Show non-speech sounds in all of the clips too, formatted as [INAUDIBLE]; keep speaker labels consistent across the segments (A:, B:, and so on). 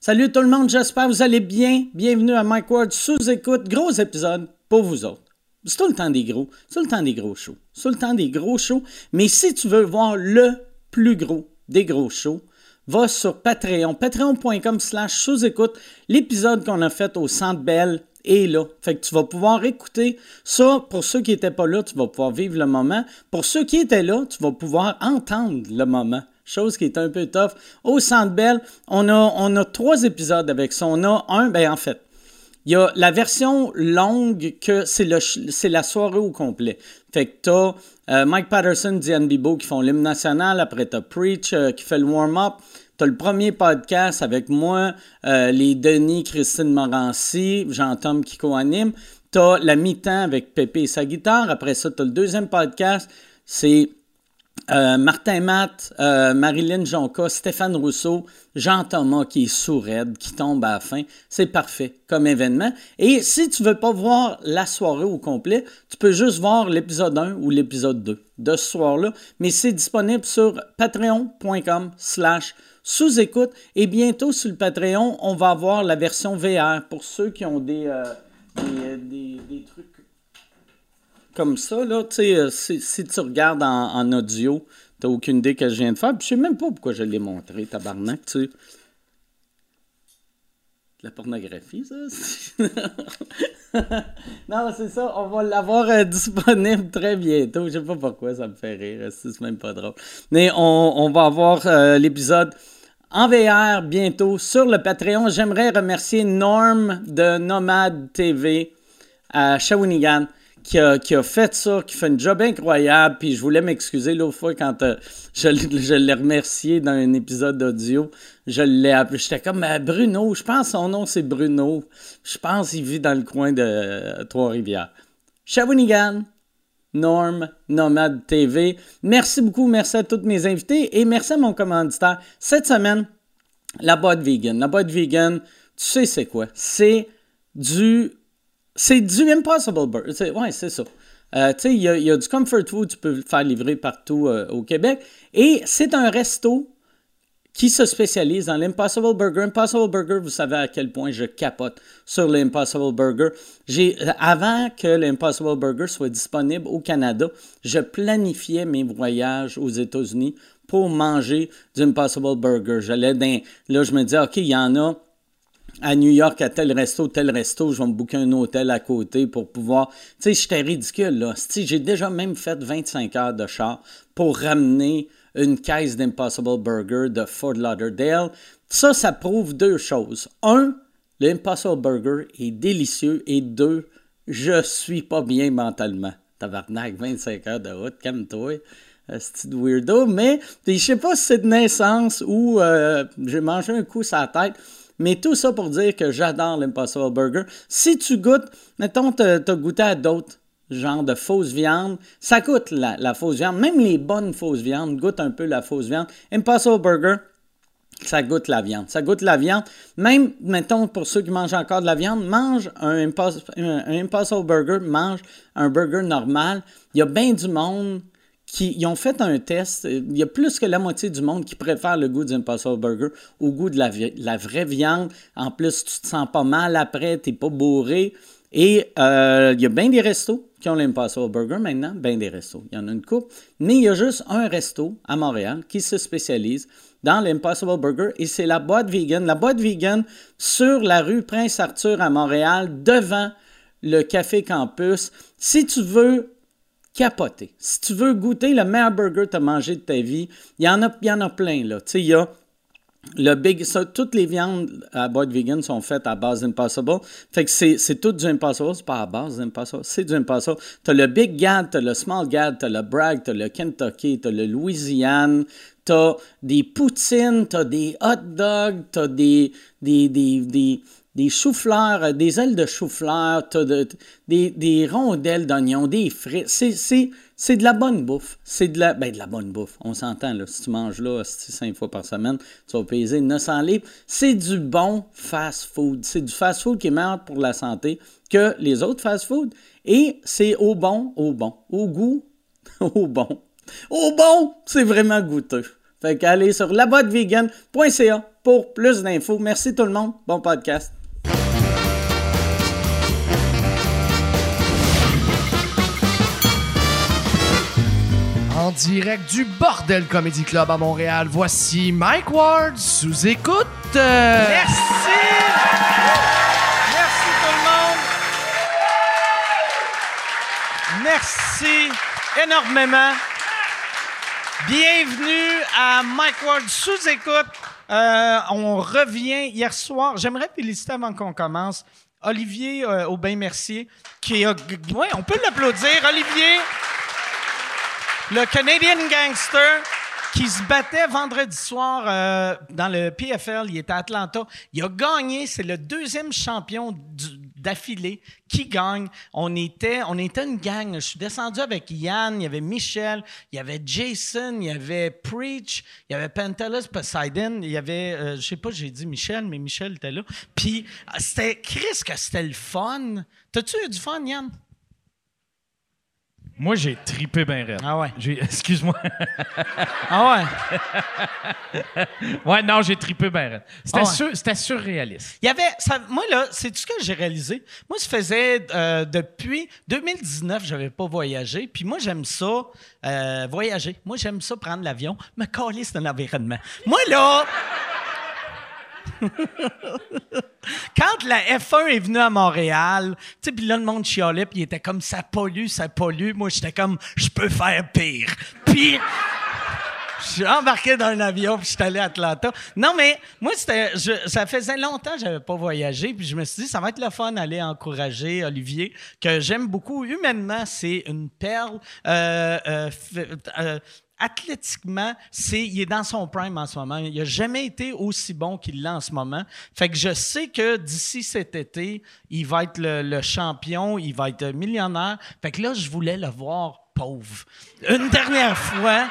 A: Salut tout le monde, j'espère que vous allez bien. Bienvenue à Mike Ward sous écoute. Gros épisode pour vous autres. C'est tout le temps des gros, c'est tout le temps des gros shows, c'est tout le temps des gros shows. Mais si tu veux voir le plus gros des gros shows, va sur Patreon, patreon.com slash sous-écoute. L'épisode qu'on a fait au Centre Bell est là. Fait que tu vas pouvoir écouter ça. Pour ceux qui n'étaient pas là, tu vas pouvoir vivre le moment. Pour ceux qui étaient là, tu vas pouvoir entendre le moment. Chose qui est un peu tough. Au Centre Bell, on a, on a trois épisodes avec ça. On a un, ben en fait, il y a la version longue que c'est, le, ch- c'est la soirée au complet. Fait que t'as euh, Mike Patterson, Diane Bibo qui font l'hymne national. Après, t'as Preach euh, qui fait le warm-up. T'as le premier podcast avec moi, euh, les Denis, Christine Morancy, Jean-Tom qui co-anime. T'as la mi-temps avec Pépé et sa guitare. Après ça, t'as le deuxième podcast. C'est euh, Martin Matt, euh, Marilyn Jonca, Stéphane Rousseau, Jean-Thomas qui est sourd-raide, qui tombe à la fin. C'est parfait comme événement. Et si tu veux pas voir la soirée au complet, tu peux juste voir l'épisode 1 ou l'épisode 2 de ce soir-là. Mais c'est disponible sur patreon.com slash sous-écoute. Et bientôt sur le Patreon, on va avoir la version VR pour ceux qui ont des, euh, des, des- des trucs comme ça, là, tu sais, euh, si, si tu regardes en, en audio, t'as aucune idée que je viens de faire. Puis je sais même pas pourquoi je l'ai montré, tabarnak, tu sais. La pornographie, ça? [LAUGHS] non, c'est ça, on va l'avoir euh, disponible très bientôt. Je sais pas pourquoi ça me fait rire, c'est même pas drôle. Mais on, on va avoir euh, l'épisode en VR bientôt sur le Patreon. J'aimerais remercier Norm de Nomad TV à Shawinigan qui a, qui a fait ça, qui fait un job incroyable. Puis je voulais m'excuser l'autre fois quand euh, je, l'ai- je l'ai remercié dans un épisode d'audio. Je l'ai appelé. J'étais comme euh, Bruno, je pense son nom c'est Bruno. Je pense qu'il vit dans le coin de euh, Trois-Rivières. Shawinigan, Norm, Nomade TV. Merci beaucoup, merci à tous mes invités et merci à mon commanditaire. Cette semaine, la boîte vegan. La boîte vegan, tu sais c'est quoi? C'est du c'est du Impossible Burger. C'est- Ouais, c'est ça. Euh, tu sais, il y, a- il y a du comfort food, tu peux le faire livrer partout euh, au Québec. Et c'est un resto qui se spécialise dans l'Impossible Burger. Impossible Burger, vous savez à quel point je capote sur l'Impossible Burger. J'ai, euh, avant que l'Impossible Burger soit disponible au Canada, je planifiais mes voyages aux États-Unis pour manger du Impossible Burger. J'allais dans, là, je me disais, OK, il y en a à New York à tel resto, tel resto, je vais me booker un hôtel à côté pour pouvoir. Tu sais, j'étais ridicule, là. C'ti, j'ai déjà même fait 25 heures de char pour ramener une caisse d'Impossible Burger de Fort Lauderdale. Ça, ça prouve deux choses. Un, l'Impossible Burger est délicieux. Et deux, je suis pas bien mentalement. Tabarnak, 25 heures de route, calme-toi. Euh, C'est de weirdo, mais puis je sais pas si c'est de naissance ou euh, j'ai mangé un coup sur la tête. Mais tout ça pour dire que j'adore l'Impossible Burger. Si tu goûtes, mettons, t'as t'as goûté à d'autres genres de fausses viandes, ça goûte la, la fausse viande. Même les bonnes fausses viandes goûtent un peu la fausse viande. Impossible Burger, ça goûte la viande. Ça goûte la viande. Même, mettons, pour ceux qui mangent encore de la viande, mange un, impos- un- un Impossible Burger, mange un burger normal. Il y a bien du monde qui ils ont fait un test. Il y a plus que la moitié du monde qui préfère le goût d'Impossible Burger au goût de la, vi- la vraie viande. En plus, tu te sens pas mal après, t'es pas bourré. Et euh, il y a bien des restos qui ont l'Impossible Burger maintenant, bien des restos. Il y en a une coupe. Mais il y a juste un resto à Montréal qui se spécialise dans l'Impossible Burger et c'est la boîte vegan. La boîte vegan sur la rue Prince-Arthur à Montréal, devant le Café Campus. Si tu veux capoter, si tu veux goûter le meilleur burger que tu as mangé de ta vie, il y en a, il y en a plein. là. Tu sais, il y a le big, ça, toutes les viandes à boîte vegan sont faites à base d'Impossible. Fait que c'est, c'est tout du Impossible. C'est pas à base d'Impossible, c'est du Impossible. T'as le Big Gad, t'as le Small Gad, t'as le Bragg, t'as le Kentucky, t'as le Louisiane, t'as des poutines, t'as des hot dogs, t'as des, des, des, des, des choux-fleurs, euh, des ailes de choux-fleurs, t'as de- des, des rondelles d'oignons, des frites. C'est, c'est, c'est de la bonne bouffe. C'est de la, ben, de la bonne bouffe. On s'entend, là. Si tu manges là, si cinq fois par semaine, tu vas payer 900 livres. C'est du bon fast-food. C'est du fast-food qui est meilleur pour la santé que les autres fast-food. Et c'est au bon, au bon, au goût, [LAUGHS] au bon. Au bon, c'est vraiment goûteux. Fait qu'allez sur laboitevegan.ca pour plus d'infos. Merci tout le monde. Bon podcast.
B: En direct du Bordel Comedy Club à Montréal, voici Mike Ward sous écoute. Euh,
C: Merci! Merci tout le monde! Merci énormément. Bienvenue à Mike Ward sous écoute. Euh, on revient hier soir. J'aimerais féliciter avant qu'on commence Olivier euh, Aubin-Mercier, qui a. Oui, on peut l'applaudir. Olivier, le Canadian Gangster qui se battait vendredi soir euh, dans le PFL, il était à Atlanta. Il a gagné, c'est le deuxième champion du- d'affilée qui gagne. On était, on était une gang. Je suis descendu avec Yann, il y avait Michel, il y avait Jason, il y avait Preach, il y avait Pantalus Poseidon, il y avait, euh, je sais pas, j'ai dit Michel, mais Michel était là. Puis euh, c'était, Chris, que c'était le fun. T'as-tu eu du fun, Yann?
D: Moi, j'ai tripé ben raide.
C: Ah ouais.
D: J'ai- [LAUGHS] Excuse-moi.
C: Ah ouais.
D: ouais, non, j'ai tripé ben raide. C'était
C: Ah ouais.
D: sur- c'était surréaliste.
C: Il y avait. ça- moi, là, c'est ce que j'ai réalisé. Moi, ça faisait euh, depuis 2019, j'avais pas voyagé. Puis moi, j'aime ça, euh, voyager. Moi, j'aime ça prendre l'avion, me coller sur l'environnement. Moi, là. [LAUGHS] Quand la F1 est venue à Montréal, tu sais, puis là, le monde chialait, puis il était comme ça pollue, ça pollue. Moi, j'étais comme, je peux faire pire. Puis. Je suis embarqué dans un avion puis je suis allé à Atlanta. Non, mais moi, c'était, je- ça faisait longtemps que je n'avais pas voyagé. Puis je me suis dit, ça va être le fun d'aller encourager Olivier, que j'aime beaucoup. Humainement, c'est une perle. Euh, euh, f- euh, athlétiquement, c'est, il est dans son prime en ce moment. Il n'a jamais été aussi bon qu'il l'est en ce moment. Fait que je sais que d'ici cet été, il va être le, le champion, il va être millionnaire. Fait que là, je voulais le voir pauvre. Une dernière fois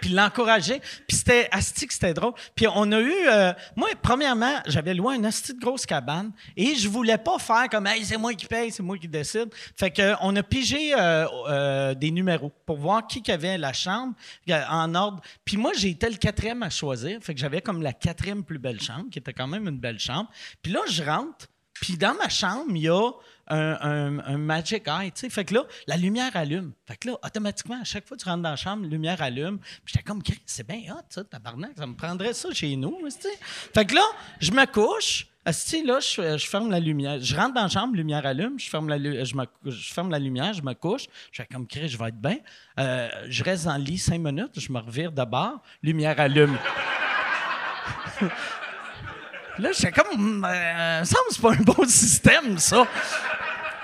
C: puis l'encourager. Puis c'était asti que c'était drôle. Puis on a eu... euh, moi, premièrement, j'avais loué une asti de grosse cabane et je voulais pas faire comme « Hey, c'est moi qui paye, c'est moi qui décide. » Fait que on a pigé euh, euh, des numéros pour voir qui qui avait la chambre euh, en ordre. Puis moi, j'ai été le quatrième à choisir. Fait que j'avais comme la quatrième plus belle chambre, qui était quand même une belle chambre. Puis là, je rentre. Puis dans ma chambre, il y a un, un- un magic eye, tu sais. Fait que là, la lumière allume. Fait que là, automatiquement, à chaque fois que tu rentres dans la chambre, la lumière allume. Puis j'étais comme, Chris, c'est bien hot, ça, tabarnak. Ça me prendrait ça chez nous, tu sais. Fait que là, je me couche. Asti, là, je, je ferme la lumière. Je rentre dans la chambre, lumière allume, je ferme la, lu- je me cou- je ferme la lumière, je me couche. Je fais comme, Chris, je vais être bien. Euh, je reste dans le lit cinq minutes, je me revire de bord, lumière allume. Là, j'étais comme, Hum, euh, me semble que c'est pas un bon système, ça.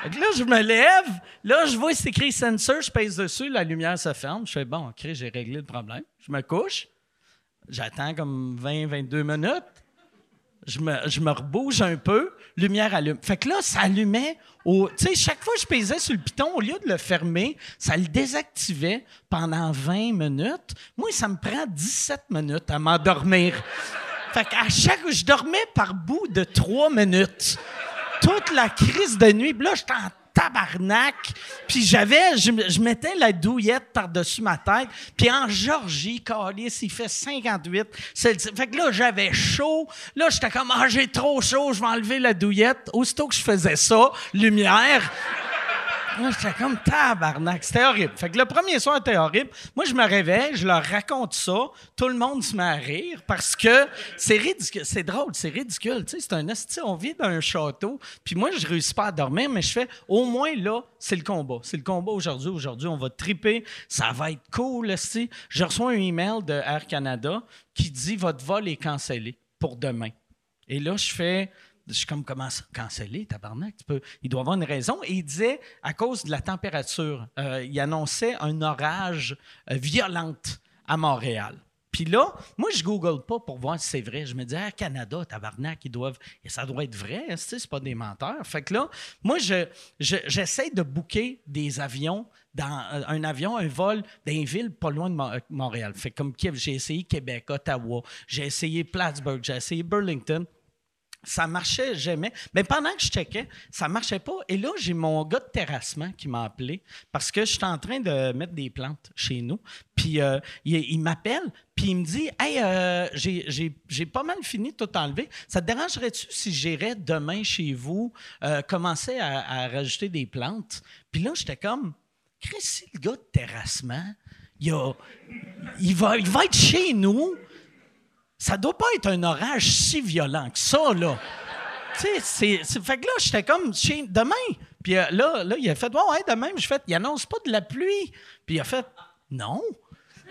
C: Fait que là, je me lève. Là, je vois, c'est écrit sensor. Je pèse dessus. La lumière se ferme. Je fais, bon, OK, j'ai réglé le problème. Je me couche. J'attends comme 20, 22 minutes. Je me, je me rebouge un peu. Lumière allume. Fait que là, ça allumait au. Tu sais, chaque fois que je pesais sur le piton, au lieu de le fermer, ça le désactivait pendant 20 minutes. Moi, ça me prend 17 minutes à m'endormir. Fait qu'à chaque. Je dormais par bout de 3 minutes toute la crise de nuit. Puis là, j'étais en tabarnak. Puis j'avais, je, je mettais la douillette par-dessus ma tête. Puis en Georgie, Calice, il fait 58. C'est- Fait que là, j'avais chaud. Là, j'étais comme, ah, j'ai trop chaud, je vais enlever la douillette. Aussitôt que je faisais ça, lumière. Moi, Ah, j'étais comme tabarnak. C'était horrible. Fait que le premier soir était horrible. Moi, je me réveille, je leur raconte ça. Tout le monde se met à rire parce que c'est ridicule. C'est drôle, c'est ridicule. Tu sais, c'est un hostie. On vit dans un château. Puis moi, je réussis pas à dormir, mais je fais au moins là, c'est le combat. C'est le combat aujourd'hui. Aujourd'hui, on va triper. Ça va être cool, hostie. Je reçois un email de Air Canada qui dit votre vol est cancellé pour demain. Et là, je fais. Je suis comme, comment ça? Cancellé, tabarnak. Tu peux, il doit avoir une raison. Et il disait, à cause de la température, euh, il annonçait un orage euh, violente à Montréal. Puis là, moi, je Google pas pour voir si c'est vrai. Je me dis, ah, Canada, tabarnak, ils doivent. Et ça doit être vrai, hein, tu sais, c'est pas des menteurs. Fait que là, moi, je, je- j'essaie de booker des avions, dans euh, un avion, un vol d'une ville pas loin de Mo- euh, Montréal. Fait que comme Kiev, j'ai essayé Québec, Ottawa, j'ai essayé Plattsburgh, j'ai essayé Burlington. Ça marchait jamais. Mais pendant que je checkais, ça marchait pas. Et là, j'ai mon gars de terrassement qui m'a appelé parce que je suis en train de mettre des plantes chez nous. Puis euh, il, il m'appelle, puis il me dit Hey, euh, j'ai- j'ai j'ai pas mal fini de tout enlever. Ça te dérangerait-tu si j'irais demain chez vous euh, commencer à, à rajouter des plantes? Puis là, j'étais comme Chris, si le gars de terrassement, il, a- il va, il va être chez nous. Ça doit pas être un orage si violent que ça, là. tu sais, c'est, c'est- Fait que là, j'étais comme, chez- demain. Puis euh, là, là, il a fait, ouais, ouais, demain. J'ai fait, il annonce pas de la pluie. Puis il a fait, non.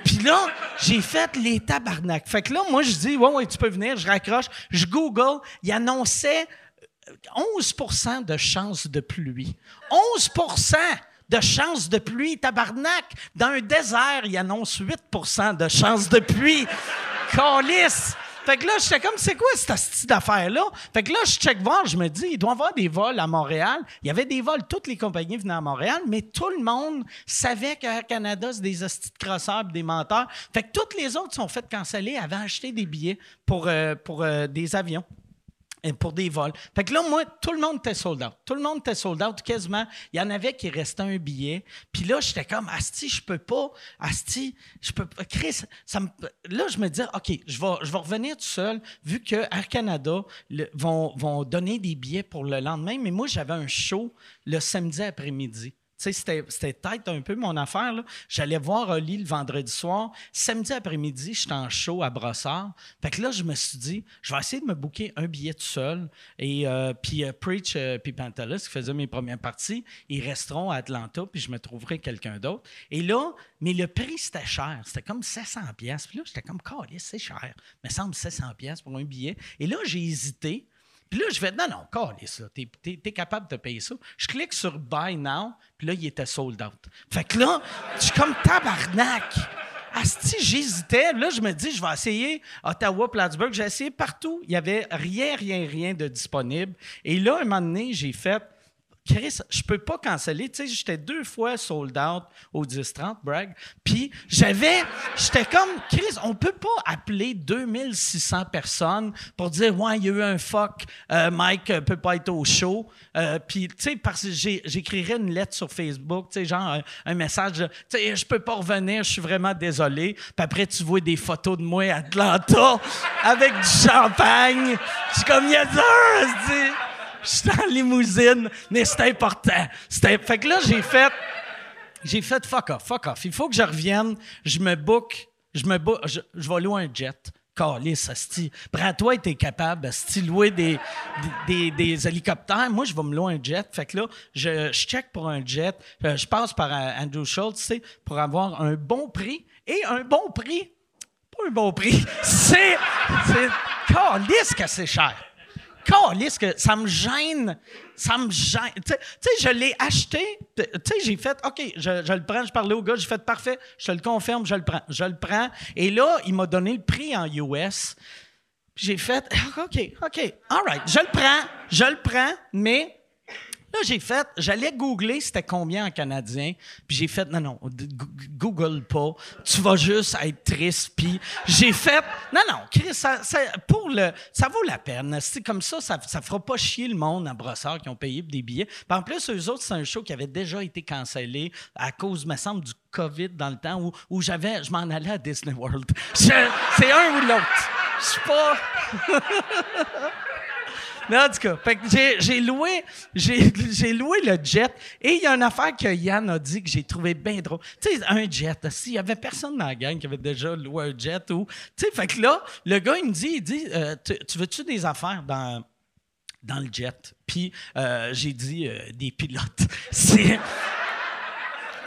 C: Puis là, j'ai fait les tabarnak. Fait que là, moi, je dis, ouais, ouais, tu peux venir. Je raccroche. Je Google. Il annonçait 11 de chance de pluie. 11 de chance de pluie, tabarnak! Dans un désert, il annonce 8 de chance de pluie. Calice! Fait que là, j'étais comme, c'est quoi cette petite d'affaire-là? Fait que là, je check voir, je me dis, il doit y avoir des vols à Montréal. Il y avait des vols, toutes les compagnies venaient à Montréal, mais tout le monde savait qu'Air Canada, c'est des hosties de crosseurs pis des menteurs. Fait que toutes les autres sont faites canceller, avaient acheté des billets pour, euh, pour euh, des avions. Et pour des vols. Fait que là, moi, tout le monde était sold out. Tout le monde était sold out quasiment. Il y en avait qui restait un billet. Puis là, j'étais comme, Asti, je peux pas. Asti, je peux pas. Chris, ça me... là, je me dis, OK, je vais, je vais revenir tout seul, vu que Air Canada le- vont, vont donner des billets pour le lendemain. Mais moi, j'avais un show le samedi après-midi. Tu sais, c'était, c'était peut-être un peu mon affaire. là. J'allais voir Oli le vendredi soir. Samedi après-midi, j'étais en show à Brossard. Fait que là, je me suis dit, je vais essayer de me booker un billet tout seul. Et euh, puis euh, Preach euh, puis Pantalus, qui faisaient mes premières parties, ils resteront à Atlanta, puis je me trouverai quelqu'un d'autre. Et là, mais le prix, c'était cher. C'était comme 700 pièces. Puis là, j'étais comme, calé, c'est cher. Il me semble 700 pièces pour un billet. Et là, j'ai hésité. Puis là, je fais, non, non, calisse, ça. T'es, t'es- t'es capable de payer ça. Je clique sur Buy Now, puis là, il était sold out. Fait que là, je suis comme [LAUGHS] tabarnak. Asti, j'hésitais. Là, je me dis, je vais essayer Ottawa, Plattsburgh. J'ai essayé partout. Il n'y avait rien, rien, rien de disponible. Et là, un moment donné, j'ai fait, Chris, je peux pas canceller. Tu sais, j'étais deux fois sold out au 10-30, brag. Puis j'avais, j'étais comme, Chris, on peut pas appeler 2600 personnes pour dire, ouais, il y a eu un fuck, euh, Mike euh, peut pas être au show. Euh, puis, tu sais, parce que j'ai- j'écrirais une lettre sur Facebook, tu sais, genre un, un message, de, tu sais, je peux pas revenir, je suis vraiment désolé. Puis après, tu vois des photos de moi à Atlanta avec du champagne. Je suis comme, yes, sir! esti. J'étais en limousine, mais c'était important. C'était... Fait que là, j'ai fait... J'ai fait fuck off, fuck off. Il faut que je revienne. Je me book. Je me book. Je, je vais louer un jet. Calice, Asti. Bratois était capable, Asti, louer des, des, des- des hélicoptères. Moi, je vais me louer un jet. Fait que là, je, je check pour un jet. Euh, Je passe par euh, Andrew Schultz, tu sais, pour avoir un bon prix. Et un bon prix, pas un bon prix, c'est. C'est. Calice que c'est cher. Calisse que ça me gêne. Ça me gêne. Tu sais- tu sais, je l'ai acheté. Tu sais, j'ai fait, OK, je, je le prends. Je parlais au gars, j'ai fait, parfait, je te le confirme, je le prends. Je le prends. Et là, il m'a donné le prix en US. Puis J'ai fait, [LAUGHS] Ah, OK, OK, all right, je le prends, je le prends, mais Là, j'ai fait, j'allais googler c'était combien en canadien, puis j'ai fait, non, non, d- go- google pas, tu vas juste être triste, puis j'ai fait, non, non, Chris, ça, ça- pour le, ça vaut la peine. C'est comme ça, ça, ça fera pas chier le monde à brossard qui ont payé pour des billets. Puis en plus, eux autres, c'est un show qui avait déjà été cancellé à cause, me semble, du COVID dans le temps où, où j'avais, je m'en allais à Disney World. Je- C'est un ou l'autre. Je suis pas. Mais en tout cas, fait que j'ai, j'ai loué, j'ai, j'ai loué le jet. Et il y a une affaire que Yann a dit que j'ai trouvé bien drôle. Tu sais, un jet. S'il y avait personne dans la gang qui avait déjà loué un jet ou. Tu sais, fait que là, le gars, il me dit, il dit, euh, tu, tu veux-tu des affaires dans dans le jet. Puis euh, j'ai dit euh, des pilotes. [LAUGHS] C'est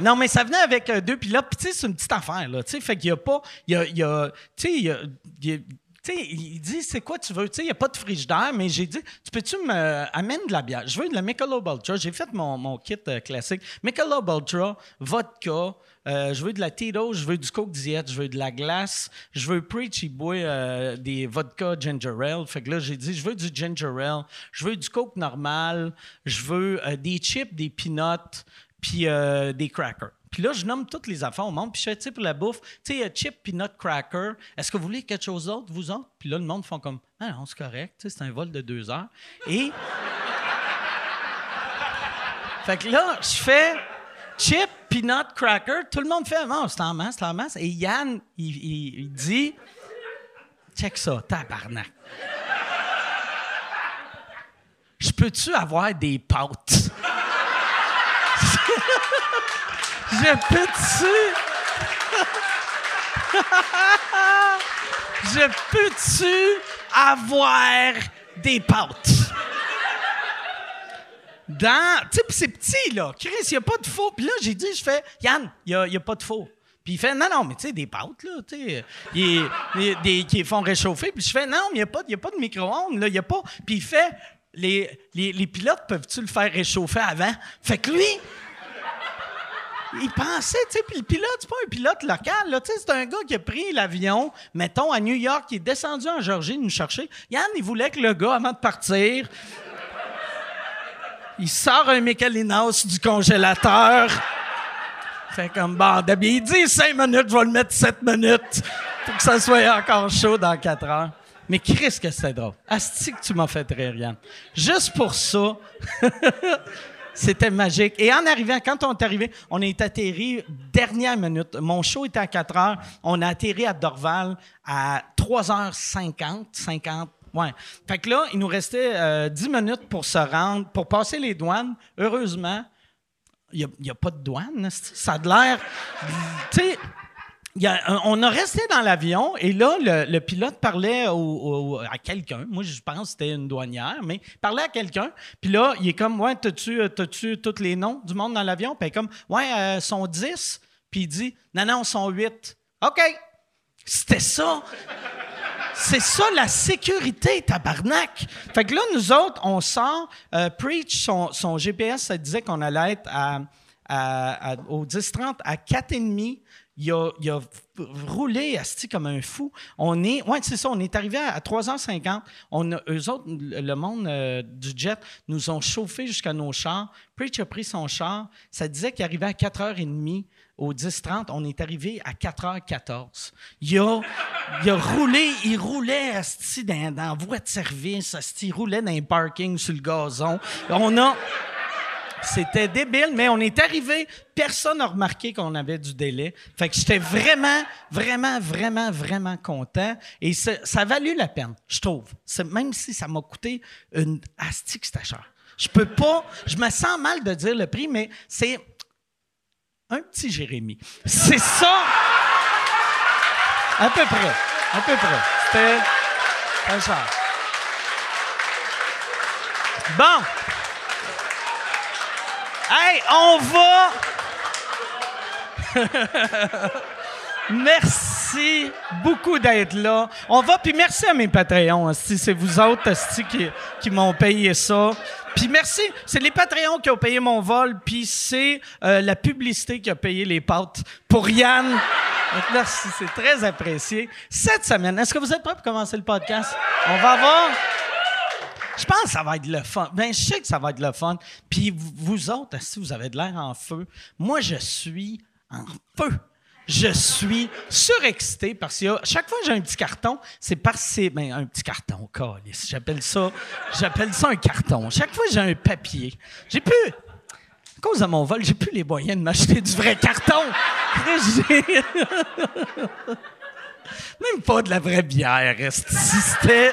C: non, mais ça venait avec euh, deux pilotes. Puis, tu sais, c'est une petite affaire, là. Tu sais, fait qu'il n'y a pas. Il y a. il y a- tu sais, il y a- il y a- tu sais, il dit, c'est quoi tu veux? Tu sais, il n'y a pas de frigidaire, mais j'ai dit, tu peux-tu me euh, amène de la bière? Je veux de la Michelob Ultra. J'ai fait mon, mon kit euh, classique. Michelob Ultra, vodka, euh, je veux de la Tito, je veux du Coke Diet, je veux de la glace, je veux Preach, il boit euh, des vodka ginger ale. Fait que là, j'ai dit, je veux du ginger ale, je veux du Coke normal, je veux euh, des chips, des peanuts, puis euh, des crackers. Puis là, je nomme toutes les affaires au monde. Puis je fais, tu sais, pour la bouffe, tu sais, euh, chip, peanut cracker. Est-ce que vous voulez quelque chose d'autre, vous autres? Puis là, le monde font comme, ah non, c'est correct. Tu sais, c'est un vol de deux heures. Et. [LAUGHS] fait que là, je fais chip, peanut cracker. Tout le monde fait, non, c'est en masse, c'est en masse. Et Yann, il- il- il dit, check ça, tabarnak. Je peux-tu avoir des pâtes? [LAUGHS] Je peux-tu? [LAUGHS] Je peux-tu avoir des pâtes? Dans. Tu sais, pis c'est petit, là. Chris, il a pas de faux. Puis là, j'ai dit, je fais, Yann, il n'y a, pas de faux. Puis il fait, non, non, mais tu sais, des pâtes, là, tu sais, euh, il- il- des- qui les font réchauffer. Puis je fais, non, mais il n'y a, pas- y a pas de micro-ondes, là, il n'y a pas. Puis il fait, les, les, les pilotes, peuvent-tu le faire réchauffer avant? Fait que lui, il pensait, tu sais, puis le pilote, c'est pas un pilote local, là, tu sais, c'est un gars qui a pris l'avion, mettons, à New York, qui est descendu en Georgie nous chercher. Yann, il voulait que le gars, avant de partir, il sort un Michelinos du congélateur. Fait comme, bon, d'habitude, il dit 5 minutes, je vais le mettre 7 minutes pour que ça soit encore chaud dans 4 heures. Mais Chris, que c'était drôle. Asti que tu m'as fait rire, Yann. Juste pour ça, [LAUGHS] c'était magique. Et en arrivant, quand on est arrivé, on est atterri dernière minute. Mon show était à 4 heures. On a atterri à Dorval à 3h50, 50. Ouais. Fait que là, il nous restait euh, 10 minutes pour se rendre, pour passer les douanes. Heureusement, il n'y a, pas de douane. esti. Ça a de l'air. Tu sais, il y a- on a resté dans l'avion et là, le, le pilote parlait au- au- à quelqu'un. Moi, je pense que c'était une douanière, mais il parlait à quelqu'un. Puis là, il est comme Ouais, t'as-tu, euh, t'as-tu tous les noms du monde dans l'avion? Puis il est comme Ouais, euh, ils sont 10. Puis il dit Non, non, ils sont 8. OK. C'était ça. C'est ça la sécurité, tabarnak. Fait que là, nous autres, on sort. euh, Preach, son, son GPS, ça disait qu'on allait être à, à- à- au 10-30 à 4,5. Il a, il a f- roulé asti comme un fou. On est, ouais, c'est ça, on est arrivé à, à 3h50. On a- eux autres, le monde euh, du jet, nous ont chauffé jusqu'à nos chars. Preach a pris son char. Ça disait qu'il arrivait à 4h30 au 10-30, on est arrivé à 4h14. Il a, il a roulé, il roulait asti, dans, dans la voie de service, asti, il roulait dans un parking sur le gazon. On a. C'était débile, mais on est arrivé. Personne n'a remarqué qu'on avait du délai. Fait que j'étais vraiment, vraiment, vraiment, vraiment content. Et ça, ça a valu la peine, je trouve. C'est- Même si ça m'a coûté une astique, c'était cher. Je peux pas. Je me sens mal de dire le prix, mais c'est un petit Jérémy. C'est ça! À peu près. À peu près. C'était pas cher. Bon. Hey, on va. Merci beaucoup d'être là. On va, puis merci à mes Patreons. hostie. C'est vous autres hostie, qui, qui m'ont payé ça. Puis merci, c'est les Patreons qui ont payé mon vol, puis c'est euh, la publicité qui a payé les pâtes pour Yann. Donc, merci, c'est très apprécié. Cette semaine, est-ce que vous êtes prêts pour commencer le podcast? On va voir. Je pense que ça va être le fun. Ben, je sais que ça va être le fun. Puis vous- vous autres, si vous avez de l'air en feu, moi, je suis en feu. Je suis surexcité parce que chaque fois que j'ai un petit carton, c'est parce que c'est ben, un petit carton, câlisse. J'appelle ça, j'appelle ça un carton. Chaque fois que j'ai un papier, j'ai plus à cause de mon vol, j'ai plus les moyens de m'acheter du vrai carton. [LAUGHS] J'ai- Même pas de la vraie bière, esti. c'était.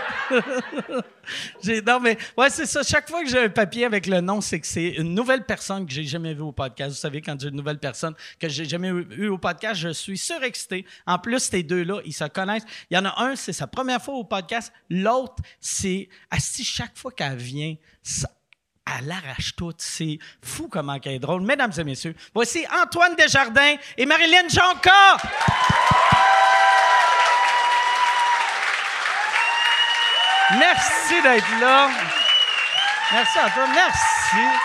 C: J'ai- non, mais ouais, c'est ça. Chaque fois que j'ai un papier avec le nom, c'est que c'est une nouvelle personne que j'ai jamais vue au podcast. Vous savez, quand j'ai une nouvelle personne que j'ai jamais vue au podcast, je suis surexcité. En plus, ces deux-là, ils se connaissent. Il y en a un, c'est sa première fois au podcast. L'autre, c'est assis chaque fois qu'elle vient. ça- elle l'arrache toute. C'est fou comment elle est drôle. Mesdames et messieurs, voici Antoine Desjardins et Marilyn Jonca. Merci d'être là. Merci à toi. Merci.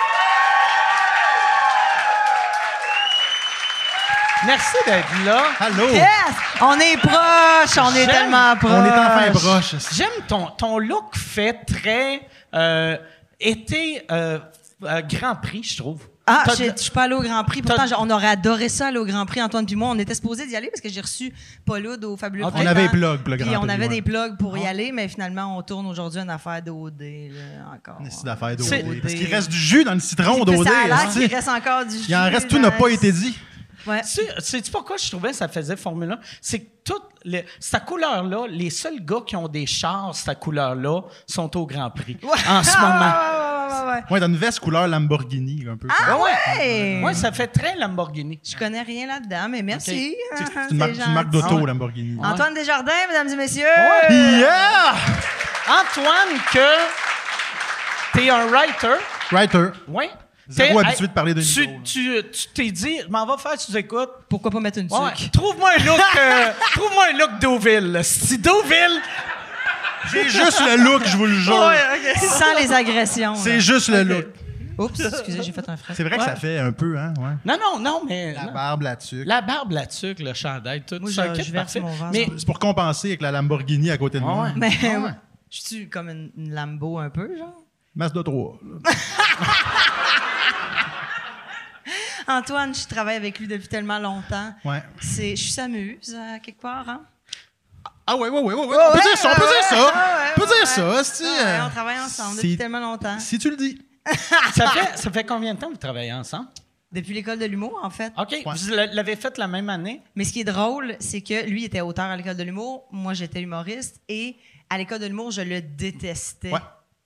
C: Merci d'être là.
E: Allô?
C: Yes! On est proche. On est
E: J'aime.
C: tellement proche.
E: On est enfin proche.
C: J'aime ton, ton look fait très euh, été euh, euh, Grand Prix, je trouve.
E: Ah,
C: T'as-
E: je je suis pas allée au Grand Prix. Pourtant, je- on aurait adoré ça aller au Grand Prix, Antoine puis moi. On était supposés d'y aller parce que j'ai reçu Pauloud au Fabuleux
C: Ah, on
E: Printemps.
B: avait les plugs pour le
E: Puis
B: Grand
E: on
B: Prix,
E: avait
B: ouais. Ah.
E: des plugs pour y aller, mais finalement, on tourne aujourd'hui une affaire d'OD, là, encore.
B: C'est d'affaire
C: C'est-
B: d'OD. Parce qu'il reste du jus dans le citron
E: Puis
B: d'OD.
E: Ça a l'air
B: hein, tu sais.
E: qu'il reste encore du jus.
B: Il en reste tout n'a
E: dans-
B: pas été dit.
E: Ouais.
C: Tu sais- Sais-tu pourquoi je trouvais que ça faisait Formule 1? C'est que toute les, cette couleur-là, les seuls gars qui ont des chars, cette couleur-là, sont au Grand Prix
E: Ouais.
C: en ce moment.
E: Ah, ouais, ouais, ouais, ouais, ouais.
B: Ouais, dans une veste couleur Lamborghini, un peu.
E: Ah
C: Ouais,
E: [LAUGHS] ouais!
C: Ouais, ça fait très Lamborghini.
E: Je connais rien là-dedans, mais merci.
B: C'est c'est
E: Ah,
B: une marque,
E: c'est
B: c'est une marque
E: gentil.
B: d'auto, Lamborghini.
E: Antoine Desjardins, mesdames et messieurs!
B: Yeah!
C: Antoine, que t'es un writer,
B: Writer.
C: oui?
B: Zéro
C: T'es-
B: habitué de parler de
C: tu,
B: niveau, là.
C: tu, tu t'es dit, je m'en va faire, tu écoutes.
E: Pourquoi pas mettre une
C: Ouais,
E: tuque?
C: Trouve-moi un look, euh, [LAUGHS] trouve-moi un look Deauville. là. Si Deauville,
B: C'est juste le look, je vous le jure.
C: ouais, ok.
E: Sans les agressions. là.
B: C'est juste le look.
E: Oups, excusez, j'ai fait un frais.
B: C'est vrai que ça fait un peu, hein? Ouais.
C: Non, non, non, mais
B: La
C: non.
B: barbe, la tuque.
C: la barbe, la tuque, le chandail, tout.
E: Moi,
C: c'est un
E: je-
C: kit
E: je verse
C: parfait.
E: mon vase
C: Mais
E: en
B: C'est pour compenser avec la Lamborghini à côté de moi. Ah
C: ouais.
E: Mais je suis comme une, une Lambo un peu, genre.
B: Mazda 3. là.
E: Antoine, je travaille avec lui depuis tellement longtemps.
B: Ouais.
E: C'est, je suis s'amuse euh, quelque part, hein?
B: Ah ouais, ouais, ouais, ouais, ouais. On peut dire ça, on peut dire ça. On peut dire ça, c'est-
E: Ah, Ouais, on travaille ensemble
B: si-
E: depuis tellement longtemps.
B: Si tu le dis.
C: ça fait, ça fait combien de temps que vous travaillez ensemble?
E: Depuis l'école de l'humour, en fait.
C: OK, vous l'a- l'avez fait la même année?
E: Mais ce qui est drôle, c'est que lui était auteur à l'école de l'humour, moi j'étais humoriste, et à l'école de l'humour, je le détestais
B: Ouais.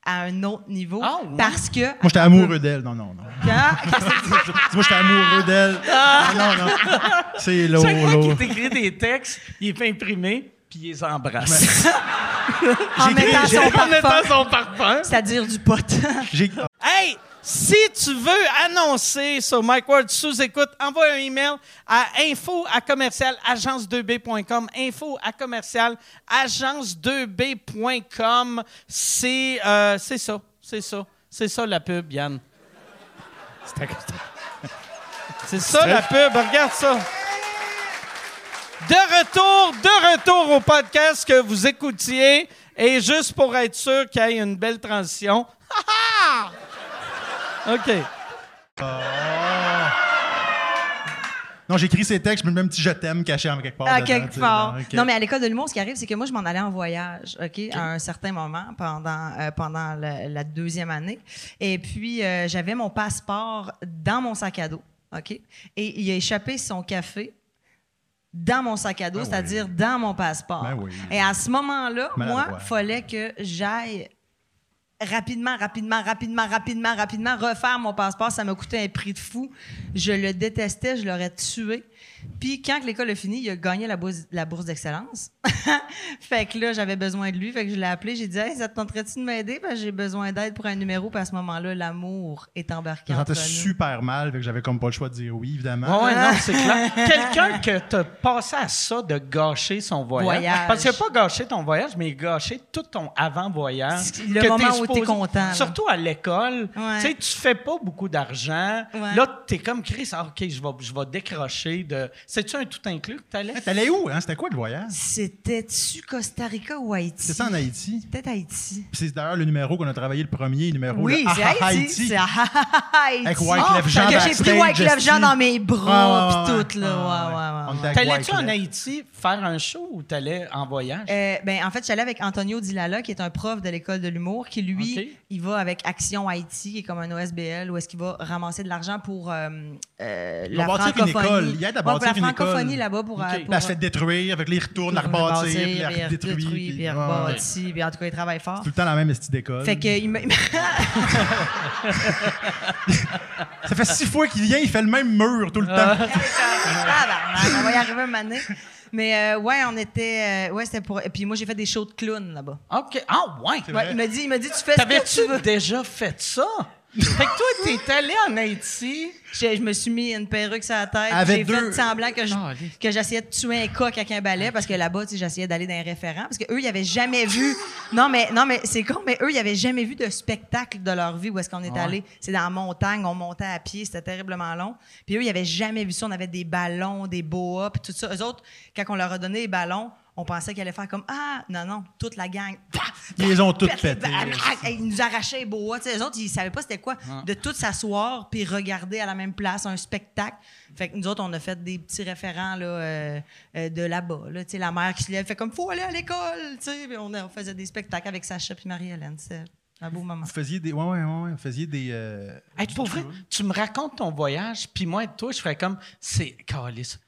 E: à un autre niveau.
C: Ah, ouais?
E: Parce que.
B: Moi, j'étais amoureux d'elle. Non, non, non. Moi, j'étais amoureux d'elle.
E: Ah.
B: Non, non, non. C'est lourd,
C: Chaque fois
B: lourd.
C: qu'il écrit des textes, il est imprimé, puis il les embrasse.
E: [LAUGHS] en mettant son
C: [LAUGHS] en
E: parfum,
C: mettant son parfum.
E: c'est-à-dire du pot. [LAUGHS]
B: J'ai-
C: Hey, si tu veux annoncer sur Mike Ward sous écoute, envoie un email à info à commercial agence2b.com. Info à commercial agence2b.com. C'est euh, c'est ça, c'est ça, c'est ça la pub, Yann. C'est ça la pub, regarde ça. De retour, de retour au podcast que vous écoutiez. Et juste pour être sûr qu'il y ait une belle transition. Ha, ha! OK.
B: Ah. Non, j'écris ses textes, je mets le même petit je t'aime caché en quelque part.
E: à
B: dedans, tu
E: Ah, quelque
B: sais,
E: part.
B: dans- ok.
E: Non, mais à l'école de l'humour, ce qui arrive, c'est que moi, je m'en allais en voyage, OK, à un certain moment pendant, euh, pendant la, la deuxième année. Et puis, euh, j'avais mon passeport dans mon sac à dos, OK? Et il a échappé son café dans mon sac à dos, c'est-à-dire dans mon passeport.
B: Ben oui.
E: Et à ce moment-là, moi,
B: Maladroit.
E: il fallait que j'aille rapidement, rapidement, rapidement, rapidement, rapidement refaire mon passeport. Ça m'a coûté un prix de fou. Je le détestais, je l'aurais tué. Puis quand que l'école a fini, il a gagné la bourse, la bourse d'excellence. [LAUGHS] fait que là, j'avais besoin de lui. Fait que je l'ai appelé. J'ai dit, hey, ça te tenterait-tu de m'aider? Parce que j'ai besoin d'aide pour un numéro. Puis à ce moment-là, l'amour est
B: Je
E: embarqué
B: me
E: entre
B: sentais
E: nous.
B: super mal, fait que j'avais comme pas le choix de dire oui, évidemment.
C: Ah Ouais, ouais, non, c'est
E: [LAUGHS]
C: clair. Quelqu'un que t'as passé à ça de gâcher son voyage.
E: Voyage.
C: Parce que pas gâché ton voyage, mais gâché tout ton avant-voyage.
E: C'est le
C: que
E: moment
C: t'es
E: où t'es
C: supposé-
E: content, là.
C: Surtout à l'école.
E: Ouais.
C: Tu sais, tu fais pas beaucoup d'argent.
E: Ouais.
C: Là, t'es comme Chris, ah, OK, je vais, je vais décrocher de. C'est-tu un tout inclus que t'allais?
B: Hey, T'allais où, hein? C'était quoi le voyage?
E: C'était-tu Costa Rica ou Haïti?
B: C'était ça en Haïti.
E: Peut-être Haïti.
B: Puis c'est d'ailleurs le numéro qu'on a travaillé, le premier numéro.
E: Oui,
B: le
E: c'est
B: Ah, ah,
E: Haïti. C'est Haïti.
B: Avec Wyclef
E: Ah,
B: Jean
E: fait que J'ai pris
B: backstage,
E: Wyclef Jean
B: esti.
E: dans mes bras,
B: Ouais, ouais,
E: puis
B: ouais.
E: tout, là. Ouais, ouais, ouais.
B: On était avec
C: T'allais-tu en
B: Wyclef.
C: Haïti faire un show ou t'allais en voyage?
E: Euh, ben, en fait, j'allais avec Antonio Dilala, qui est un prof de l'école de l'humour, qui lui,
C: Ok.
E: il va avec Action Haïti, qui est comme un OSBL, où est-ce qu'il va ramasser de l'argent pour euh, euh,
B: Ils
E: la
B: vont bâtir une
E: francophonie.
B: école. Il y a de
E: Ouais,
B: bâtir
E: pour la
B: une école.
E: francophonie là-bas pour. euh, pour,
B: Ben, elle se fait détruire, fait que là, ils retournent, la
E: pour
B: rebâtir, puis
E: rebâtir,
B: la redétruire.
E: redétruire,
B: puis-
E: puis elle
B: ouais, ouais.
E: rebâtit, puis en tout cas, il travaille fort.
B: Tout le temps la même esti d'école.
E: Fait que il me-
B: Ça fait six fois qu'il vient, il fait le même mur tout le
E: Ah.
B: temps.
E: Tabarnak, on va y arriver un moment donné. Mais euh, ouais, on était. euh, ouais, c'était pour. Et puis moi, j'ai fait des shows de clowns là-bas.
C: OK. Ah, ouais.
B: C'est
E: Ouais,
B: vrai.
E: il m'a dit, il m'a dit, tu fais ce que tu
C: T'avais-tu
E: veux.
C: déjà fait
E: [LAUGHS]
C: ça? fait que toi, t'es allé en Haïti.
E: J'ai- Je, me suis mis une perruque sur la tête.
B: Avec
E: J'ai
B: deux-
E: fait semblant que je- que j'essayais de tuer un coq avec un balai parce que là-bas, tu sais, j'essayais d'aller dans un référent parce qu'eux, ils avaient jamais vu. Non, mais, non, mais c'est con, mais eux, ils avaient jamais vu de spectacle de leur vie où est-ce qu'on est allé. C'est dans la montagne, on montait à pied, c'était terriblement long. Puis eux, ils avaient jamais vu ça. On avait des ballons, des boas, puis tout ça. Eux autres, quand on leur a donné les ballons, On pensait qu'il allait faire comme Ah, non, non, toute la gang. [LAUGHS] paf,
F: Ils les ont
E: paf,
F: toutes pétées,
E: paf,
F: là,
E: paf, Ah, hey, Ils nous arrachaient les bois. Tu sais, les autres, ils savaient pas c'était quoi. De tout s'asseoir puis regarder à la même place un spectacle. Fait que nous autres, on a fait des petits référents là, euh, euh, de là-bas. Là. Tu sais, la mère qui se lève fait comme Faut aller à l'école. Tu sais, puis on, on faisait des spectacles avec Sacha puis Marie-Hélène. C'est un beau moment.
F: Vous faisiez des. Ouais, ouais, ouais, ouais, vous faisiez des. euh,
C: Hey, pour vrai, tu me racontes ton voyage, puis moi, toi, je ferais comme, c'est calice.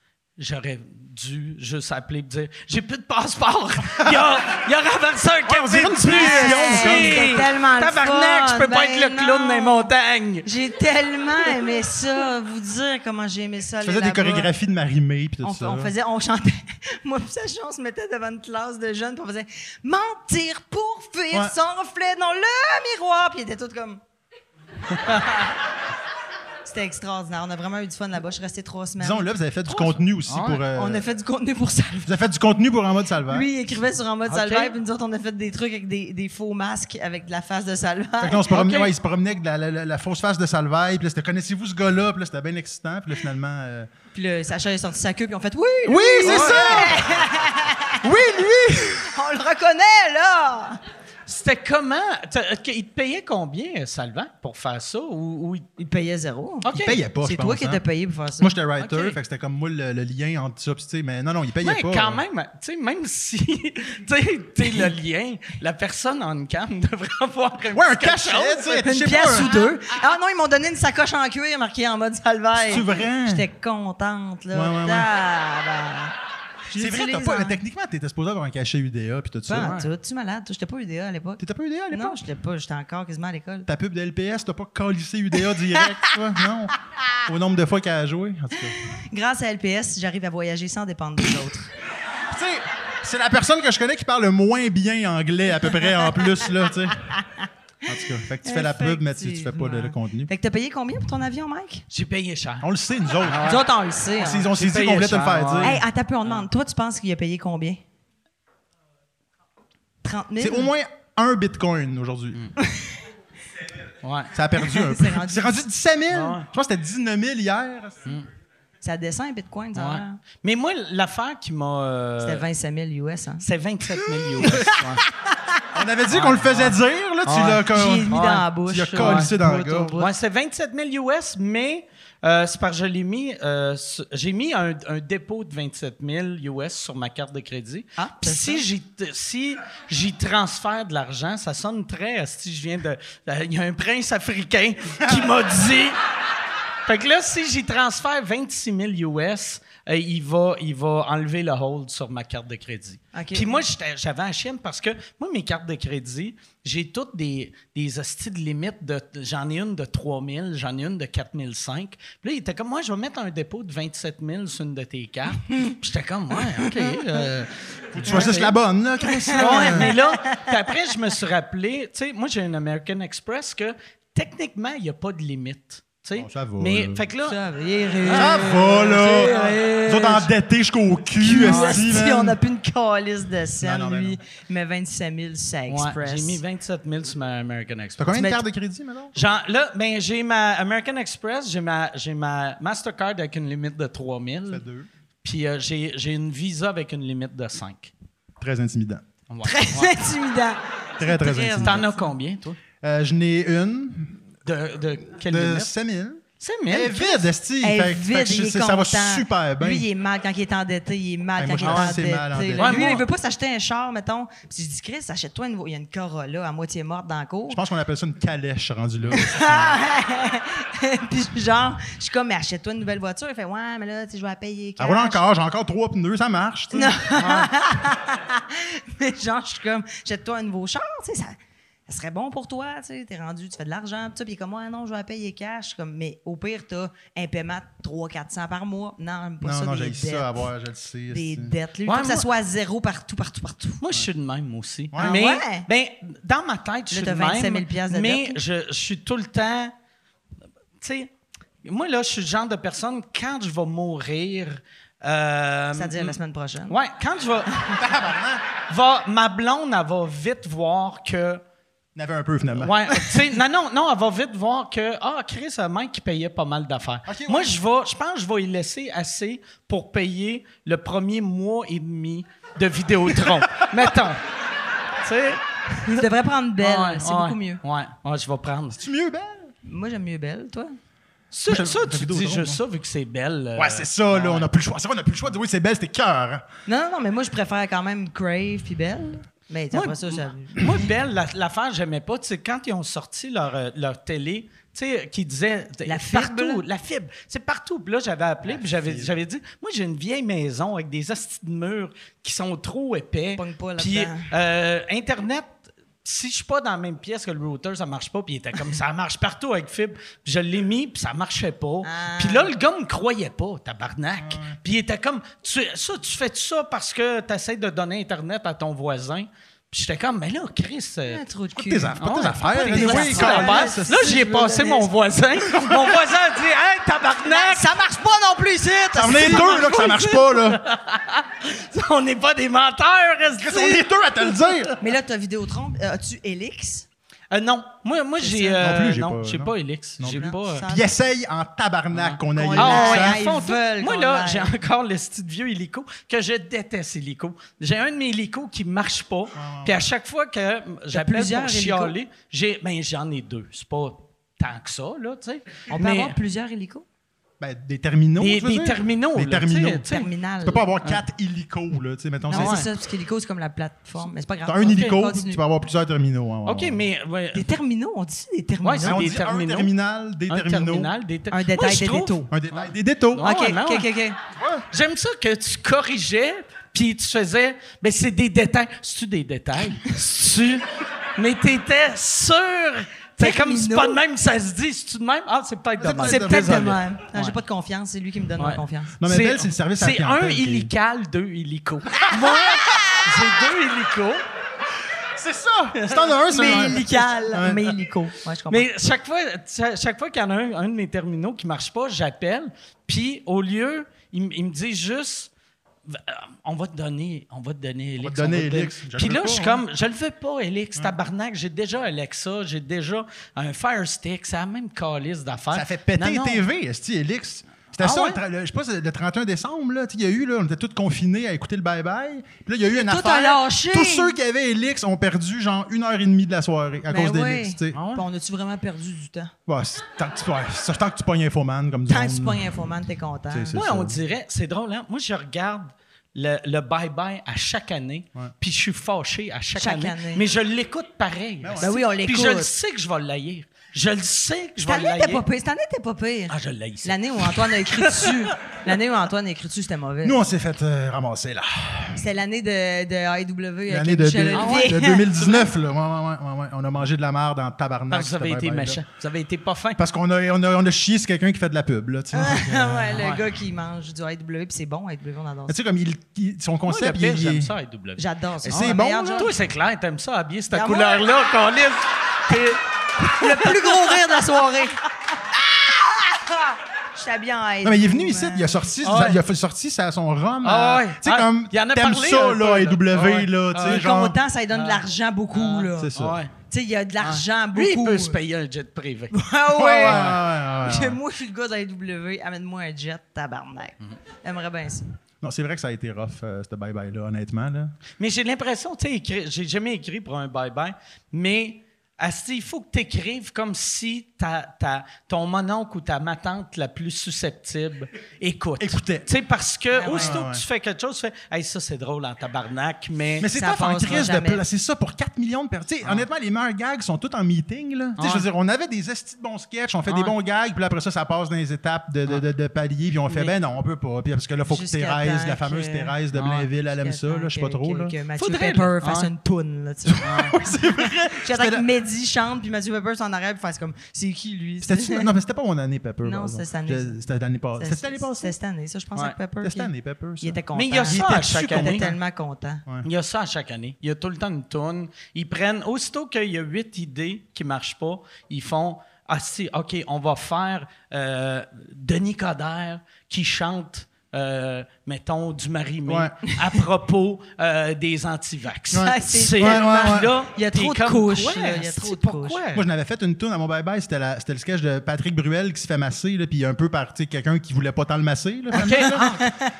C: J'aurais dû juste appeler et dire J'ai plus de
F: [LAUGHS]
C: passeport. il, a, il a renversé un camion
F: dirait une
C: de plus.
F: punition,
C: Hey,
E: comme ça. Tellement le
C: Tabarnak,
E: fun.
C: je peux pas
E: Ben
C: être le clown
E: non.
C: des montagnes.
E: J'ai tellement aimé ça. Vous dire comment j'ai aimé ça. aller
F: Tu faisais des
E: là-bas.
F: chorégraphies de Marie-May, puis tout
E: On,
F: ça.
E: on faisait, on chantait. [LAUGHS] Moi, pis Sacha, on se mettait devant une classe de jeunes, puis on faisait mentir pour fuir
F: Ouais.
E: son reflet dans le miroir. Puis ils étaient tous comme. [LAUGHS] C'était extraordinaire. On a vraiment eu du fun là-bas. Je suis restée trois semaines.
F: Disons, là, vous avez fait du contenu aussi pour. euh,
E: On a fait du contenu pour ça.
F: Vous avez fait du contenu pour En mode salvaire.
E: Lui, il écrivait sur En mode
C: Ok.
E: Salvaire, puis nous autres, on a fait des trucs avec des, des faux masques avec de la face de
F: Fait
E: Salvaire.
F: que là, on se promenait, ouais, il se promenait avec la, la- la- la fausse face de Salvaille. Puis là, c'était connaissez-vous ce gars-là? Puis là, c'était bien excitant. Puis là, finalement. euh,
E: Puis là, Sacha est sorti sa queue, puis on fait Oui, lui!
F: Oui, c'est ça! oui, lui!
E: on le reconnaît, là!
C: C'était comment T'as- ok, Il te payait combien, euh, Salvant, pour faire ça ou, ou il-
E: Il payait zéro.
C: Ok.
F: Il payait pas,
E: C'est
F: je
E: toi
F: pense,
E: qui
F: hein.
E: étais payé pour faire ça.
F: Moi, j'étais writer,
C: Ok.
F: fait que c'était comme moi le, le lien entre ça. puis tu sais, mais non, non, il payait
C: Mais
F: pas.
C: quand
F: hein.
C: même, tu sais, même si [LAUGHS] tu sais, t'es le lien, la personne en cam [LAUGHS] devrait avoir un
F: Ouais, un
C: petit quelque
F: cachet,
C: chose.
F: tu sais. je
E: une
F: sais
E: pièce
F: pas,
E: ou deux. Ah non, ils m'ont donné une sacoche en cuir marquée en mode salvaire.
F: C'est-tu vrai?
E: J'étais contente, là.
F: Ouais, ouais, ouais.
E: Tabarnak. Je
F: C'est vrai, t'as
E: l'utilise
F: pas.
E: en-
F: Mais techniquement, t'étais supposé avoir un cachet UDA, puis tout
E: Pas
F: ça.
E: en tout. Tu es malade. toi. J'étais pas UDA à l'époque.
F: T'étais pas UDA à
E: Non,
F: l'époque?
E: j'étais pas. J'étais encore quasiment à l'école.
F: Ta pub de LPS, t'as pas calissé UDA direct, toi? Non. Au nombre de fois qu'elle a joué, en tout cas.
E: Grâce à LPS, j'arrive à voyager sans dépendre des autres.
F: Tu sais, c'est la personne que je connais qui parle le moins bien anglais, à peu près, en plus, là, tu sais. En tout cas, fait que tu [LAUGHS] fais la pub, mais tu, tu fais pas le, le contenu.
E: Fait que t'as payé combien pour ton avion, Mike?
C: J'ai payé cher.
F: On le sait, nous autres.
E: Nous autres, on le sait. hein.
F: C'est- On s'est dit
C: payé
F: qu'on voulait te le
C: cher,
F: faire dire.
E: Hey, attends un peu, on demande. Toi, tu penses qu'il a payé combien? 30 000?
F: C'est au moins un bitcoin aujourd'hui.
C: Ouais.
F: Ça a perdu un peu.
E: C'est rendu-
F: C'est rendu 17 000.
C: Ouais.
F: Je pense que c'était 19 000 hier.
E: Ça descend un bitcoin, ça.
C: Ouais.
E: hein?
C: Mais moi, l'affaire qui m'a. euh,
E: C'était 25 000 US, hein?
C: C'est 27 000 US. ouais.
F: On avait dit qu'on le faisait dire, là. [LAUGHS] Tu
C: Ouais.
F: l'as
E: J'ai mis
F: comme.
E: dans la bouche.
F: Tu l'as collé dans le
E: Bout au
F: gars.
E: bout.
C: Ouais, c'est 27 000 US, mais euh, c'est parce que je l'ai mis. euh, sur- J'ai mis un, un dépôt de 27 000 US sur ma carte de crédit.
E: Ah,
C: Puis
E: c'est
C: si
E: ça.
C: j'y t- si j'y transfère de l'argent, ça sonne très. euh, Si je viens de. euh, Il y a un prince africain qui m'a dit. Fait que là, si j'y transfère 26 000 US, euh, il, va, il va enlever le hold sur ma carte de crédit.
E: OK.
C: Puis moi, j'étais- j'avais un chien parce que moi, mes cartes de crédit, j'ai toutes des, des hosties de limite. De, j'en ai une de 3 000, j'en ai une de 4 500. Puis là, il était comme, moi, je vais mettre un dépôt de 27 000 sur une de tes cartes.
E: [LAUGHS]
C: Puis j'étais comme, ouais, OK. euh,
F: Tu choisisses la bonne, là, Chris.
C: Ouais, mais là, puis après, je me suis rappelé, tu sais, moi, j'ai un American Express que techniquement, il n'y a pas de limite. tu sais.
F: Bon, ça va,
C: Mais,
F: là.
C: fait que là,
E: Ça, il est riche.
F: Ça va, là. Nous autres endettés jusqu'au cul, esti,
E: Si on
F: man.
E: n'a plus une calice de scène,
F: Non, non, mais
E: lui, mais 25 000, c'est
C: Ouais,
E: express.
C: j'ai mis
E: [LAUGHS]
C: 27 000 sur ma American
F: T'as
C: Express.
F: combien de
C: Mais-
F: cartes de crédit, maintenant?
C: Genre, là, ben, j'ai ma American Express, j'ai ma, j'ai ma Mastercard avec une limite de 3 000.
F: Ça fait deux.
C: Puis euh, j'ai, j'ai une Visa avec une limite de 5.
F: Très intimidant.
C: Ouais.
E: Très intimidant.
F: Très, très intimidant.
C: T'en as combien, toi?
F: Euh, je n'ai une
C: De, de quelle
F: de
C: limite?
F: 5 000.
C: 5
F: Elle
C: 000.
F: est vide, Esti.
E: Hey,
F: Fait que-
E: vide,
F: fait que je
E: il est
F: sais- Ça va
E: content.
F: super bien.
E: Lui, il est mal quand il est endetté. Il est mal
F: Hey,
E: quand
F: moi,
E: il
F: je
E: est
F: pense que
E: endetté.
F: c'est mal endetté.
E: Lui,
C: Ouais, moi-
E: il veut pas s'acheter un char, mettons. Puis je dis, Chris, achète-toi une, il y a une Corolla à moitié morte dans le cours.
F: Je pense qu'on appelle ça une calèche rendue là.
E: [LAUGHS] Puis genre, je suis comme, mais achète-toi une nouvelle voiture. Il fait, ouais, mais là, tu sais, je vais la payer.
F: Elle roule
E: cash.
F: encore, j'ai encore trois pneus, ça marche. tu sais.
E: Mais [LAUGHS] genre, je suis comme, jette-toi un nouveau char, tu sais, ça, ça serait bon pour toi, tu sais, t'es rendu, tu fais de l'argent, pis ça, puis il est comme, ouais, non, je vais la payer cash. Je suis comme, mais au pire, t'as un paiement de 300-400 par mois. Non, j'aime pas
F: Non,
E: ça,
F: non,
E: des
F: j'ai
E: dettes.
F: ça à voir, je le sais.
E: Des
F: c'est-
E: dettes. Lui, il
C: Ouais,
E: faut que ça
C: moi-
E: soit à zéro partout, partout, partout.
C: Moi, je suis de même aussi.
F: Ouais.
C: Mais,
E: Ah ouais?
C: ben, dans ma tête, je suis de
E: t'as
C: même.
E: 25 000 piastres de
C: Mais
E: dette, là.
C: je, je suis tout le temps. Tu sais, moi, là, je suis le genre de personne, quand je vais mourir. euh,
E: C'est-à-dire la semaine prochaine.
C: Ouais, quand je vais. va, ma blonde, elle va vite voir que
F: Il y en avait un peu, finalement.
C: Ouais, tu sais, non, non, non, elle va vite voir que, ah, Chris, un mec qui payait pas mal d'affaires.
F: Ok, ouais.
C: Moi, je vais, je pense que je vais y laisser assez pour payer le premier mois et demi de
F: [LAUGHS]
C: Vidéotron. Mettons. Tu sais?
E: Tu devrais prendre Belle,
C: Ouais,
E: c'est
C: ouais,
E: beaucoup mieux.
C: Ouais, ouais, je vais prendre.
F: C'est mieux, Belle?
E: Moi, j'aime mieux Belle, toi.
C: Ça, ça, tu
F: Vidéotron,
C: dis
F: moi.
C: juste ça, vu que c'est belle. euh,
F: Ouais, c'est ça, là. On n'a plus le choix. C'est vrai, on n'a plus le choix de dire oui, c'est Belle, c'était cœur. hein.
E: Non, non, non, mais moi, je préfère quand même Crave puis Belle. Mais
C: Moi,
E: après ça, ça...
C: moi, Belle, la- l'affaire, j'aimais pas. Tu sais, quand ils ont sorti leur, euh, leur télé, tu sais, qui disait.
E: La
C: Partout,
E: fibre,
C: la fibre. C'est partout. Puis là, j'avais appelé, puis j'avais j'avais dit Moi, j'ai une vieille maison avec des hosties de murs qui sont trop épais.
E: Pogne pas
C: Puis
E: là-dedans.
C: euh, Internet. Si je suis pas dans la même pièce que le router, ça marche pas. Puis il était comme ça marche partout avec fibre. Puis je l'ai mis, puis ça marchait pas.
E: Ah.
C: Puis là, le gars me croyait pas, tabarnak. Puis il était comme tu, ça, tu fais ça parce que tu essaies de donner Internet à ton voisin. Puis j'étais comme mais là, Chris, euh,
E: Ah, trop de
F: Pas
E: cul.
F: de tes affaires. Pas de tes
C: Ouais,
F: affaires.
E: tes
F: anyway,
E: affaires.
F: Carlis,
C: Là,
F: ça,
C: là, j'y ai passé mon voisin. [LAUGHS] mon voisin a dit Hey, tabarnak!
E: Ça marche pas non plus ici!
F: Ça en est deux, là, que ça marche pas, là.
C: [LAUGHS] On n'est pas des menteurs, est-ce
F: On est deux à te le dire.
E: Mais là, t'as Vidéotron, euh, as-tu Elix?
C: Euh, Non, moi, moi j'ai.
E: ça.
C: euh,
F: Non plus, j'ai
C: non,
F: pas-
C: j'ai
F: non.
C: pas Elix. J'ai
E: plus.
C: pas. euh,
E: Ça-
F: Puis essaye en tabarnak qu'on aille
E: Qu'on
C: Ah, ouais,
E: l'aille.
F: l'accent.
E: hein, ils
C: ils font tout.
E: veulent
C: Moi,
E: qu'on
C: là,
E: l'aille.
C: j'ai encore le petit vieux illico que je déteste, illico. J'ai un de mes illicos qui marche pas. Puis à chaque fois que j'appelle
E: Ah, plusieurs
C: pour
E: hélicos?
C: chialer, j'ai, ben, j'en ai deux. C'est pas tant que ça, là, tu sais.
E: On peut
C: Mais
E: avoir plusieurs hélicos?
F: Ben, des terminaux.
C: des,
F: tu veux
C: des
F: dire?
C: terminaux,
F: Des
C: là, tu sais,
F: terminaux.
C: tu sais. Ah,
E: Terminal.
F: Tu peux pas avoir quatre hélicos, là. Tu sais, mettons,
E: Non,
F: c'est
E: c'est
C: ouais.
E: ça, parce qu'hélico, c'est comme la plateforme. Mais c'est pas grave.
F: T'as un
E: Ok,
F: hélico,
E: continue.
F: tu peux avoir plusieurs terminaux. hein, ouais,
C: OK,
F: ouais.
C: mais. ouais,
E: Des terminaux, on dit des terminaux?
C: Ouais, c'est
F: Ah, on
C: des
F: dit
C: terminaux.
F: un terminal, des
C: un
F: terminaux.
C: terminal, des ter-
E: Un détail
C: Moi, je
E: des
C: trouve-
E: détaux.
F: Un détail, des détaux.
C: Ah,
E: OK,
C: ouais, non,
E: OK, OK, OK.
C: J'aime ça que tu corrigeais, puis tu faisais, mais c'est des détails. C'est-tu des
E: [LAUGHS]
C: détails? C'est-tu? Mais t'étais sûr. T'es comme, c'est pas de même, ça se dit. C'est-tu de même? Ah, c'est peut-être de même.
E: C'est peut-être de
C: Désolé.
E: même. hein. Non,
C: Ouais.
E: J'ai pas de confiance, c'est lui qui me donne
C: Ouais.
E: la confiance.
F: Non, mais
C: C'est-
F: Belle, c'est le service à la
C: C'est un
F: clientèle qui-
C: illical, deux
F: [LAUGHS]
C: illicos. Moi, j'ai deux illicos.
F: C'est ça! Si t'en as un, c'est
E: Mais
F: un.
E: hélical,
F: Ouais.
E: mais hélico. Ouais, je comprends.
C: Mais chaque fois, cha- chaque fois qu'il y en a un, un de mes terminaux qui marche pas, j'appelle. Puis au lieu, il, m- il me dit juste, V- euh, on va te donner, on va te donner Elix.
F: te donner Elix. Je le
C: Puis
F: veux
C: là,
F: pas,
C: je suis
F: hein.
C: comme, je le veux pas, Elix, tabarnak. J'ai déjà Alexa, j'ai déjà un Fire Stick, c'est la même calice d'affaires.
F: Ça fait péter
C: Non, non.
F: TV, Esti Elix. C'était
C: Ah
F: ça,
C: ouais?
F: le tra- le, je sais pas, c'est le 31 décembre, là, tu sais, il y a eu, là, on était tous confinés à écouter le bye-bye. Puis là, il y a eu une
E: Tout
F: affaire.
E: a lâché.
F: Tous ceux qui avaient Elix ont perdu, genre, une heure et demie de la soirée à
E: Ben
F: cause
E: ouais.
F: d'Elix, tu sais.
C: Ah
E: Puis On a-tu vraiment perdu du temps?
F: Ouais, c'est- tant que tu, ouais, ça, tant que tu pognes Infoman, comme du
E: Tant que
F: monde,
E: tu
F: là.
E: pognes Infoman, t'es content.
F: C'est- c'est
C: Moi,
F: ça.
C: on dirait, c'est drôle, hein? Moi, je regarde le, le bye-bye à chaque année, puis je suis fâché à chaque,
E: Chaque
C: année,
E: année.
C: Mais je l'écoute pareil.
E: Ben oui, on l'écoute.
C: Puis je le sais que je vais l'haïr. Je le sais que je
E: Cette
C: vais
E: année, t'es
C: l'haïr.
E: pas pire. Cette année, t'es pas pire.
C: Ah, je l'ai ici.
E: L'année où Antoine a
C: [LAUGHS]
E: écrit dessus. L'année où Antoine a écrit dessus, c'était mauvais.
F: Nous, on s'est fait euh, ramasser, là.
E: C'est l'année de, de AEW
F: L'année
E: avec
F: de,
E: Michel
F: de-
E: Olivier.
C: [LAUGHS]
F: de 2019, là. Ouais, ouais, ouais, ouais, ouais. On a mangé de la merde en tabarnak.
C: Parce que vous
F: ce
C: avez été
F: bye-bye-là.
C: méchant. Vous avez été pas fin.
F: Parce qu'on a, on a, on a chié sur quelqu'un qui fait de la pub, là, tu
C: [LAUGHS]
E: [LAUGHS]
F: sais.
E: ouais, le gars qui mange du AEW, puis c'est bon, AEW, on adore ça.
F: Mais tu sais, comme il, il- son
C: Moi, le
F: concept,
C: pire,
F: il-
C: j'aime
F: il-
C: ça, AEW.
E: J'adore ça.
F: C'est
E: Oh, la
F: bon,
E: meilleure
F: là.
E: job.
C: Toi, c'est clair, t'aimes ça, habiller cette
E: Ben, moi-
C: couleur-là, qu'on lise.
E: Le plus gros rire de la soirée. [LAUGHS] Je suis habillée en AEW.
F: Non, mais il est venu ici, il a sorti,
C: Ah ouais.
F: il a fait- sorti sa, son rhum.
C: Ah
F: à-
C: ouais.
F: Tu sais,
C: Ah,
F: comme,
C: il en a
F: t'aimes
C: parlé
F: ça,
C: un peu,
F: là,
C: là.
F: AEW,
C: Ah ouais.
F: là, tu
E: Je
F: sais,
E: suis
F: genre. Ah.
E: content, ça lui donne de l'argent beaucoup, là.
F: C'est
E: Tu
F: ça. Ah.
C: Ouais. euh,
E: sais, il y a de l'argent beaucoup.
C: Lui, il peut se payer un jet privé.
E: [LAUGHS] Ah
F: Ouais,
E: ouais.
F: ouais, ouais, ouais, ouais.
E: Moi, je suis le gars de l'AEW, amène-moi un jet, tabarnak. J'aimerais bien ça.
F: Non, c'est vrai que ça a été rough, euh, ce bye-bye-là, honnêtement, là.
C: Mais j'ai l'impression, tu sais, écri- j'ai jamais écrit pour un bye-bye, mais asti, il faut que tu écrives comme si ta, ta- ton mononcle ou ta matante la plus susceptible écoute.
F: Écoutait. Ah
C: Tu sais, parce que aussitôt
F: ouais.
C: que tu fais quelque chose, tu fais Hey, ça, c'est drôle en tabarnak, mais.
F: Mais c'est
E: Ça
F: tough en
E: passera
F: crise de
E: jamais.
F: pla- C'est ça, pour 4 millions de personnes. Tu sais,
C: Ah.
F: Honnêtement, les meilleurs gags sont tous en meeting. Là. Tu sais, Je veux dire, on avait des estis de bons sketchs, on fait des bons gags, puis là, après ça, ça passe dans les étapes de, de, de, de palier, puis on fait, ben non, on peut pas. Puis parce que là, faut que
E: Jusqu'à
F: Thérèse,
E: temps
F: la fameuse
E: que-
F: Thérèse de
C: Ouais.
F: Blainville, elle aime ça, là, je sais pas
E: Que-
F: trop.
E: que-
F: Là.
E: Que Mathieu
C: Faudrait,
E: Pepper
C: là.
E: fasse
C: Ouais.
E: une toune,
F: [LAUGHS]
E: là, tu sais.
F: Oui, c'est vrai.
E: J'attends
F: C'était
E: que
F: la-
E: Mehdi chante, puis Mathieu Pepper s'en arrive, puis fasse comme c'est qui lui [LAUGHS]
F: C'était-tu- Non, mais c'était pas mon année, Pepper.
E: Non,
F: par exemple.
E: c'était cette année.
F: Je- C'était l'année passée. C'était l'année
E: C'était
F: passée.
E: cette année, ça, je pense,
C: Ouais.
E: avec Pepper.
F: C'était cette
E: puis-
F: année, Pepper. ça.
E: Il était content.
C: Mais il y a
F: Il
C: ça
F: était
C: à chaque
F: dessus,
E: Il
F: content.
E: était
C: année.
E: tellement content.
C: Il y a ça à chaque année. Il y a tout le temps une tourne. Ils prennent, aussitôt qu'il y a huit idées qui ne marchent pas, ils font Ah si, OK, on va faire euh, Denis Coderre qui chante euh, mettons, du marimé
F: Ouais.
C: à propos euh, des anti-vax. [LAUGHS]
F: Ouais.
C: C'est
F: Ouais, ouais, ouais.
C: là,
E: Il y a
C: t'es
E: trop de
C: comme,
E: couches,
C: quoi?
E: là, il y a trop de
C: Pourquoi?
E: couches.
F: [LAUGHS] Moi, je n'avais fait une tourne à mon bye-bye. C'était, la- c'était le sketch de Patrick Bruel qui se fait masser, là, puis un peu par tu sais, quelqu'un qui voulait pas tant le masser. là,
C: OK. Ah,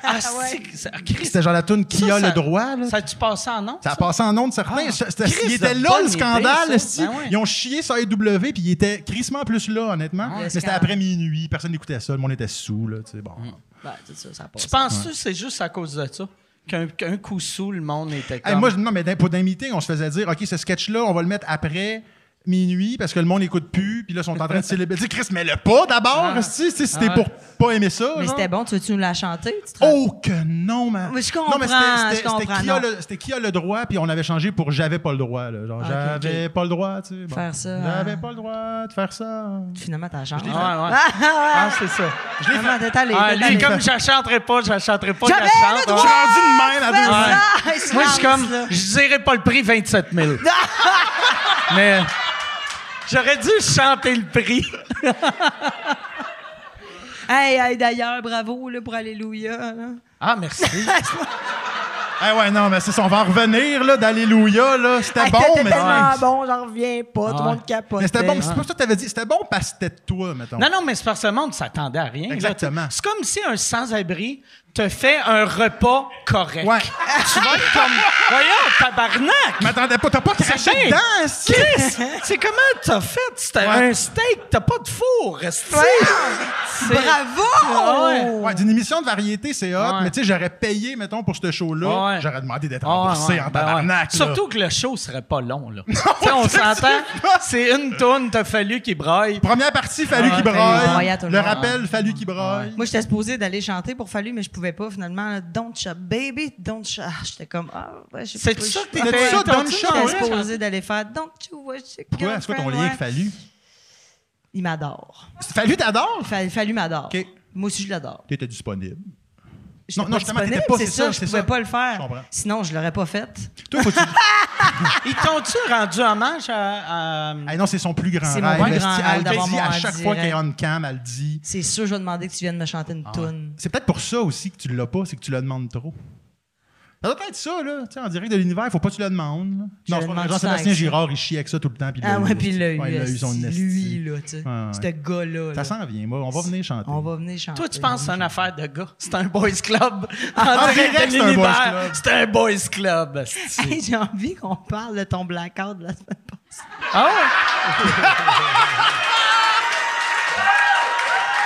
C: ah, c'est- ça- Christ,
F: C'était genre la toune qui
C: Ça,
F: a
C: ça-
F: le droit. Là.
C: Ça a-tu passé en nom?
F: Ça a passé en ondes certains.
C: Ah,
F: C'était-
C: Christ,
F: il était
C: de
F: là
C: bonne
F: le scandale.
C: idée, ça.
F: esti.
C: Ben ouais.
F: Ils ont chié sur AEW puis il était crissement plus là, honnêtement.
E: le
F: Mais c'était
E: scandale.
F: après minuit. Personne n'écoutait ça. Le monde était sous. Là, tu sais, bon.
E: Ben, c'est ça, ça passe.
C: Tu penses-tu que c'est juste à cause de ça? Qu'un qu'un coup sous, le monde était comme...
F: Hey, moi, je- non, mais d'un- pour d'un meeting, on se faisait dire OK, ce sketch-là, on va le mettre après minuit parce que le monde n'écoute plus. Puis là, ils sont en train de célébrer. Tu sais, Chris, mets-le pas d'abord. esti, tu sais, Si t'es pour pas aimer ça.
E: Mais
F: genre.
E: c'était bon, tu veux-tu nous la chanter? Tu te
F: Oh que non, man.
E: Mais je
F: Non,
E: comprends,
F: mais c'était- c'était-
E: je
F: c'était
E: comprends,
F: qui a
E: non.
F: le- C'était qui a le droit, puis on avait changé pour j'avais pas le droit. là. Genre,
E: Ah, ok,
F: j'avais pas le droit, tu sais. bon.
E: Faire ça,
F: J'avais
E: hein.
F: pas le droit de faire ça.
E: Finalement, t'as chanté.
C: Ouais,
E: Ah,
C: ouais.
E: ah,
C: Ah, c'est ça.
E: ouais. Finalement, t'es allé.
C: Ah,
E: t'es
C: lui,
E: allé.
C: comme j'achanterai pas, j'achanterai pas,
E: J'avais
C: j'achante.
E: le droit!
C: Ouais.
F: Rendu de même à
E: Fais
F: deux-
E: ça! Il se
C: Moi, je suis
E: lance,
C: comme,
E: là.
C: je dirais pas le prix 27 [LAUGHS] 000. Mais j'aurais dû chanter le prix.
E: Hey, hey, d'ailleurs, bravo là, pour Alléluia. là.
C: Ah, merci.
F: Ah ouais, non, mais c'est ça, on va en revenir, là, d'Alléluia, là. C'était
E: Hey,
F: Ah, bon,
E: t'étais
F: mais...
E: tellement bon, j'en reviens pas, tout
C: Ouais.
E: le monde capote.
F: Mais c'était bon, c'est pas ça que t'avais dit. C'était bon parce que c'était de toi, mettons.
C: [LAUGHS] Non, non, mais c'est parce que le monde s'attendait à rien. là.
F: Exactement.
C: C'est comme si un sans-abri te fait un repas correct.
F: Ouais.
C: Tu vas être comme, voyons, tabarnak! [LAUGHS]
F: Je m'attendais pas, t'as pas craché
C: bien.
F: dedans, esti.
C: Chris, c'est comment t'as fait? C'était
F: Ouais.
C: un steak, t'as pas de four, esti. C'est-
E: Ah! Bravo!
C: Ah ouais.
F: Ouais, d'une émission de variété, c'est hot,
C: Ouais.
F: mais tu sais, j'aurais payé, mettons, pour ce show-là,
C: Ouais.
F: j'aurais demandé d'être
C: Ah,
F: remboursé
C: ouais,
F: en
C: ben ouais.
F: tabarnak, là.
C: Surtout que le show serait pas long, là. Tu sais, on s'entend, c'est une tourne, t'as fallu qu'il
F: [LAUGHS]
C: braille.
F: Première partie, fallu
C: Ouais,
F: qu'il
E: fallu qu'il
F: braille.
E: braille à tout le
F: Le
E: monde.
F: rappel, fallu qu'il braille.
E: Moi, j'étais supposée d'aller chanter pour Fallu, mais je pouvais pas finalement. là, Don't shop, baby, don't shop. Ah, J'étais comme, ah, ouais, je sais
C: C'est
E: pas,
C: ça
E: je-
C: que t'es
F: C'était
C: fait-
F: ça,
C: t'as-
F: Don
C: t'as-
F: Chan,
E: J'étais
F: ouais.
E: supposée d'aller faire Don't you wish it,
F: Pourquoi? C'est quoi ton lien
E: girlfriend,
F: avec Fallu?
E: ouais. Il m'adore.
F: Fallu t'adore?
E: Fa- Fallu m'adore.
F: OK.
E: Moi aussi, je l'adore.
F: T'étais disponible.
E: J'étais
F: Non,
E: pas
F: non, justement,
E: disponible,
F: t'étais pas,
E: c'est
F: c'est
E: ça,
F: ça,
E: je
F: c'est
E: pouvais
F: ça.
E: pas le
F: Je comprends.
E: faire. Sinon, je l'aurais pas fait.
F: Toi, faut que tu... [LAUGHS]
C: Ils t'ont-tu rendu hommage à... à-
F: Ah non, c'est son plus grand
E: C'est mon
F: rêve.
E: plus grand
F: Esti,
E: rêve
F: elle
E: d'avoir
F: dit
E: mon
F: à
E: en
F: chaque fois
E: direct.
F: qu'elle est on cam, elle dit.
E: C'est sûr, je vais demander que tu viennes me chanter une
F: Ah
E: toune.
F: C'est peut-être pour ça aussi que tu l'as pas, c'est que tu la demandes trop. Ça doit peut-être ça, là. Tu sais, en direct de l'univers, faut pas que tu la demandes. là.
E: Je
F: Non,
E: la
F: c'est pas-
E: demande
F: Jean-Sébastien
E: sans
F: Girard, il chie avec ça tout le temps. Puis il
E: Ah
F: l'a
E: ouais,
F: eu,
E: puis il l'a eu.
F: Ouais, il l'a eu son
E: esti.
F: esti.
E: Lui, là, tu sais.
F: Ouais, ouais.
E: Ce gars-là.
F: Ça
E: là.
F: s'en vient, on va venir chanter.
E: On va venir chanter.
C: Toi, tu penses que c'est une affaire de gars. C'est un boys club. En
F: en
C: direct
F: direct,
C: de
F: c'est un boys
C: l'univers,
F: club.
C: C'est un boys club. esti.
E: [LAUGHS] Hey, J'ai envie qu'on parle de ton blackout de la semaine passée.
C: Ah ouais?
E: [LAUGHS]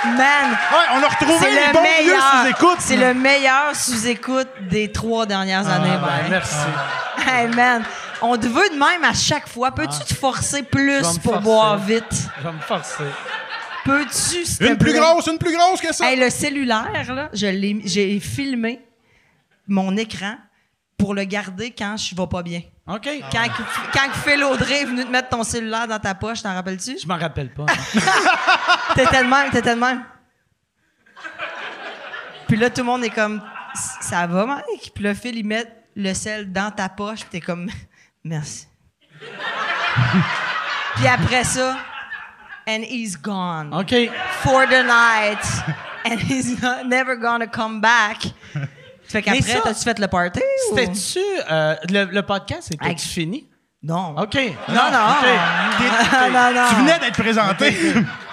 E: Man,
F: Ouais, on a retrouvé
E: c'est
F: les
E: le
F: bons vieux sous
E: meilleur.
F: écoute.
E: C'est le meilleur sous-écoute des trois dernières années.
C: Ben,
E: man.
C: merci.
E: Hey man, on te veut de même à chaque fois. Peux-tu te forcer plus
C: Ah. Je vais me
E: pour
C: forcer.
E: boire vite?
C: Je vais me forcer.
E: Peux-tu, s'il te
F: Une plus
E: plaît?
F: grosse, une plus grosse que ça.
E: Hey, le cellulaire, là, je l'ai- j'ai filmé mon écran pour le garder quand je vais pas bien.
C: OK.
E: Quand, quand Phil Audrey est venu te mettre ton cellulaire dans ta poche, t'en rappelles-tu?
C: Je m'en rappelle pas.
E: T'étais de même, t'étais de même. Puis là, tout le monde est comme, ça va, Mike? Puis là, Phil, il met le sel dans ta poche, puis t'es comme, merci. puis après ça, and he's gone
C: OK.
E: for the night, and he's not, never gonna come back. Fait
C: Mais
E: qu'après,
C: ça,
E: t'as-tu fait le party? ou-
C: C'était-tu... euh, le, le podcast,
E: Hey.
C: était-tu fini?
E: Non.
C: OK.
E: Non, non.
C: OK.
E: [LAUGHS] non, non. Ah.
F: Tu venais d'être présenté.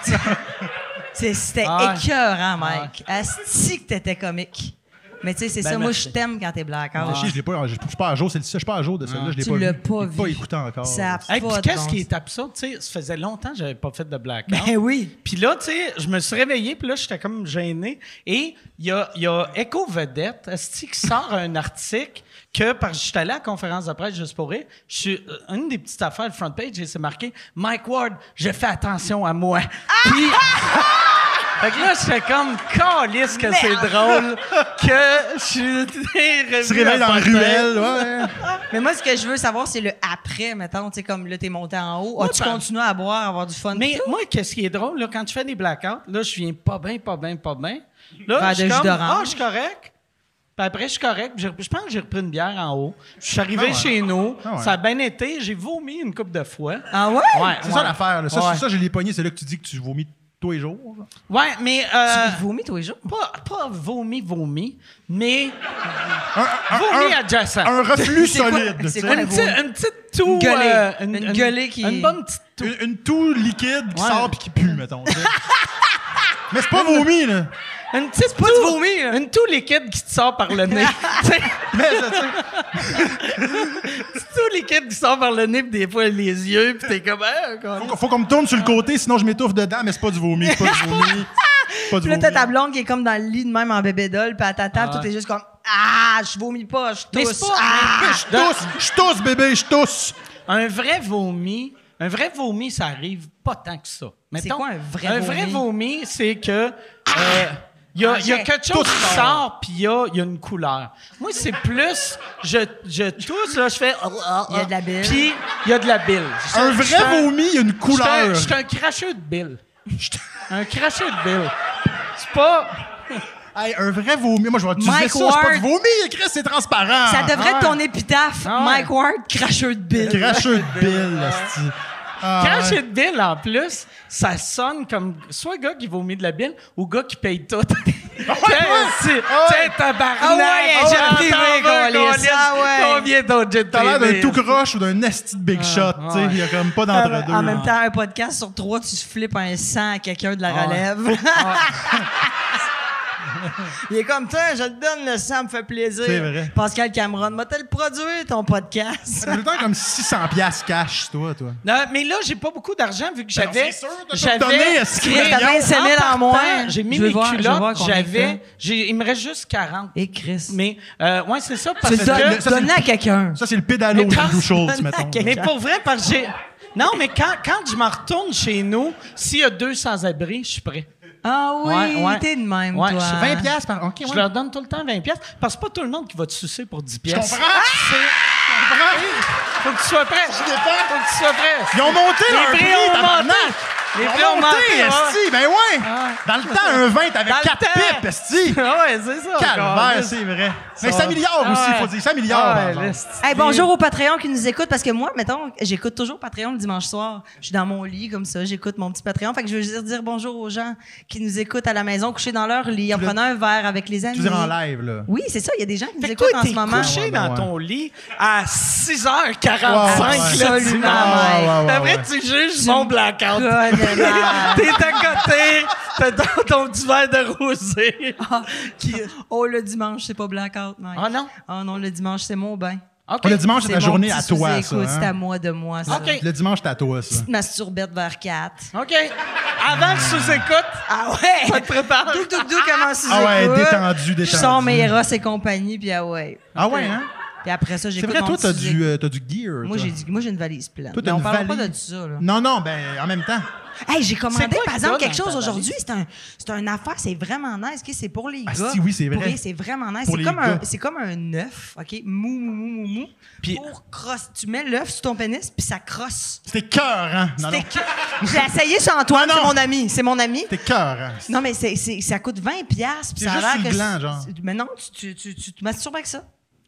E: C'est- C'était
C: Ah ouais.
E: écœurant, Mike. Asti que t'étais comique. Mais tu sais, c'est
C: Ben,
E: ça. Moi,
C: merci.
E: je t'aime quand t'es hein. blackout.
F: Je l'ai pas, je je suis pas à jour, c'est le je suis pas à jour de celle-là, je l'ai
E: Ah, Tu
F: pas vu.
E: l'as pas
F: Je l'ai pas
E: vu.
F: écouté encore.
E: Ça a
C: Hey, puis
E: pas de
C: qu'est-ce
E: bon
C: qui
E: sens.
C: est absurde, tu sais, ça faisait longtemps que j'avais pas fait de blackout.
E: Ben oui.
C: Puis là, tu sais, je me suis réveillé, puis là, j'étais comme gêné. Et il y a, il y a Echo Vedette, esti, qui sort [LAUGHS] un article que, parce que j'étais allé à la conférence de presse juste pour rire, je suis, euh, une des petites affaires, le front page, et c'est marqué « Mike Ward, je fais attention à moi.
F: Ah!
C: Puis... [LAUGHS] Fait que là, j'étais comme « Calisse que c'est drôle que je suis... » Tu
F: se réveille dans la ruelle, ouais.
E: Mais moi, ce que je veux savoir, c'est le après, mettons. Tu sais, comme là, t'es monté en haut. Ah, tu
C: ben-
E: continues à boire, avoir du fun.
C: Mais
E: pis tout?
C: moi, qu'est-ce qui est drôle, là, quand tu fais des blackouts, là, je viens pas bien, pas bien, pas bien.
E: Verre
C: Là, je suis
E: de jus
C: comme,
E: d'orange.
C: ah, je suis correct. Puis après, je suis correct. Puis j'ai- Je pense que j'ai repris une bière en haut. Je suis arrivé
F: Ah ouais.
C: chez nous.
F: Ah ouais.
C: Ça a bien été. J'ai vomi une coupe de fois.
E: Ah ouais?
C: Ouais,
F: C'est
C: ouais.
F: ça l'affaire, là. Ça,
C: Ouais.
F: c'est ça, je l'ai pogné, c'est là que tu dis que tu vomis tous les jours. genre.
C: Ouais, mais. euh,
E: Tu vomis tous les jours?
C: pas, pas vomi, vomi, mais
F: Un, un-
C: vomi
F: un-
C: adjacent.
F: un reflux
E: C'est quoi-
F: solide.
E: c'est
F: tu sais.
E: quoi la
C: une, petite- une petite toux.
E: Gueulée.
C: euh,
E: Une gueulée qui-
C: Une bonne petite toux.
F: Une, une toux liquide qui
C: Ouais.
F: sort puis qui pue, mettons. tu sais. [LAUGHS] Mais c'est pas vomi, là.
C: Une petite
E: pas
C: toux.
E: du vomi, hein. là.
C: Une toux liquide qui te sort par le
E: [LAUGHS]
C: nez. Tu sais,
F: Mais ça, tu sais,
C: [LAUGHS] une petite toux liquide qui sort par le nez, puis des fois les yeux, puis t'es comme. Ah,
F: faut, qu'on- faut qu'on me tourne sur le côté, sinon je m'étouffe dedans, mais c'est pas du vomi, c'est pas
E: [LAUGHS]
F: du vomi. c'est Pas du
E: Puis là, t'as ta
F: vomi.
E: blonde qui est comme dans le lit de même en bébé doll, puis à ta table, tout est juste comme Ah, je vomis pas, je
C: Mais c'est
E: tousse.
C: pas-
E: Ah!
F: Je tousse, je tousse, bébé, je tousse.
C: Un vrai vomi, un vrai vomi, ça arrive pas tant que ça.
E: C'est
C: Mettons,
E: quoi un vrai
C: Un
E: vomi?
C: vrai vomi, c'est que il y, a- y a
E: j'ai
C: quelque chose qui sort puis il y a, y a une couleur. Moi, c'est plus je, je tousse là, je fais oh,
E: Il y a de la bile.
C: Puis il y a de la bile. Je-
F: Un
C: je suis
F: vrai vomi, il y a
C: je suis
F: une
C: un-
F: couleur.
C: Je suis un cracheux de bile. un cracheux de bile. C'est pas
F: Hey, un vrai vomi. Moi, je vais utiliser
E: Mike
F: ça. C'est pas du
E: Ward.
F: vomi, Chris, c'est transparent.
E: Ça devrait
C: ouais.
E: être ton épitaphe,
C: Ah ouais.
E: Mike Ward, cracheux de bile.
F: [LAUGHS] Cracheux de bile, esti. Ah,
C: cracheux
F: ouais.
C: de bile en plus, ça sonne comme soit gars qui vomit de la bile ou gars qui paye tout. [LAUGHS] Ah Tiens, tiens, tabarnak!
E: Ah ouais,
C: Oh,
E: j'ai
C: j'en
E: privé,
C: veux,
E: Gaulis.
C: Gaulis.
E: Ah ouais.
C: Combien d'autres j'ai
F: T'as l'air d'un tout croche ou d'un esti de big shot. tu sais. Il y a comme pas d'entre-deux.
E: Ah, En même temps, un podcast sur trois, tu flippes un sang à quelqu'un de la relève. [LAUGHS] Il est comme ça, je te donne le sang, me fait plaisir.
F: C'est vrai.
E: Pascal Cameron, m'a-t-elle produit ton podcast?
F: T'as tout le temps comme 600 piastres cash, toi, toi.
C: Non, mais là, j'ai pas beaucoup d'argent vu que j'avais.
F: c'est sûr, t'as tout
C: j'avais-
F: donné à ce qu'il
C: j'avais-
E: y a. T'as 25 000 en
C: partant,
E: moins.
C: J'ai mis
E: Je veux
C: mes
E: voir- je veux voir
C: culottes,
E: combien
C: j'avais.
E: que
C: j'ai- Il me reste juste 40.
E: [LAUGHS] Et Chris.
C: Mais, euh, ouais, c'est ça, parce
E: tu
C: que.
E: donnes,
F: ça,
E: donne-le
F: c'est-
E: à quelqu'un.
F: Ça, c'est le pédalo
C: Mais
F: de
C: trans-
F: Blue Schultz,
E: donne à
F: mettons.
E: quelqu'un.
C: Mais pour vrai, parce que j'ai. Non, mais quand, quand je m'en retourne chez nous, s'il y a deux sans-abri, je suis prêt.
E: Ah oui,
C: Ouais, ouais.
E: t'es de même,
C: Ouais,
E: toi.
C: je suis
F: 20 piastres par... OK, ouais.
C: Je leur donne tout le temps 20 pièces parce que c'est pas tout le monde qui va te sucer pour 10
F: Je
C: pièces.
F: comprends. Je comprends.
C: Faut que tu sois prêt. Faut que tu sois prêt.
F: Ils ont monté
C: Les
F: leur
C: prix
F: prix,
C: ont
F: tabarnak.
C: monté. Les
F: Ils
C: prix ont
F: ont monté,
C: monté, ouais. Ah.
F: esti. Ben ouais. Dans le temps, un vin, t'avais
C: Dans le
F: 4
C: temps.
F: pipes, esti.
C: [LAUGHS] Ah ouais, c'est ça.
F: Calvaire,
C: Carlis.
F: c'est vrai. Mais 5 milliards aussi,
C: Ah ouais.
F: faut dire. 5 milliards,
C: Ah
F: par
C: ouais,
F: exemple.
C: l'esti.
E: Hey, bonjour aux Patreons qui nous écoutent parce que moi, mettons, j'écoute toujours Patreon le dimanche soir. Je suis dans mon lit comme ça, j'écoute mon petit Patreon. Fait que je veux juste dire bonjour aux gens qui nous écoutent à la maison, couchés dans leur lit, en
F: Tu veux-
E: prenant un verre avec les amis.
F: Tu veux dire en live, là.
E: Oui, c'est ça, il y a des gens qui nous
C: Fait que
E: écoutent
C: toi,
E: en
C: t'es
E: ce moment.
C: couché
F: Ouais, ouais,
C: dans
F: ouais.
C: ton lit à 6h45.
F: Ouais, ouais, ouais.
E: Absolument,
F: Ouais, ouais, ouais,
C: Après,
F: ouais.
C: tu juges mon
E: Oh,
C: blackout.
F: [LAUGHS]
E: Connement.
C: T'es à côté, t'as ton, ton petit verre de rosé.
E: Ah, qui- oh, le dimanche, c'est pas blackout, Mike.
C: Ah non?
E: Ah non, le dimanche, c'est mon bain.
C: OK.
F: Le dimanche, c'est
E: C'est
F: ta
E: mon
F: journée
E: petit
F: à toi, ça.
E: sous-écoute, C'est à
F: hein.
E: moi de moi, ça.
C: OK.
F: Le dimanche, c'est à toi, ça.
E: Petite masturbette vers 4.
C: OK. Avant le sous-écoute,
E: Ah ouais?
C: ça te prépare.
E: Douk, douk, douk, comment sous-écoute?
F: Ah ouais, détendu,
E: Je
F: détendu.
E: sors mes Eros et compagnie, puis ah ouais.
F: Ah ouais, hein?
E: Puis après ça,
F: C'est
E: j'écoute
F: vrai,
E: mon
F: toi, t'as
E: petit
F: du, euh, t'as du gear.
E: Moi,
F: toi.
E: j'ai dit, moi, j'ai une valise pleine.
F: Toi, t'as
E: Mais on
F: une
E: parle pas
F: valise.
E: de ça, là.
F: Non, non, ben, en même temps.
E: Hey, j'ai commandé,
C: C'est quoi
E: par
C: qui
E: exemple,
C: donne
E: quelque
C: dans
E: chose
C: ta
E: aujourd'hui. C'est un, c'est un affaire, c'est vraiment nice. ok? C'est pour les
F: Ah,
E: gars.
F: si, oui, c'est
E: Pour
F: vrai.
E: les- C'est vraiment nice.
F: Pour
E: C'est
F: les
E: comme, un-
F: gars.
E: c'est comme un œuf, OK? Mou, mou, mou, mou, mou.
C: Puis-
E: Pour cross, tu mets l'œuf sur ton pénis, puis ça crosse.
F: C'était cœur, hein? Non, non.
E: C'était- Je l'ai essayé sur Antoine,
F: Ah, non.
E: c'est mon ami. C'est mon ami.
F: C'était cœur, hein?
E: Non, mais c'est, c'est- ça coûte 20$, piastres, puis
F: C'est
E: ça a
F: juste
E: l'air
F: sur le
E: que
F: gland,
E: c'est-
F: genre.
E: c'est- Mais non, tu, tu, tu, tu te masturbes avec ça.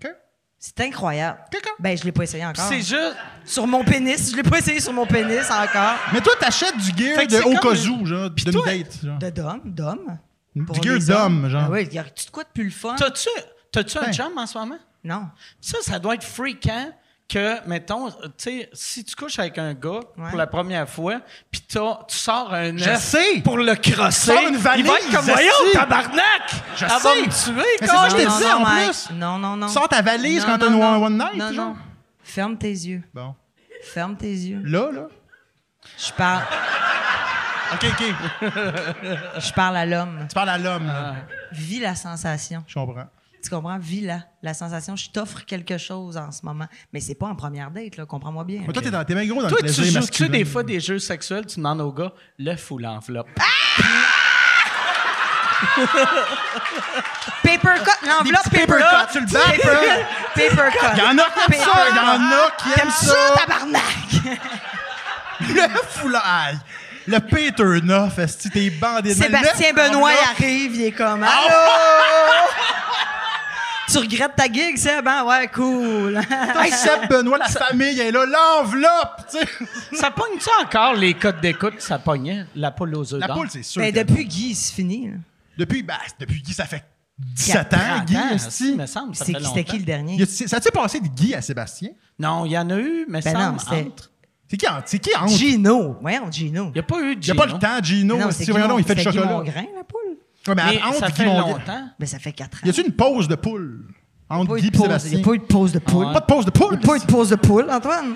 F: OK.
E: C'est incroyable.
F: Quelqu'un?
E: Ben, je l'ai pas essayé encore.
C: C'est juste.
E: Sur mon pénis. Je l'ai pas essayé sur mon pénis encore.
F: Mais toi, t'achètes du gear
C: Fait que
F: de
C: c'est
F: au
C: comme
F: cas
C: le-
F: où, genre, d'une
C: toi-
F: date. genre.
E: De Dom, Dom.
F: Du gear d'homme, genre.
E: Ah oui, y a tu de quoi de plus le fun?
C: T'as-tu, t'as-tu un
F: Ben.
C: chum en ce moment?
E: Non.
C: Ça, ça doit être fréquent que, mettons, tu sais, si tu couches avec un gars
E: Ouais.
C: pour la première fois, puis t'as- tu sors un
F: Je
C: œuf
F: sais.
C: pour le crosser,
F: Sors une
C: il va être
F: valise,
C: comme, voyons,
F: esti.
C: tabarnak!
F: Je
C: Elle va
F: sais.
C: me tuer, con.
F: Mais c'est ça, Ah, je t'ai
E: non,
F: dit,
E: non,
F: en
E: Mike.
F: plus.
E: Non, non, non.
F: Sors ta valise
E: Non,
F: quand t'as
E: non,
F: une
E: non.
F: one night,
E: Non,
F: genre.
E: non. Ferme tes yeux.
F: Bon.
E: Ferme tes yeux.
F: Là, là.
E: Je parle,
F: OK, OK.
E: je parle à l'homme.
F: Tu parles à l'homme, là.
E: Vis la sensation.
F: Je comprends.
E: Tu comprends? Vis la, la sensation. Je t'offre quelque chose en ce moment. Mais c'est pas en première date, là. Comprends-moi bien.
F: Mais toi, t'es dans- t'es bien gros dans
C: Toi,
F: le
C: tu
F: plaisir
C: joues-tu
F: masculin.
C: des fois des jeux sexuels, tu demandes au gars l'œuf ou l'enveloppe?
E: Paper cut! L'enveloppe
F: petits
E: paper
F: paper
E: cut!
F: cuts sur le bac, hein?
E: Paper cut!
F: Y'en a qui aiment ça, y'en a qui aiment
E: T'aimes ça,
F: ça.
E: tabarnak!
F: Le foulard. Le Peter Neuf, esti, t'es bandé.
E: Sébastien
F: Le-
E: Benoît, il
F: Ah,
E: arrive, il est comme.
F: ah,
E: Allô?
F: ah,
E: [LAUGHS] Tu tu regrettes ta gig, Seb? Hein? Ouais,
F: [LAUGHS]
E: cool.
F: Hey, Seb Benoît, la famille est là, l'enveloppe, tu sais.
C: Ça pogne-tu encore les codes d'écoute? Ça pognait la poule aux œufs
F: La
C: d'or?
F: poule, c'est sûr.
E: Ben,
F: que-
E: depuis Guy, c'est fini. là.
F: Depuis, bah, depuis Guy, ça fait 17
E: Quatre
F: ans,
E: ans,
F: Guy,
C: Ah,
F: esti.
C: me semble, ça
E: C'est-
C: fait
E: C'était qui
C: longtemps.
E: le dernier?
F: Y a- Ça a-tu passé de Guy à Sébastien?
C: Non, il y en a eu, mais
E: Ben
C: ça
E: non, c'était-
F: C'est qui, en- c'est qui entre? Il
E: Gino. Voyons, Gino. Ben
C: Il n'y a pas eu de
F: n'y a pas le temps, Gino.
E: Non,
F: esti,
E: c'est
F: voyons
E: Guy
F: donc, il fait du
E: Mon- c'était Guy
F: chocolat.
E: Mongrain, la poule.
F: Ouais, mais
C: Mais
F: entre
C: ça
F: Guy
C: fait
F: Mongrain-
C: longtemps.
E: Ben, ça fait quatre ans.
F: Y a-tu une pause de poule entre
E: pas eu
F: Guy
E: de
F: et
E: pause- Il
F: Sébastien? Ah
E: n'y a pas eu de pause de poule.
F: Pas de pause de poule.
E: Pas eu de pause de poule, Antoine.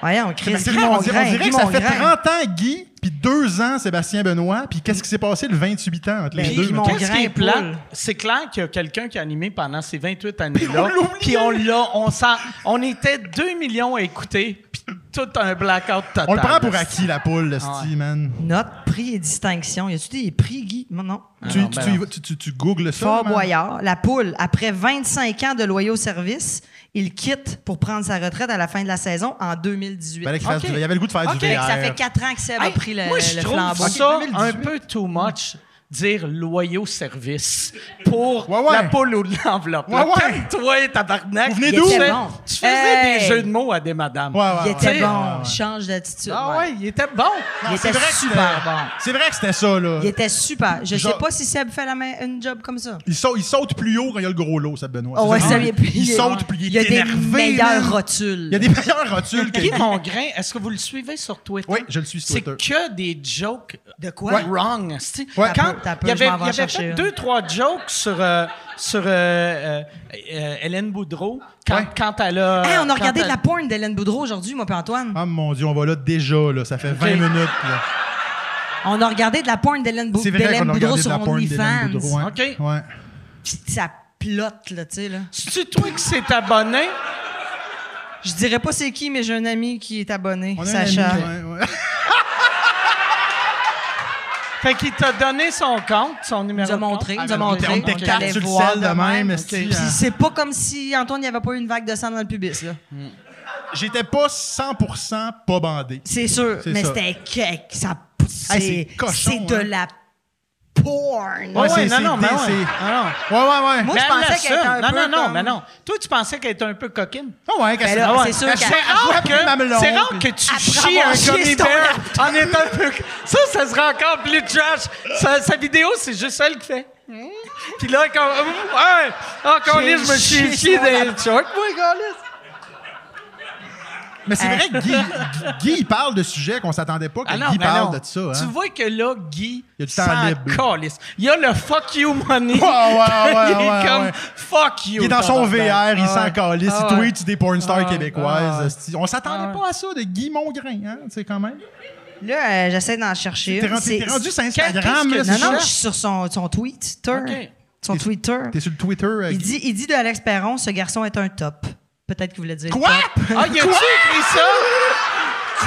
E: Voyons, Chris.
F: Sébastien,
E: Guy
F: on dirait, on
E: Mongrain,
F: dirait
E: Guy
F: que ça fait
E: Mongrain.
F: 30 ans Guy, puis 2 ans Sébastien Benoît, puis qu'est-ce qui s'est passé le 28 ans entre les
E: Ben,
F: deux?
E: Guy
F: mettons?
E: Mon-
C: Qu'est-ce qui
E: grain
C: est plat?
E: poule.
C: C'est clair qu'il y a quelqu'un qui a animé pendant ces 28 années-là.
F: on l'oublie. hein.
C: Puis on l'a, on s'en- on était 2 millions à écouter, puis tout un blackout total.
F: On le prend pour acquis, la poule,
E: Ah
F: le style, man.
E: Note, prix et distinction. Y a-tu des prix, Guy? Non, Ah non.
F: Tu,
C: non,
F: tu,
C: ben
F: tu y
C: non.
F: vas- tu- tu- tu googles ça.
E: Fort
F: man?
E: Boyard, la poule, après 25 ans de loyaux services, il quitte pour prendre sa retraite à la fin de la saison en 2018.
F: Ben, Il fallait qu'il fasse
C: Ok.
F: du- il y avait le goût de faire
C: Ok,
F: du
E: Fait
F: VR.
E: que ça fait 4 ans que Seb a
C: Hey,
E: pris le,
C: moi, je
E: le
C: trouve
E: flambeau.
C: ça
F: Ok,
C: un
F: 2018.
C: peu too much, dire loyaux service pour
F: Ouais, ouais.
C: la poule ou l'enveloppe.
F: Ouais, ouais.
C: toi tabarnak.
F: Vous venez
C: Tu
F: d'où?
C: fais-
E: Bon.
C: Tu faisais
E: Hey.
C: des jeux de mots à des madames.
F: Ouais, ouais,
E: Il
F: ouais.
E: était
C: ouais,
E: bon,
F: ouais.
E: change d'attitude.
C: Ah
E: ouais.
C: ouais, il était bon.
E: Il
F: Non, c'est
E: était
F: vrai que
E: super
F: c'était-
E: bon.
F: C'est vrai que c'était ça, là.
E: Il était super. Je sais
F: Genre-
E: pas si Seb fait la main, une job comme ça.
F: Il saute, il saute plus haut quand il y a le gros lot, ça, Benoît.
E: Oh, ouais,
F: C'est
E: Seb,
F: ça.
E: est plus-
F: Il
E: est-
F: saute, puis il
E: Il a
F: est
E: des
F: énervé.
E: meilleures
F: man.
E: rotules.
F: Il y a des meilleurs rotules que
C: Guy Mongrain, est-ce que vous le suivez sur Twitter?
F: Oui, je le suis sur
C: C'est
F: Twitter.
C: que des jokes
E: De quoi?
C: wrong. esti.
F: Ouais.
C: Quand
E: T'as peu,
C: il y
E: t'as peu,
C: avait, il
E: je m'en vais
C: y
E: en
C: avait
E: chercher
C: fait
E: une.
C: deux, trois jokes sur, euh, sur euh, euh, euh, Hélène Boudreau quand,
F: Ouais.
C: quand elle a.
E: Hey, on a
C: quand
E: regardé de
C: elle-
E: la porn d'Hélène Boudreau aujourd'hui, moi puis Antoine.
F: Ah mon Dieu, on va là déjà, là. Ça fait 20
C: Ok.
F: minutes, là.
E: On a regardé de la porn d'Hélène Bou-
F: C'est vrai
E: d'Hélène
F: qu'on a
E: Boudreau
F: regardé de
E: sur
F: la porn
E: OnlyFans.
F: d'Hélène Boudreau. hein.
C: OK.
F: Ouais.
E: Puis ça plotte, là, tu sais, là.
C: C'est toi qui s'est abonné?
E: Je dirais pas c'est qui, mais j'ai un ami qui est abonné,
F: On a un
E: Sacha.
F: ami, ouais, ouais.
C: Fait qu'il t'a donné son compte, son numéro.
E: Il nous a
C: de compte.
E: montré, il nous
F: Ah,
E: a
F: ben, on
E: montré.
F: était- on était
E: on
F: quatre
E: allait
F: sur le
E: voir
F: sel de même, esti,
E: Puis
F: hein.
E: c'est pas comme si Antoine, il n'y avait pas eu une vague de sang dans le pubis, là.
F: J'étais pas 100% pas bandé.
E: C'est sûr,
F: C'est
E: mais
F: ça.
E: c'était cake. Ça, c'est,
F: c'est cochon,
E: c'est de
F: hein.
E: la porn.
F: Ouais,
C: Ah Ouais,
F: c'est-
C: non,
F: c'est-
C: non, mais
F: c'est-
C: ouais.
F: c'est-
C: Ah, non.
F: Ouais, ouais, ouais.
E: Moi,
C: Mais
E: je
C: elle
E: pensais qu'elle était
C: l'assume.
E: un
C: non,
E: peu
C: non, non,
E: comme-
C: mais non. Toi, tu pensais qu'elle était un peu coquine?
F: Ah ouais, qu'est-ce
E: Ben
F: que
E: là,
F: ah
E: c'est
F: ouais.
E: sûr
F: Elle
E: qu'à-
F: se fait
C: C'est
E: Elle
F: avoir
C: rare,
F: plus de mamelon,
C: que, c'est rare
F: puis-
C: que tu
E: Après
C: chies
E: avoir
C: un
E: chié
C: gummy
E: sur ton
C: bear en étant un peu... Ça, ça serait encore plus trash. Sa, sa vidéo, c'est juste elle qui fait... Hmm. Puis là, quand... Hum, Ouais! Ah, quand
E: J'ai
C: je me
E: chié
C: suis chié
E: sur
C: des
E: la-
C: shorts, moi, câlisse.
F: Mais c'est
E: Euh.
F: vrai que
E: [LAUGHS]
F: Guy, Guy, il parle de sujets qu'on s'attendait pas que
C: Ah non,
F: Ben, Guy
C: mais
F: parle
C: non.
F: de
C: Tu
F: ça. Hein.
C: vois que là, Guy
F: Il y a du temps libre.
C: s'en calisse. Il y a le « fuck you money ».
F: Ouais, ouais, ouais,
C: [LAUGHS] Il est
F: ouais,
C: comme
F: ouais.
C: fuck you ».
F: Il est dans son VR, il s'en
C: s'en
F: calisse,
C: Ah
F: il
C: ouais.
F: tweet des porn stars
C: Ah ouais.
F: québécoises.
C: Ah ouais.
F: esti. On s'attendait pas à ça de Guy Mongrain, hein, tu sais, quand même.
E: Là, euh, j'essaie d'en chercher.
F: T'es
E: une.
F: rendu,
E: C'est-
F: t'es rendu sur
C: Qu'est-ce
F: Instagram,
C: que
F: là,
C: tu
F: c'est
E: Non, non,
F: ça?
E: je suis sur son, son tweet.
C: Ok.
E: Son Twitter.
F: T'es sur le Twitter, euh,
E: Il
F: Guy.
E: dit, il dit de Alex Perron, ce garçon est un top. Peut-être qu'il voulait dire
F: Quoi?
E: top. [LAUGHS]
C: Ah, il a-tu écrit ça?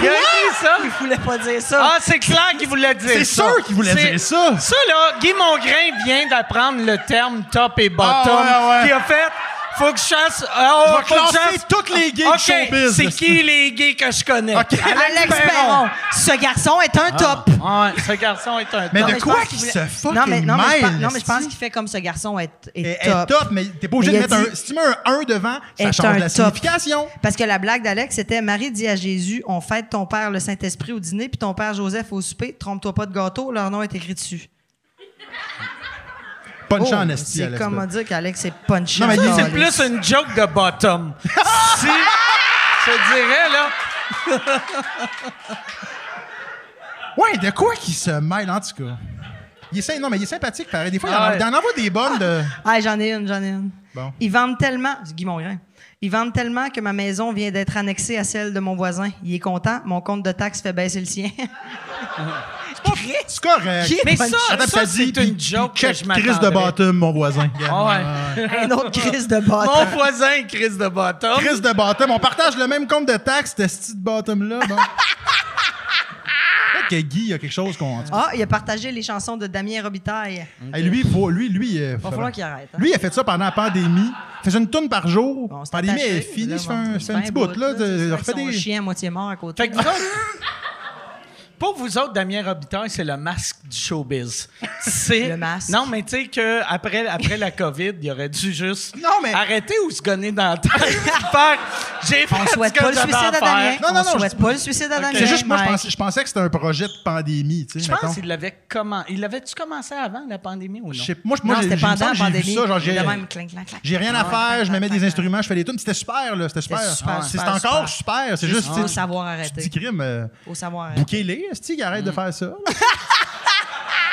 C: Il a écrit ça?
E: Il voulait pas dire ça.
C: Ah, c'est clair qu'il voulait dire
F: C'est
C: ça.
F: sûr qu'il voulait
C: C'est-
F: dire ça.
C: Ça, là, Guy Mongrain vient d'apprendre le terme top et bottom.
F: Ah, ouais, ouais.
C: Puis il a fait, faut que je chasse. ah,
F: Il
C: oh,
F: va
C: faut que je
F: classer
C: chasse-
F: toutes les gays du
C: OK,
F: showbiz.
C: C'est qui les gays que je connais?
F: OK.
E: Alex Perron, ce garçon est
F: Ah.
E: un top.
C: Ouais, ce garçon est un
F: Mais
C: top.
F: de
E: mais je
F: quoi
E: pense
F: qu'il
E: qu'il voulait-
F: se fucking
E: Non, mais, non, mais je pense-
F: mêle,
E: non, mais je pense
F: esti?
E: qu'il fait comme ce garçon est, est
F: Elle est
E: top.
F: top. mais t'es pas obligé
E: Mais
F: de
E: il
F: mettre
E: a
F: un.
E: dit-
F: Si tu mets un 1 devant, ça
E: est
F: change
E: un
F: la
E: top.
F: signification.
E: Parce que la blague d'Alex, c'était Marie dit à Jésus On fête ton père le Saint-Esprit au dîner, puis ton père Joseph au souper. Trompe-toi pas de gâteau, leur nom est écrit dessus.
F: Punch
E: Oh,
F: en esti,
E: c'est
F: Alex.
E: comme dire qu'Alex est punché.
F: Non, mais
E: en
F: lui,
C: C'est
E: calice.
C: plus une joke de
F: [LAUGHS]
C: bottom. si, je te dirais, là.
F: Ouais, de quoi qu'il se mêle, en tout cas. Il est, symp- non, mais il est sympathique, pareil. Des fois, il en,
C: Ah ouais.
F: il en envoie des
E: [LAUGHS]
F: bonnes de.
E: Ah, j'en ai une, j'en ai une.
F: Bon.
E: Ils vendent tellement. C'est Guy Mongrain. Ils vendent tellement que ma maison vient d'être annexée à celle de mon voisin. Il est content, mon compte de taxes fait baisser le sien. [LAUGHS]
F: C'est correct.
E: Qui-
C: Mais ça,
E: Punch.
F: Attends,
C: ça
F: t'as dit,
C: c'est
F: puis-
C: une joke
F: puis
C: que
F: check
C: je
F: Chris
C: m'attendais.
F: de Bottom, mon voisin.
C: Ah ouais.
E: Un autre crise de
C: Mon
E: botte.
C: voisin, Chris de Bottom.
F: Chris de Bottom. On partage le même compte de taxes, de ce de Bottom-là.
E: [LAUGHS]
F: Bon. Peut-être que Guy, il y a quelque chose qu'on.
E: Ah, il a partagé les chansons de Damien Robitaille.
F: Hey, lui, faut- lui, lui. euh,
E: Ah. Va
F: faut-
E: falloir qu'il arrête. hein.
F: Mm. Lui, il a fait ça pendant la pandémie. Il faisait une tourne par jour.
E: Bon, c'est
F: pandémie
E: attaché,
F: est finie.
E: là,
F: Ça fait
E: bon, ben c'est
F: un, ça fait un
E: bien
F: petit bout. là.
E: c'est
F: de-
E: vrai
F: refait
E: qu'ils sont
F: des-
E: chiens à moitié mort à côté.
C: Fait que vous autres- Pour vous autres, Damien Robitaille, c'est le masque du showbiz. C'est
E: Le masque.
C: Non, mais tu sais que après, après la COVID, il aurait dû juste
F: Non, mais-
C: arrêter ou se gonner dans la tête. [LAUGHS] puis faire, J'ai fait
E: On
C: ce
E: souhaite
C: que
E: pas le
C: j'avais
E: suicide à
C: faire.
E: Damien.
F: Non, non,
E: On
F: non,
E: souhaite
F: je-
E: pas le suicide à Damien.
F: C'est juste que moi, je
E: Mike.
F: pensais, je pensais que c'était un projet de pandémie. Tu sais,
C: Je pense
F: mettons.
C: qu'il l'avait comment Il l'avait-tu commencé avant la pandémie ou non?
F: Je sais- Moi, je- moi,
E: Non,
F: j'ai-
E: c'était
F: j'ai- il me
E: pendant la
F: semble que j'ai vu
E: pandémie.
F: ça, genre, j'ai-
E: De même, clink, clank, clank.
F: J'ai rien à
E: Ouais,
F: faire, je me mets des
E: clank,
F: instruments, je fais des tunes. C'était super, là. C'était super.
E: super,
F: C'est
E: super,
F: encore
E: super.
F: super. C'est
E: Juste
F: juste,
E: faut
F: tu sais,
E: savoir
F: petit
E: arrêter. Mm.
F: crime. euh,
E: Faut savoir.
F: Bouquez-les, Esti, qui arrête de
E: [LAUGHS]
F: faire ça. là.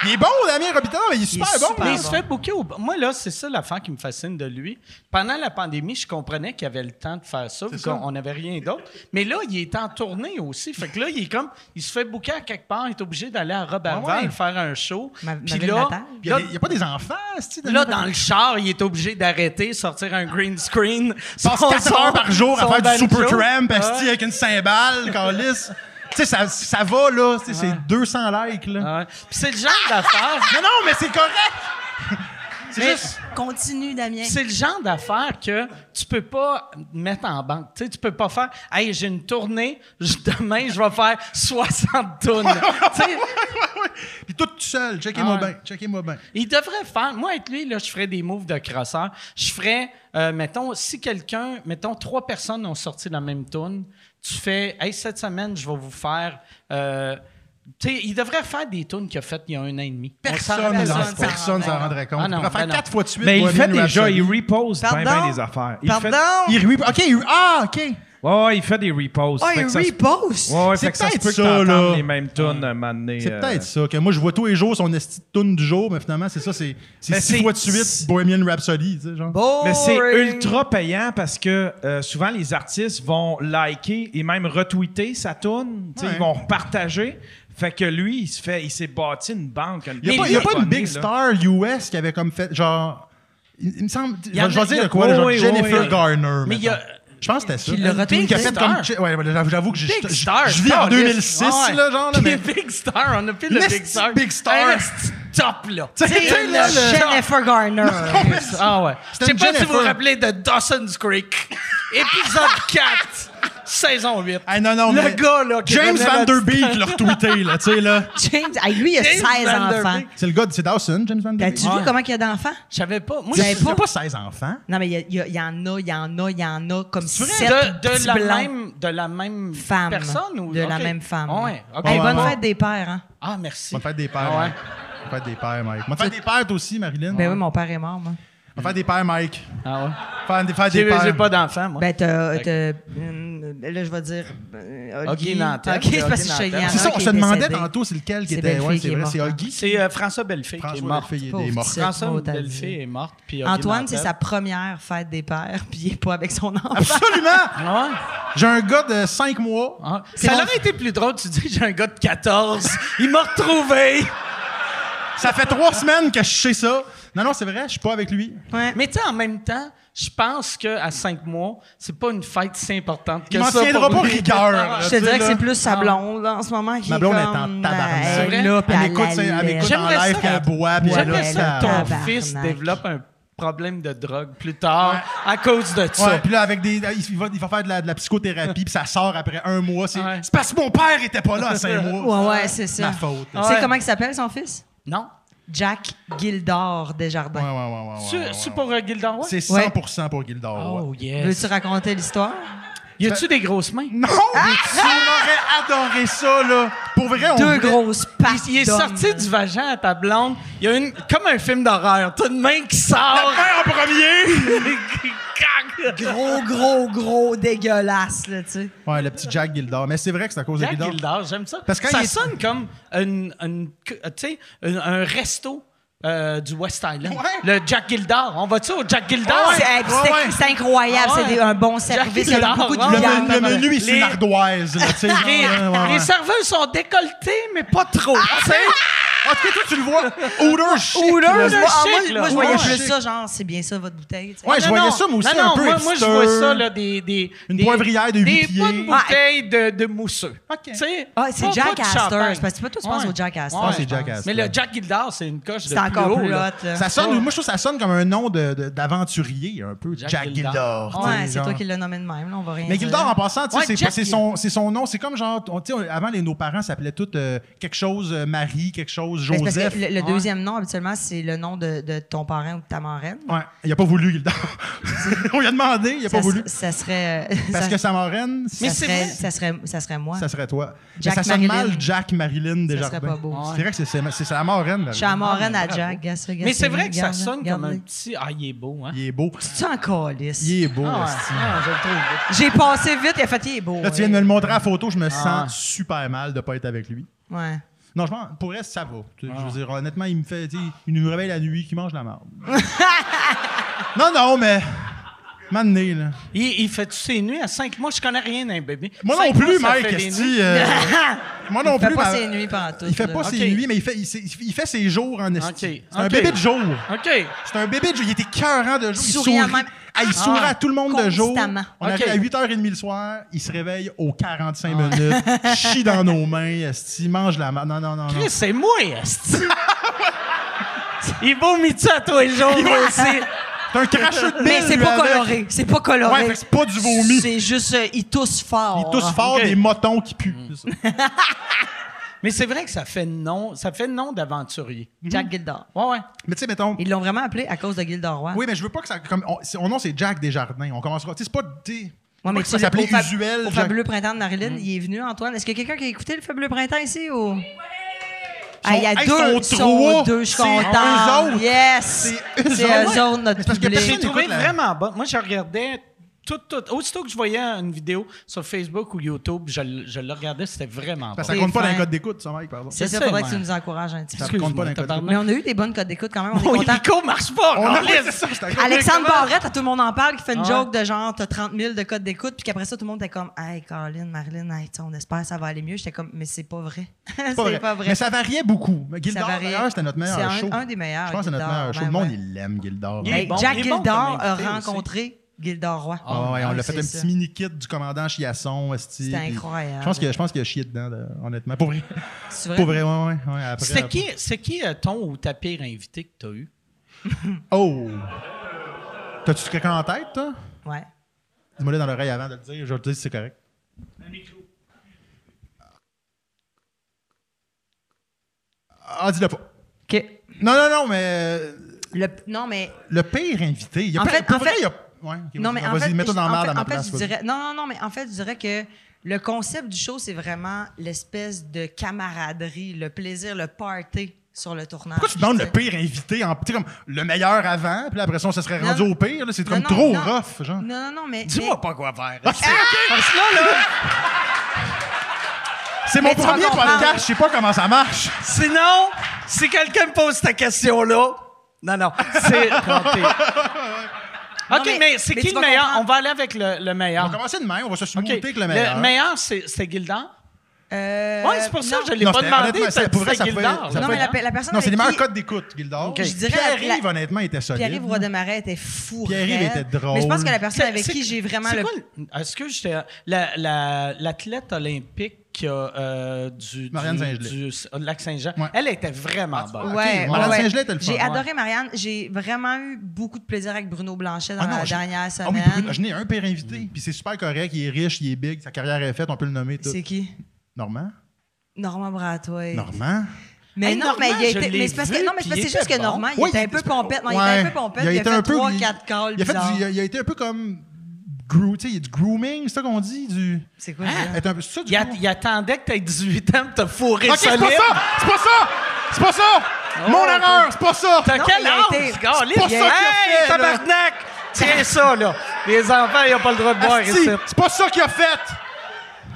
F: il est bon, Damien Robitaille, mais il est super
E: est
F: bon.
E: super
C: Mais il
F: là.
C: se fait bouquer au- Moi, là, c'est ça l'affaire qui me fascine de lui. Pendant la pandémie, je comprenais qu'il avait le temps de faire ça, vu
F: ça.
C: qu'on n'avait rien d'autre. Mais là, il est en tournée aussi. Fait que là, il est comme... Il se fait bouquer à quelque part. Il est obligé d'aller à Robert
F: Ah ouais.
C: faire un show.
E: Ma-
C: Puis
E: Maville
C: là,
E: Natal.
F: Il y a, des- il y a pas des enfants, Esti, Damien
C: là, dans le char, il est obligé d'arrêter, sortir un green screen.
F: Il passe 4 heures par jour à faire du super tramp, Esti,
C: esti.
F: avec une cymbale, Carlis. tu sais, ça, ça va, là. Tu sais, C'est 200 likes, là.
C: Puis c'est le genre d'affaire...
F: Non, non, mais c'est correct. c'est
E: Mais
F: juste.
E: Continue, Damien.
C: C'est le genre d'affaire que tu peux pas mettre en banque. Tu sais, tu peux pas faire Hey, j'ai une tournée, [LAUGHS] je- demain je vais faire 60 tonnes. Tu sais,
F: Puis tout seul, checkez-moi
C: Ah ouais.
F: bien, checkez-moi bien.
C: il devrait faire. Moi, avec lui, là, je ferais des moves de crosseur. Je ferais, euh, mettons, si quelqu'un, mettons, trois personnes ont sorti la même tune, tu fais Hey, cette semaine, je vais vous faire. euh, tu sais, il devrait faire des tunes qu'il a faites il y a un an et demi. On s'en
F: Personne,
C: rappelle
E: s'en
F: personne,
E: rend-
F: personne s'en rendrait compte.
C: Ah non,
F: il pourrait faire
C: ben non.
F: quatre fois de suite.
D: Mais il
F: Bohemian
D: fait déjà,
F: Rhapsody.
D: il repose bien,
E: Pardon?
D: bien des affaires. Il
E: Pardon?
D: Fait,
F: Il re- OK, il re- Ah, OK.
D: ouais, ouais, il fait des reposes.
E: Ah,
D: Fait
E: il
D: que ça se-
E: repose.
D: Ouais, ouais,
F: C'est
D: fait que ça se
F: peut-être
D: peut que
F: ça,
D: t'entendes
F: là.
D: les mêmes tunes un moment donné,
F: C'est
D: euh,
F: peut-être ça. Que moi, je vois tous les jours son esti de toune du jour, mais finalement, c'est ça. C'est c'est
D: Mais
F: six
D: c'est-
F: fois de suite Bohemian Rhapsody. Tu sais, genre.
D: Mais c'est
E: Boring.
D: ultra payant parce que euh, souvent les artistes vont liker et même retweeter sa tune, Tu sais,
F: Ouais.
D: ils vont repartager. Fait que lui, il se fait, il s'est bâti une banque.
F: Il n'y a, pas, il y a pas une big star US qui avait comme fait genre. Il, il me semble. Je vais je vais dire de quoi, là, genre
D: oui, oui,
F: Jennifer
D: oui.
F: Garner.
C: Mais il y a-
F: mettons. Je pense que c'était ça.
C: Qui l'a
F: Une
C: retweeté.
F: qui a fait
C: Big
F: comme.
C: star.
F: Ouais, ouais, j'avoue- j'avoue que j'ai-
C: Big
F: je, je-
C: star.
F: je vis en
C: Caliste.
F: 2006,
C: Ouais.
F: là, genre. Là, mais...
C: Big star, on a plus
F: Une
C: le
F: esti
C: Big Star.
F: de Big Star.
C: Un esti de top,
F: [LAUGHS]
C: là.
F: Tu sais,
E: C'est
F: tu sais, là, le-
E: Jennifer Garner.
C: Ah ouais. Je
F: C'était
C: sais
F: une
C: pas si vous vous
F: Jennifer.
C: rappelez de Dawson's Creek,
F: [LAUGHS]
C: épisode 4, saison 8.
F: Ah, non, non,
C: Le
F: mais-
C: gars, là, qui
F: James
C: revenait
F: Van
C: la
F: Der Beek l'a retweeté, là, tu sais, là.
E: James, ah, lui, il a
C: James
E: 16
C: Van Der
E: enfants.
C: Beek.
F: C'est le gars de. C'est Dawson, James Van Der Beek.
E: T'as-tu
C: Ouais.
E: vu comment il y a d'enfants?
C: Je savais pas. Moi,
E: Vous
C: je
E: avez
F: Il
E: pas-
F: a pas 16 enfants.
E: Non, mais il y, a- il y a- il y en a, il y en a, il y en a comme sept
C: de, de
E: petits
C: la
E: blancs.
C: même, de la même
E: Femme.
C: personne ou
E: De la
C: ok. Ah
E: même femme.
C: Ouais, ok.
E: Hey, bonne
F: Ouais, ouais.
E: fête des pères, hein?
C: Ah, merci.
F: On va te faire des
C: Ah
F: pères.
C: ouais.
F: Mike. On va te faire des pères, Mike. On va te faire des pères, toi aussi, Marilyn.
E: Ben oui, mon père est mort, moi.
F: On va te faire des pères, Mike.
C: Ah ouais.
F: Faire des, faire des
C: J'ai
F: pères.
C: j'ai pas d'enfant, moi.
E: Ben, t'as. t'as- hum, Là, je vais dire. euh,
C: Huggy
E: Huggy.
C: Nantel.
E: Ok, c'est parce
C: Huggy
E: que je sais, il y en
C: Nantel.
E: a
F: C'est ça,
E: qui
F: on
E: est
F: se demandait
E: décédé.
F: tantôt c'est lequel qui
E: C'est
F: était.
E: Bellefille
F: Ouais,
E: qui
F: c'est
E: est
F: vrai,
E: morte,
F: c'est
E: hein.
F: Huggy.
C: C'est euh, François Bellefille qui est
F: François
C: mort.
F: Lefebvre, il est
E: Pauvre
F: mort.
E: petit.
C: François
E: Cette maudite
C: Bellefille
E: vie.
C: est morte. puis Yogi
E: Antoine, c'est
C: Nantel.
E: sa première fête des pères, [LAUGHS] puis il est pas avec son enfant.
F: [LAUGHS] Absolument!
C: Ah ouais.
F: J'ai un gars de 5 mois.
C: Ah, Ça
E: mon-
C: aurait été plus drôle, tu dis, j'ai un gars de 14, il m'a retrouvé.
F: Ça fait 3 semaines que je sais ça. Non, non, c'est vrai, je suis pas avec lui.
E: Ouais.
C: Mais tu sais, en même temps, je pense qu'à cinq mois, c'est pas une fête si importante que
F: Il m'en
C: ça.
F: tiendra
C: pour
F: pas
C: lui.
F: rigueur.
C: Ah,
F: là,
E: je te
F: tu sais,
E: dirais que
F: là. ah.
E: c'est plus sa blonde là, en ce moment qui
F: Ma blonde est
E: comme,
F: en tabarnak.
E: euh,
C: C'est vrai?
E: là, puis
F: Elle
E: elle
F: m'écoute
E: la
F: tu sais, elle
E: laisse.
F: m'écoute en
C: J'aimerais
F: live,
C: ça-
F: puis elle boit, puis elle
C: J'aimerais
E: Ouais,
C: ça que ton
F: là,
E: tabarnak.
C: fils développe un problème de drogue plus tard à cause de ça.
F: Ouais, puis là, avec des, il, va, il va faire de la, de la psychothérapie, puis ça sort après un mois. C'est
C: Ouais.
F: c'est parce que mon père était pas là à 5 mois.
E: Ouais, ouais, c'est ça.
F: Ma faute.
E: Tu sais
C: Ouais.
E: comment il s'appelle son fils?
C: Non?
E: Jack Gildor
F: Ouais, ouais,
E: Desjardins.
F: ouais, ouais, ouais,
C: C'est
F: ouais,
C: c'est
F: ouais.
C: pour euh, Gildan Roy?
F: C'est
E: Ouais.
F: 100% pour Gildor. ouais.
C: Oh,
E: Veux-tu
C: yes.
E: raconter l'histoire?
C: Y a-tu des grosses mains?
F: Non! on aurait adoré ça, là. Pour vrai, on
E: Ah! Deux
F: voulait-
E: grosses pattes.
C: Il est
E: d'homme,
C: sorti
E: là.
C: du vagin à ta blonde. Il y a une, comme un film d'horreur. T'as une main qui
F: [LAUGHS]
C: sort.
F: en premier!
E: Gros, gros, gros, dégueulasse, là, tu sais.
F: Ouais, le petit Jack Gildor. Mais c'est vrai que c'est à cause
C: Jack
F: de Gildor.
C: Gildor, j'aime ça.
F: Parce que quand
C: ça
F: il est-
C: sonne comme une, une- tu sais, un, un resto euh, du West Island.
F: Ouais.
C: Le Jack Gildor. On va-tu au Jack Gildor?
E: C'est- hey, puis c'était-
F: ouais.
E: C'est incroyable,
C: Ah ouais.
E: c'est des- un bon service, il y a
C: Gildor,
E: beaucoup de
C: ouais.
F: Le,
E: viande.
F: me- le menu, c'est
C: Les-
F: une ardoise, là, tu sais.
C: Les,
F: Ouais, ouais, ouais. Ah,
C: les serveuses sont décolletées, mais pas trop. tu sais.
F: En tout cas, toi, tu le vois. Odor chic.
E: Moi,
F: là.
E: je- ah, moi,
C: chic, là.
E: moi, je voyais
F: Odeur
E: plus
F: chic.
E: ça, genre, c'est bien ça, votre bouteille. tu sais.
F: Ouais, je
C: Non,
F: voyais
C: non.
F: ça, moi aussi,
C: Non,
F: un
C: non,
F: peu
C: moi, moi, je
F: hipster.
C: vois ça, là, des... des
F: Une
C: des-
F: poivrière
C: Des
F: de huîtrier.
C: pas de bouteille de, de mousseux.
F: OK.
C: Tu sais,
E: Ah, c'est
C: pas-
E: Jack
C: pas de
E: Astor.
C: champagne.
E: C'est parce que toi, tu penses
C: Ouais.
E: au Jack Astor.
F: Ah,
C: Ouais.
F: c'est Jack Astor.
C: Mais le Jack Gildar, c'est une coche de
E: C'est
C: plus
E: encore
C: haut,
E: plus hot,
C: là.
E: là.
F: Ça sonne, moi, je trouve que ça sonne comme un nom de- de- d'aventurier, un peu.
C: Jack
F: Jack,
C: Gildor.
F: Gildor. tu sais,
E: Ouais, c'est
F: genre.
E: toi qui l'as nommé de même, là, on va rien
F: Mais
E: dire.
F: Gildor, en passant, tu sais,
C: Ouais,
F: c'est
C: Jack-
F: pas- c'est son, c'est son nom. C'est comme genre, on- tu sais, on- avant, les, nos parents s'appelaient tous euh, quelque chose euh, Marie, quelque chose
E: Ben, c'est parce que
F: Joseph.
E: le, le
C: ouais.
E: deuxième nom, habituellement, c'est le nom de, de ton parrain ou de ta marraine.
F: Ouais, il a pas voulu, Gildor. [LAUGHS] on lui a demandé, il a
E: Ça,
F: pas
E: se-
F: voulu.
E: ça serait. euh,
F: Parce
E: ça,
F: que sa marraine,
E: ça
C: Mais c'est
E: serait,
C: vrai.
E: ça, serait, ça serait moi.
F: ça serait toi. Mais
E: Jack
F: ça sonne
E: Marilyn.
F: mal Jack Marilyn Desjardins.
E: serait pas beau.
F: C'est vrai que c'est- c'est c'est sa marraine. là.
E: Je suis à Morène à
C: bravo.
E: Jack. regarde ça, regarde
C: Mais c'est vrai que ça
E: regarde, là,
C: sonne
E: regarde,
C: comme un
E: là.
C: petit... Ah, il est beau, hein?
F: Il est beau.
E: Tu en calice.
F: Il est beau.
C: Ah, ouais.
F: esti.
C: Ah, je le trouve beau.
E: J'ai passé vite, il a fait, il est beau.
F: Là, tu viens de me le montrer à la photo, je me
E: Ah.
F: sens super mal de pas être avec lui.
E: ouais. Ouais.
F: Non, je m'en- pour elle, ça va. Tu sais,
E: Ah.
F: Je veux dire, honnêtement, il me fait. tu sais, Il nous réveille la nuit, qui mange la marde. [LAUGHS] non, non, mais. M'amener, là.
C: Il, il fait tous ses nuits à 5 mois. Je connais rien d'un bébé.
F: Moi
C: Cinq
F: non plus,
C: mois, ça
F: Mike,
C: fait les nuits.
F: esti, euh, Moi non
E: [LAUGHS] Il fait
F: plus,
E: pas
F: ma-
E: ses nuits pendant tout.
F: Il fait pas
E: là.
F: ses
C: Ok.
F: nuits, mais il fait, il, s'est- il fait ses jours en esti.
C: Ok,
F: C'est un
C: ok.
F: bébé de jour.
C: OK.
F: C'est un bébé de jour. Il était cœurant de jour. Il
E: Souriant
F: sourit.
E: même.
F: Ah, il sourit à tout le monde de jour.
E: Constamment.
F: On
C: Ok.
F: arrive à 8h30 le soir. Il se réveille aux 45
E: Ah.
F: minutes.
E: [LAUGHS]
F: Chie dans nos mains. Esti, mange la main. Non, non, non. non.
C: Chris, c'est moi,
F: [LAUGHS]
C: esti. Il vomit-tu à tous les jours, moi aussi?
F: T'as un cracheux de
E: Mais
F: bile,
E: c'est
F: lui,
E: pas
F: avec.
E: coloré. C'est pas coloré.
F: Ouais, fait que c'est pas du vomi.
E: C'est juste, euh, il tousse fort.
F: Il tousse fort
C: ok.
F: des motons qui puent.
E: Mm.
F: C'est ça.
C: Mais c'est vrai que ça fait nom, ça fait nom d'aventurier.
F: Mhm.
E: Jack Gildor.
C: Ouais, ouais.
F: Mais tu sais, mettons.
E: Ils l'ont vraiment appelé à cause de Gildor Roy.
F: Oui, mais je veux pas que ça. Comme, on, c'est- mon nom, c'est Jack Desjardins. On commencera. Tu sais, c'est pas. tu sais,
E: Ouais, mais
F: pas que ça
E: tu-
F: s'appelait
E: au fab-
F: usuel,
E: Au
F: Jack- Mhm.
E: fabuleux printemps de Marilyn, il est venu, Antoine. Est-ce qu'il y a quelqu'un qui a écouté le fabuleux printemps ici ou. Ah, il y a
F: Ils sont- hey,
E: deux,
F: ils
E: ils
F: sont
E: sont
F: trois.
E: deux, je suis
F: C'est
E: content.
F: eux autres.
E: Yes!
F: C'est eux
E: C'est
F: autres.
E: eux autres, notre
F: Mais parce que
E: public.
F: personne
C: J'ai trouvé
F: écoute la-
C: vraiment bon. Moi, je regardais tout, tout. Aussitôt que je voyais une vidéo sur Facebook ou YouTube, je, le- je le regardais, c'était vraiment bon.
F: Parce que
E: T'es
F: ça compte pas
E: fin.
F: dans les codes d'écoute, ça, Mike, pardon.
E: C'est
C: Je
E: ça,
C: sais,
E: faudrait que
C: ouais.
E: tu nous encourages un petit peu.
F: Ça compte pas dans les codes d'écoute.
E: Mais on a eu des bonnes codes d'écoute quand même, on
C: Mon
E: est content.
C: illico marche pas,
F: On a
C: câlisse.
F: [LAUGHS] c'est ça, c'est-
E: Alexandre Barrette, à tout le monde en parle, qui fait une
C: Ah.
E: joke de genre, t'as 30 000 de codes d'écoute, puis qu'après ça, tout le monde était comme, hey, Caroline, Marilyn, hey, tu sais, on espère que ça va aller mieux. J'étais comme, mais c'est pas vrai. [LAUGHS] c'est
F: pas vrai.
E: pas vrai.
F: Mais ça variait beaucoup. Mais Gildor,
E: Ça variait.
F: d'ailleurs, c'était notre meilleur
E: C'est un-
F: show.
E: un des meilleurs,
F: Je pense que c'est notre
E: Gildor,
F: meilleur show.
E: ouais,
F: Le monde,
E: ouais.
F: il l'aime, Gildor.
C: Il est
E: Hey,
C: bon-
E: Jack
C: il est bon
E: Gildor
C: comme
E: a
C: invité aussi.
E: rencontré Gildor Roy.
F: Ah ouais, on
E: Ouais,
F: l'a fait
E: c'est
F: un
E: ça.
F: petit mini-kit du commandant Chiasson, esti,
E: C'était
F: puis
E: incroyable.
F: Je pense que- je pense qu'il a chié dedans, de-
E: [LAUGHS]
F: honnêtement. Pour vrai.
E: C'est vrai?
F: Pour vrai, ouais, ouais. ouais, après-
C: C'était qui, c'est qui euh, ton ou ta pire invité que t'as eu?
F: Oh! T'as-tu quelqu'un en tête, toi?
E: Ouais.
F: Dis-moi là dans l'oreille avant de le dire, je vais te dire si c'est correct. Ah, dis-le pas.
E: OK.
F: Non, non, non, mais euh,
E: Le- non, mais,
F: le pire invité. Il y a
E: En
F: plein-
E: fait-
F: pour
E: en
F: vrai,
E: fait-
F: il y a. Ouais, ok,
E: non, mais
F: vas-y,
E: en fait,
F: vas-y, mets-toi
E: je-
F: dans la
E: en
F: merde
E: fait-
F: à ma
E: en fait,
F: place.
E: je
F: vas-y.
E: dirais, non, non, non, mais en fait, je dirais que le concept du show, c'est vraiment l'espèce de camaraderie, le plaisir, le party sur le tournage.
F: Pourquoi tu demandes
E: sais.
F: le pire invité en tu sais, comme le meilleur avant, puis là, après ça, on se serait
E: Non,
F: rendu
E: non.
F: au pire. là, C'est
E: Non,
F: comme
E: non,
F: trop
E: non.
F: rough, genre.
E: Non, non, non, mais. Ah,
C: Dis-moi
E: mais-
C: pas quoi faire. esti.
F: Parce que là, là. C'est mon
E: Mais tu vas
F: premier
E: comprendre.
F: podcast, je sais pas comment ça marche.
C: Sinon, si quelqu'un me pose ta question-là, non, non,
F: [LAUGHS]
C: c'est planté. OK,
E: mais-
C: mais, c'est
E: mais
C: qui
E: tu
C: le
E: vas
C: meilleur?
E: comprendre.
C: On va aller avec le, le
F: On
E: Ah.
C: meilleur.
F: va commencer demain, on va se
C: OK.
F: smooter avec le meilleur.
C: c'est- c'était Gildan?
E: Euh,
C: Oui, c'est pour ça que je ne l'ai
F: Non,
C: pas
F: c'était-
C: demandé.
F: honnêtement,
C: C'était
F: pour vrai, ça
C: c'était
F: pouvait-
C: Gildor.
F: ça
E: Non,
C: là.
E: mais la, pe- la personne.
F: Non, c'est
E: avec
F: les meilleurs
E: qui-
F: codes d'écoute, Gildor.
C: Ok. Je
E: dirais
F: Pierre-Yves,
E: la-
F: honnêtement, était solide.
E: Pierre-Yves Roy-Desmarais était fou.
F: Pierre-Yves
E: raide.
F: était drôle.
E: Mais je pense que la personne
C: C'est-
E: avec
C: c'est-
E: qui j'ai vraiment
C: c'est
E: le.
C: quoi le- Est-ce que j'étais. la- la- L'athlète olympique qui a, euh, du.
F: Marianne
C: du-
F: Saint-Gelais.
C: du- euh, Lac Saint-Jean,
F: Ouais.
C: elle était vraiment bonne.
F: Ok,
E: Ah, Ouais,
F: Marianne
E: ouais.
F: Saint-Gelais était le fun,
E: J'ai
F: ouais.
E: adoré Marianne. J'ai vraiment eu beaucoup de plaisir avec Bruno Blanchet dans
F: Ah non,
E: la
F: j'ai-
E: dernière
F: Ah oui,
E: semaine.
F: Bruno, je n'ai un pire invité, puis c'est super correct, il est riche, il est big, sa carrière est faite, on peut le nommer tout.
E: c'est qui?
F: Normand?
E: Normand Bratois.
F: Normand?
E: Mais
C: Hey,
E: non,
C: Normand,
E: mais il a
C: je
E: été-
C: l'ai
E: mais c'est parce que
C: vu,
E: non, mais c'est parce que
C: puis
E: c'est
C: il
E: juste que
C: était bon.
E: Normand, il
F: Ouais,
E: était un peu pompette. Non, il était un peu pompette. Il a, fait trois,
F: il-
E: quatre calls.
F: Il a fait,
E: bizarres.
F: du, euh, il a- il a été un peu comme grou, tu sais, il y a du grooming, c'est ça qu'on dit? Du,
E: C'est quoi
C: Ah,
E: ça?
F: être un peu, c'est ça du
C: Il, a-
F: grooming?
C: il attendait que tu aies 18 ans pour te fourrer
F: Ok, c'est
C: solide.
F: pas ça! C'est pas ça! C'est pas ça!
E: Oh,
F: Mon erreur, c'est pas ça!
C: T'as
E: Non,
C: quel
E: il a
C: âge?
E: été-
C: Galice?
F: C'est pas ça qu'il a
C: Hey,
F: fait, là.
C: tabarnak! Tiens ça, là. Les enfants, ils n'ont pas le droit de boire
F: Asti,
C: ici.
F: C'est pas ça qu'il a fait!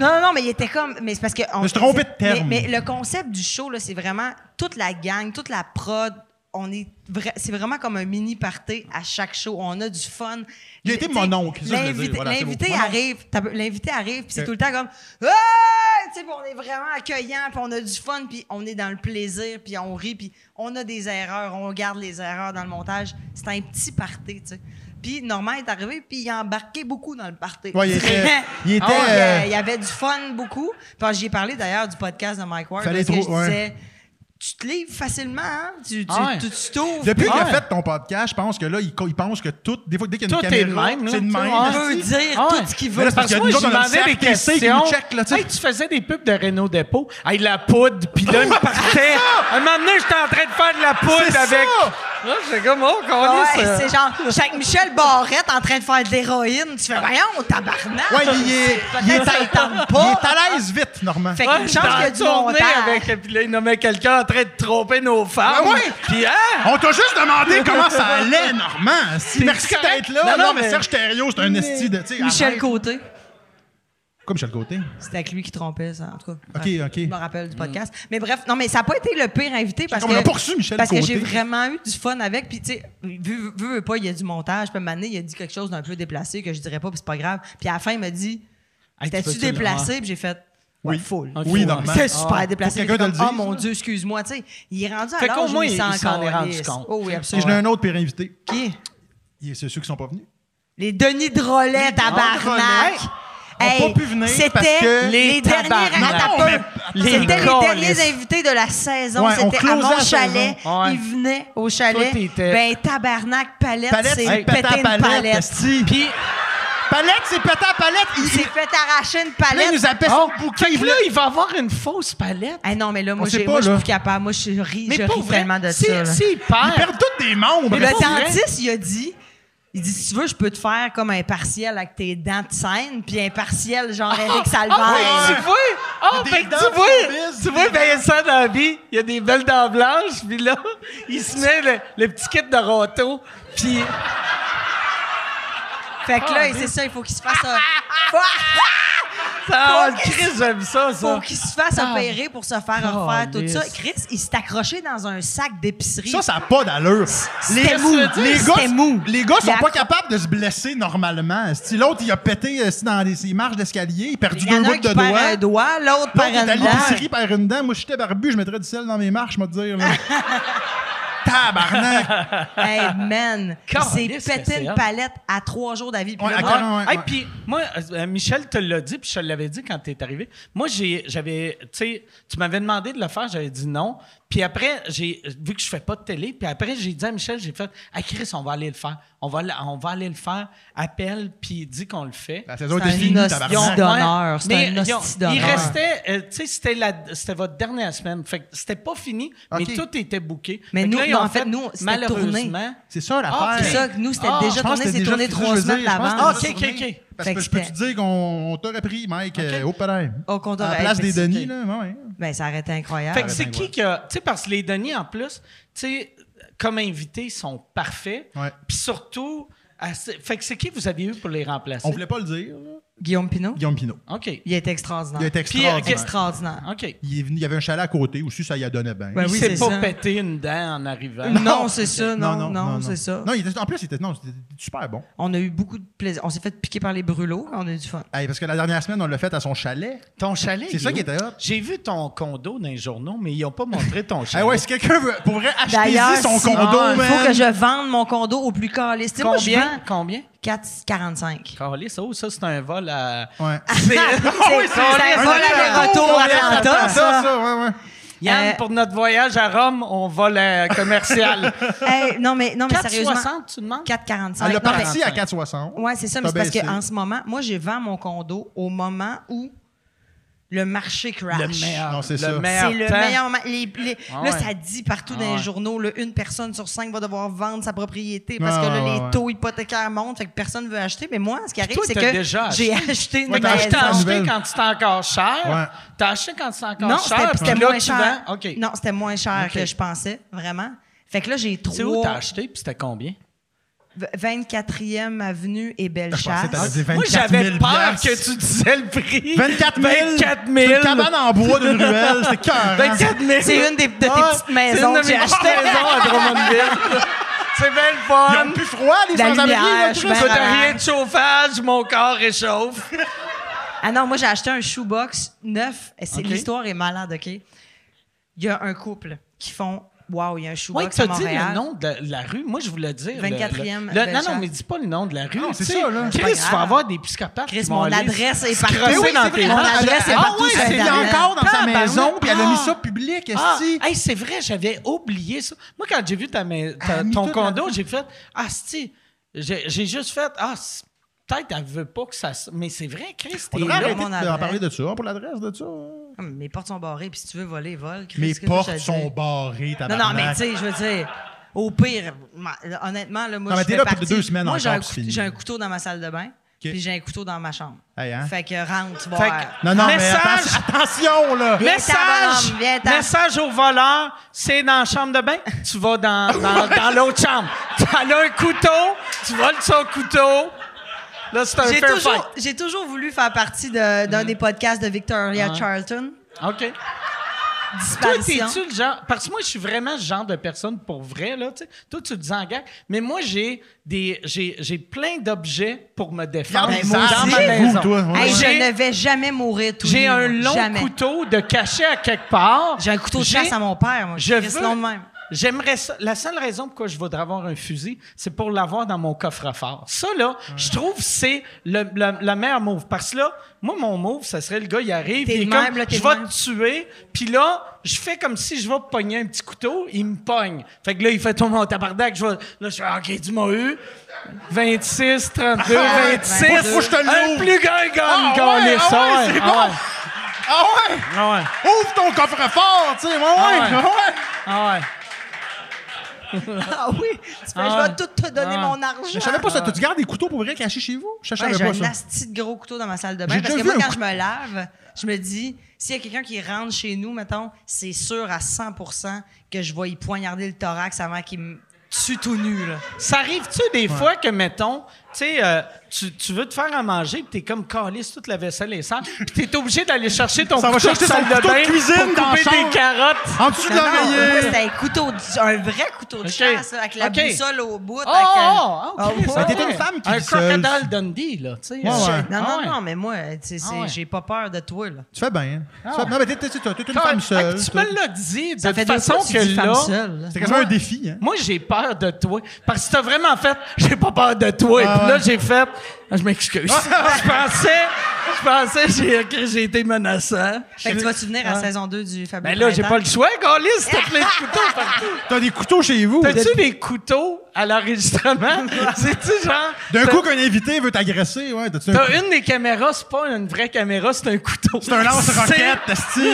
E: Non, non, non, mais il était comme. Mais c'est parce que. on-
F: me suis trompé de
E: mais-
F: terme.
E: Mais, le concept du show, là, c'est vraiment toute la gang, toute la prod. on- on est vra- c'est vraiment comme un mini party à chaque show. On a du fun.
F: Il a été
E: Le-
F: mon
E: t'sais,
F: oncle, ça, je voulais dire.
E: l'invité-
F: Voilà, c'est mon-
E: L'invité
F: mon oncle. Euh.
E: arrive, t'as- l'invité arrive, puis c'est
F: Ok.
E: tout le temps comme Hey! Tu sais, puis on est vraiment accueillant, puis on a du fun, puis on est dans le plaisir, puis on rit, puis on a des erreurs, on regarde les erreurs dans le montage. C'est un petit party, tu sais. Puis Normand est arrivé, puis il a embarqué beaucoup dans le party.
F: Ouais, il était-
E: [LAUGHS]
F: il était,
E: Ah ouais,
F: euh,
E: il y avait du fun beaucoup. Puis j'y ai parlé d'ailleurs du podcast de Mike Ward.
F: Fallait
E: parce que
F: trop-
E: je
F: ouais.
E: disais, tu te livres facilement, hein? Tu, tu,
C: Ah ouais.
E: tu- tu t'ouvres.
F: Depuis
E: puis
F: qu'il a
C: Ouais.
F: fait ton podcast, je pense que là, il, co- il pense que tout. Des fois, dès qu'il y a une
C: Tout est de
F: caméra,
C: même, là.
F: c'est de
C: Tu
F: même.
C: vois,
E: on peut
F: asti.
E: dire
C: Ah ouais.
E: tout ce qu'il
F: Mais
E: veut.
F: là, c'est parce
E: Parce
F: que
E: que
F: nous
C: Moi, je
F: autres, on a le
C: demandais des
F: cercle qui sait, qui
C: questions.
F: nous check, là, tu sais.
C: Hey, tu faisais des pubs de Renault Dépôt. Hey, la poudre, puis là, il
F: [LAUGHS]
C: partait. Un moment donné, j'étais en train de faire de la
F: C'est
C: poudre
F: ça!
C: avec... Là, j'étais comme, oh,
E: ouais,
C: qu'on est ça.
F: euh.
E: c'est genre, chaque Michel Barrette en train de faire de l'héroïne. Tu fais, voyons, tabarnak.
F: Ouais, il est, il est,
E: [LAUGHS] Peut-être ça le tente pas.
F: il est à l'aise vite, Normand.
E: Fait
C: Ouais,
E: qu'une chance qu'il y a du
C: j'étais en tournée
E: montage.
C: Avec, puis là, il nommait quelqu'un en train de tromper nos femmes.
F: Ah Ouais, ouais.
C: Puis, hein?
F: On t'a juste demandé comment ça allait, Normand. asti.
C: C'est
F: Merci
C: correct.
F: d'être là.
C: Non,
F: Non,
C: non,
F: mais,
C: mais-
F: Serge Thériault, c'est un esti de. tu sais,
E: Michel
F: arrête.
E: Côté.
F: Quoi, Michel Côté?
E: C'était avec lui qui trompait, ça, en tout cas.
F: OK,
E: Bref,
F: OK. Mm.
E: Je me rappelle du podcast. Mais bref, non, mais ça n'a pas été le pire invité parce
F: comme,
E: que.
F: on a poursu Michel
E: Parce que
F: Côté.
E: j'ai vraiment eu du fun avec. Puis, tu sais, veux, veux, veux pas, il y a du montage. Puis, Mané, il a dit quelque chose d'un peu déplacé que je dirais pas, puis c'est pas grave. Puis, à la fin, il m'a dit
C: Hey, tu
E: T'as-tu
C: peux-tu le-
E: déplacé? Puis, j'ai fait Ouais,
F: Oui.
E: full.
F: Oui, Normand.
E: Ah, C'est super déplacé.
F: Faut quelqu'un
E: J'étais
F: de le
E: comme,
F: dise,
E: Oh mon
F: là.
E: Dieu, excuse-moi. Tu sais, il est rendu à
C: Fait qu'au
E: l'âge où
C: moins,
E: il s'en
C: il s'en est rendu
E: calisse.
C: compte.
E: Oh oui,
F: Puis j'en ai
E: absolument.
F: un autre pire invité.
E: Qui?
F: Il est ceux qui sont pas venus.
E: Les Denis Drolet, tabarnak.
F: Hey, ont pas pu venir
E: c'était
F: parce que-
E: les,
C: Les
E: derniers
C: tabarnak.
E: attends
F: Non,
E: un
F: mais-
E: peu.
C: Les
E: C'était les
C: câlisses.
E: derniers invités de la saison.
F: Ouais, on
E: C'était à
F: closait
E: mon
F: la
E: chalet.
C: saison. Ouais.
E: Ils venaient au chalet.
C: Toi, t'étais-
E: Ben, tabarnak, palette,
F: Palette,
E: c'est
F: c'est
E: pété
F: pétant
E: une
F: palette.
E: palette.
F: esti.
C: Puis,
F: Palette, c'est pétant palette. Il,
E: Il s'est
F: il,
E: fait arracher une
F: là, il
E: palette.
F: nous appelle
C: oh,
F: son bouquin.
C: fait
F: Il
C: que là,
F: voulait-
C: il va avoir une fausse palette.
E: Ah non, mais là, moi,
F: sait
E: j'ai-
F: pas,
E: moi, je suis
F: là.
E: plus capable. Moi, je ris, je
C: Mais pas
E: ris
C: vrai.
E: vraiment de
C: Si-
E: ça. là.
C: Si, il perd.
F: Ils perdent tous des membres.
E: Le
C: pas vrai.
E: dentiste, il a dit. Il dit, si tu veux, je peux te faire comme un partiel avec tes dents de scène, puis un partiel genre Eric Salvaire.
C: Ah oui, tu vois? Ah,
F: Des
C: fait que
F: dents
C: tu vois,
F: showbiz,
C: tu vois Vincent dans la vie, il a des belles dents blanches, puis là, [LAUGHS] il se met le, le petit kit de râteau, puis...
E: Fait que là, c'est ça, il faut qu'il se fasse un-
C: Ah,
E: Faut qu'il-
C: Chris, j'aime ça, ça.
E: faut qu'il se fasse
C: Ah.
E: opérer pour se faire refaire tout
C: Calisse.
E: ça. Chris, il s'est accroché dans un sac d'épicerie.
F: Ça, ça n'a pas d'allure.
E: C'était mou.
F: Les
E: C'était
F: gars,
E: mou.
F: les gars
E: Il
F: sont
E: a-
F: pas capables de se blesser normalement. Si l'autre, il a pété euh, si dans les- ses marches d'escalier, il a perdu
E: il y
F: deux
E: en a un
F: bouts
E: qui
F: de
E: perd un
F: doigts.
E: doigt, l'autre
F: L'autre, il est
E: perd un
F: allé l'épicerie
E: doigt.
F: par une dent. Moi, j'étais barbu, je mettrais du sel dans mes marches, je vais te dire.
E: [LAUGHS]
F: là. Tabarnak!
E: Hey,
F: [LAUGHS]
E: man, il
C: Calisse,
E: s'est
C: que c'est
E: pété une
C: hot.
E: palette à trois jours d'avis. Puis
F: hein? Ouais,
E: là,
F: à
E: moi,
F: quarante-
C: Ah,
F: ouais,
C: hey,
F: ouais.
C: puis moi, euh, Michel te l'a dit, puis je te l'avais dit quand t'es arrivé. Moi, j'ai, j'avais, tu sais, tu m'avais demandé de le faire, j'avais dit non. Puis après, j'ai vu que je fais pas de télé, puis après j'ai dit à Michel, j'ai fait, ah Chris, on va aller le faire, on va, le- on va aller le faire. Appelle, puis dis qu'on le fait.
F: La saison
E: C'est
F: était
E: un
F: finie,
E: hostie
F: tabarnak.
E: Ils ont- d'honneur,
C: ouais,
E: c'est
C: mais
E: un
C: ils ont-
E: hostie d'honneur.
C: Il restait, euh, tu sais, c'était la- c'était votre dernière semaine, fait que c'était pas fini, mais
F: Ok.
C: tout était booké.
E: Mais
C: Fait que
E: nous,
C: ils
E: non,
C: ont
E: en fait, nous, c'était
C: malheureusement.
E: tourné.
F: C'est ça
C: Ah,
F: l'affaire.
E: C'est ça que nous, c'était
C: Ah,
E: déjà
F: Je pense
E: tourné,
F: que
E: c'est
F: c'était
E: tourné
F: déjà-
E: trois
F: je veux dire,
E: semaines
F: je pense
E: d'avance.
F: que c'était
C: Ah, ok,
F: déjà
C: ok,
F: tourné.
C: ok.
F: Parce
E: Fait
F: que
E: que
F: je peux te
E: c'était-
F: dire qu'on on t'aurait pris, Mike, euh, au palais.
E: Oh, qu'on
F: À
E: t'aurait-
F: la place
E: ben,
F: des
E: c'est-
F: Denis, là, ouais, ouais.
E: Ben, ça aurait été incroyable.
C: Fait que c'est
F: ben,
C: qui
F: ouais.
C: que. Tu sais, parce que les Denis, en plus, tu sais, comme invités, ils sont parfaits.
F: Ouais.
C: Puis surtout, assez- fait que c'est qui vous aviez eu pour les remplacer?
F: On voulait pas le dire. là.
E: Guillaume Pinot,
F: Guillaume Pinot.
C: OK.
E: il a été extraordinaire.
F: Il a été
C: Puis, euh,
F: extraordinaire. Ah.
E: extraordinaire.
C: OK.
F: Il, est venu, il y avait un chalet à côté aussi, ça y a donné bien.
E: Ben
C: il
E: oui,
C: s'est
E: c'est
C: pas
E: ça.
C: pété une dent en arrivant.
E: Non, c'est ça. Non, non, c'est ça.
F: Non, il était- en plus, il était, non, c'était super bon.
E: On a eu beaucoup de plaisir. On s'est fait piquer par les brûlots. On a eu du fun.
F: Hey, parce que la dernière semaine, on l'a fait à son chalet.
C: Ton chalet.
F: C'est
C: il
F: ça
C: est
F: qui
C: où?
F: était hot.
C: J'ai vu ton condo dans les journaux, mais ils n'ont pas montré ton
F: Hey,
C: chalet.
F: Ah ouais, si quelqu'un veut, pourrait
E: D'ailleurs,
F: acheter son
E: si-
F: condo,
E: il
F: man.
E: faut que je vende mon condo au plus caliste. Tu sais, moi, je
C: Combien?
E: vends
C: Combien?
E: 4,45.
C: Carlis, oh, ça, c'est un vol à.
F: Ouais.
E: Ah, C'est
C: Ah
E: c'est un vol aller-retour à Atlanta,
F: ça,
E: ça.
F: ça, ouais, ouais.
C: Yann,
E: Euh,
C: pour notre voyage à Rome, on vole à commercial.
E: [LAUGHS] Hey, non, [LAUGHS] mais, non, mais sérieusement.
C: 4,60, tu demandes?
E: 4,45.
F: Elle
E: Non,
F: l'a
E: mais-
F: parti à 4,60.
E: Oui, c'est ça,
F: T'as
E: mais c'est parce
F: baissé.
E: qu'en ce moment, moi, je vends mon condo au moment où le marché crash.
C: Le meilleur.
F: Non, c'est
C: le
F: ça.
C: meilleur
E: C'est le
C: temps.
E: meilleur moment. Les- les-
C: Ah ouais.
E: là, ça dit partout dans
C: Ah ouais.
E: les journaux, là, une personne sur cinq va devoir vendre sa propriété parce
F: Ah
E: que là,
F: ouais,
E: les
F: ouais.
E: taux hypothécaires montent, fait que personne ne veut acheter. Mais moi, ce qui arrive,
C: toi,
E: c'est
C: t'as
E: que
C: déjà acheté.
E: j'ai acheté une
F: Ouais, t'as
E: maison.
C: T'as
F: la
C: acheté
F: nouvelle.
C: quand c'était encore cher.
F: Ouais.
C: T'as acheté quand c'était encore
E: Non,
C: cher.
E: c'était
C: puis
E: c'était
C: là,
E: moins
C: tu
E: cher.
C: vends. OK.
E: Non, c'était moins cher
C: Ok.
E: que je pensais, vraiment. Fait que là, j'ai
C: Tu sais où t'as
E: trois.
C: acheté, puis c'était combien?
E: 24e avenue et
F: Je pensais que t'allais
E: Bellechasse.
F: dire
C: Moi,
F: 24 000
C: j'avais peur
F: piastres.
C: que tu disais le prix.
F: 24 000!
C: 24 000.
F: C'est Une Ben, cabane en bois d'une ruelle, c'était cœur.
C: 24 000.
E: C'est une
C: [LAUGHS]
E: des- de tes
C: Ah,
E: petites maisons
C: C'est une
E: que
C: de
E: j'ai
C: mes petites
E: achetées.
C: maisons à
E: [LAUGHS]
C: Drummondville. C'est belle
F: Ils
C: fun.
F: ont plus froid, les
E: La
F: sans-abri,
E: lumière,
F: là,
E: je
F: Chris.
E: suis bien
C: Écoute,
E: Ah.
C: rien de chauffage, mon corps réchauffe.
E: Ah non, moi j'ai acheté un shoebox neuf. Et c'est-
C: Ok.
E: L'histoire est malade, OK? Il y a un couple qui font Waouh, il y a un
C: Moi,
E: shoebox
C: tu as
E: à
C: dit
E: Montréal.
C: le nom de la, la rue. Moi, je voulais dire. le-
E: 24e
C: le- le- non,
E: Bellechasse.
C: non, mais dis pas le nom de la rue.
F: Non, c'est
C: tu sais.
F: ça, là.
C: Chris,
E: pas
C: tu vas
E: grave.
C: avoir des psychopathes.
E: Chris,
C: qui vont
E: mon
C: aller
E: adresse est
C: creuser
E: partout.
F: oui,
C: dans
F: c'est
C: tes
F: vrai,
E: mon
C: mains.
E: adresse est
C: Ah
E: partout
C: ouais,
E: sur
C: c'est
F: Elle est
E: Internet.
F: encore dans sa
C: Tabarnak.
F: maison, puis elle a mis ça
C: Ah.
F: public,
C: Ah,
F: esti.
C: hey, c'est vrai, j'avais oublié ça. Moi, quand j'ai vu ta ma- ta-
F: Elle a mis
C: ton
F: tout
C: condo, j'ai fait Ah, c'ti, j'ai j'ai juste fait Ah, c'est- peut-être elle veut pas que ça. se- Mais c'est vrai, Chris,
F: On
C: t'es
F: devrait
C: là.
F: arrêter
E: mon
F: d'en
E: adresse.
F: parler de ça, pour l'adresse de ça. hein.
E: Comme, Mes portes sont barrées, puis si tu veux voler, vole. Chris,
F: Mes
E: qu'est-ce que je te
F: portes
E: dis?
F: sont barrées,
E: Non,
F: tabarnak.
E: non, mais tu sais, je veux dire, au pire, ma- honnêtement, là, moi,
F: Non, mais
E: je
F: t'es
E: fais
F: là pour
E: partie-
F: deux semaines
E: Moi, j'ai
F: encore,
E: un,
F: puis
E: cou-
F: c'est fini.
E: j'ai un couteau dans ma salle de bain, puis j'ai un couteau dans ma chambre.
F: Hey, hein?
E: Fait que rentre, euh,
C: Fait
E: boire.
C: que-
F: Non, non, mais
C: Message-
F: atten- attention, là!
E: Viens-t'en,
C: Message,
E: bonhomme, viens-t'en.
C: message au voleur, c'est dans la chambre de bain, tu vas dans, dans, dans l'autre chambre. T'as là un couteau, tu voles son couteau. Là, c'est un
E: J'ai
C: fair fight.
E: toujours, j'ai toujours voulu faire partie de- d'un
C: Mm.
E: des podcasts de Victoria Charlton.
C: OK. Ah Toi,
E: Disparition.
C: t'es-tu le genre. Parce que moi, je suis vraiment le genre de personne pour vrai, là, tu sais. Toi, tu te dis en gang. Mais moi, j'ai des. J'ai, j'ai plein d'objets pour me défendre.
F: Ben,
E: moi
C: dans
E: aussi.
C: ma
F: Vous,
C: maison.
F: toi, ouais.
E: Hey, je
C: J'ai-
E: ne vais jamais mourir tout
C: J'ai
E: nu,
C: un
E: moi.
C: long
E: Jamais.
C: couteau de cachet à quelque part.
E: J'ai un couteau de
C: J'ai-
E: chasse à mon père, moi.
C: Je
E: Chris,
C: veux-
E: long de
C: [LAUGHS]
E: même.
C: J'aimerais ça. La seule raison pourquoi je voudrais avoir un fusil, c'est pour l'avoir dans mon coffre-fort. Ça, là, je trouve que c'est le, le- le meilleur move. Parce que là, moi, mon move, ça serait le gars, il arrive,
E: T'es
C: il est
E: le même,
C: comme,
E: là, t'es
C: je
E: le
C: vais
E: même.
C: te tuer. Puis là, je fais comme si je vais pogner un petit couteau, il me pogne. Fait que là, il fait tomber mon tabarnak. Je vais, là, je fais, OK, tu m'as eu. 26,
E: [LAUGHS]
C: 32,
F: ouais,
C: 26.
F: faut que je te
C: Un
F: l'ouvre.
C: plus grand
F: Ah
C: gun,
F: ouais,
C: câlisse.
F: ah ouais,
C: Ah ouais,
F: c'est
C: ah
F: bon.
C: ouais,
F: Ah ouais!
C: ah ouais.
F: Ouvre ton coffre-fort, tu sais, ouais, ouais,
C: Ah ouais.
F: ouais.
C: Ah ouais.
E: Ah oui, tu peux,
C: Ah.
E: je vais tout te donner
C: Ah.
E: mon argent.
F: Je savais pas ça. Tu gardes des couteaux pour vrai cachés chez vous? Je
E: Ouais,
F: savais
E: j'ai
F: pas
E: un
F: ça.
E: asti de gros couteau dans ma salle de
F: J'ai
E: bain. Parce
F: déjà
E: que moi,
F: vu un
E: quand je me lave, je me dis, s'il y a quelqu'un qui rentre chez nous, mettons, c'est sûr à 100 que je vais y poignarder le thorax avant qu'il me tue tout nu. Là.
C: Ça arrive-tu des fois que, mettons, tu sais, euh, tu, tu veux te faire à manger, puis t'es comme calisse toute la vaisselle est sale, puis t'es obligé d'aller chercher ton
F: Ça va
C: couteau
F: chercher
C: de salle
F: son couteau de
C: bain
F: cuisine
C: pour
F: dans
C: couper
F: la
C: des
F: chambre.
C: carottes.
F: En dessous de
E: Non, non, moi,
F: l'oreiller!
E: c'était un couteau, de- un vrai couteau
C: Ok.
E: de chasse, là, avec la
C: Ok.
E: boussole au bout.
C: Oh,
E: avec un-
C: oh, oh, ok.
E: Ah,
C: ça
E: ouais.
C: va.
F: T'es une femme qui
C: Un
F: vit seule.
C: crocodile Dundee, là, tu sais.
F: Ouais, ouais.
E: Non,
C: Ah
E: non,
C: ouais.
E: non, mais moi, tu sais, c'est-
C: Ah ouais.
E: j'ai pas peur de toi. Là.
F: Tu fais bien. Tu fais-
C: ouais.
F: Non, mais t'es- t'es t'es- t'es une
C: Ah,
F: femme
C: ah,
F: seule.
C: Tu
F: Ah toi.
C: me l'as dit de
E: Ça fait
C: toute
E: deux
C: façon
E: fois que tu dis
C: que
E: femme
C: là...
E: seule. là.
F: C'est quasiment un défi, hein?
C: Moi, j'ai peur de toi. Parce que t'as vraiment fait, j'ai pas peur de toi.
F: Ah
C: Puis là,
F: ouais.
C: j'ai fait, Ah, je
F: [LAUGHS]
C: m'excuse. je pensais, je pensais, j'ai, que j'ai été menaçant.
E: Fait que tu vas-tu venir à saison 2 du Fabuleux
C: Mais Ben là, j'ai
E: Printemps?
C: pas le choix, Gaulis, t'as plein de couteaux partout.
F: T'as des couteaux chez vous.
C: T'as-tu des couteaux à l'enregistrement? C'est-tu genre.
F: D'un
C: t'as-
F: coup qu'un invité veut t'agresser, ouais. T'as-tu un
C: T'as une des caméras, c'est pas une vraie caméra, c'est un couteau.
F: C'est un lance-roquette,
C: [LAUGHS]
F: esti.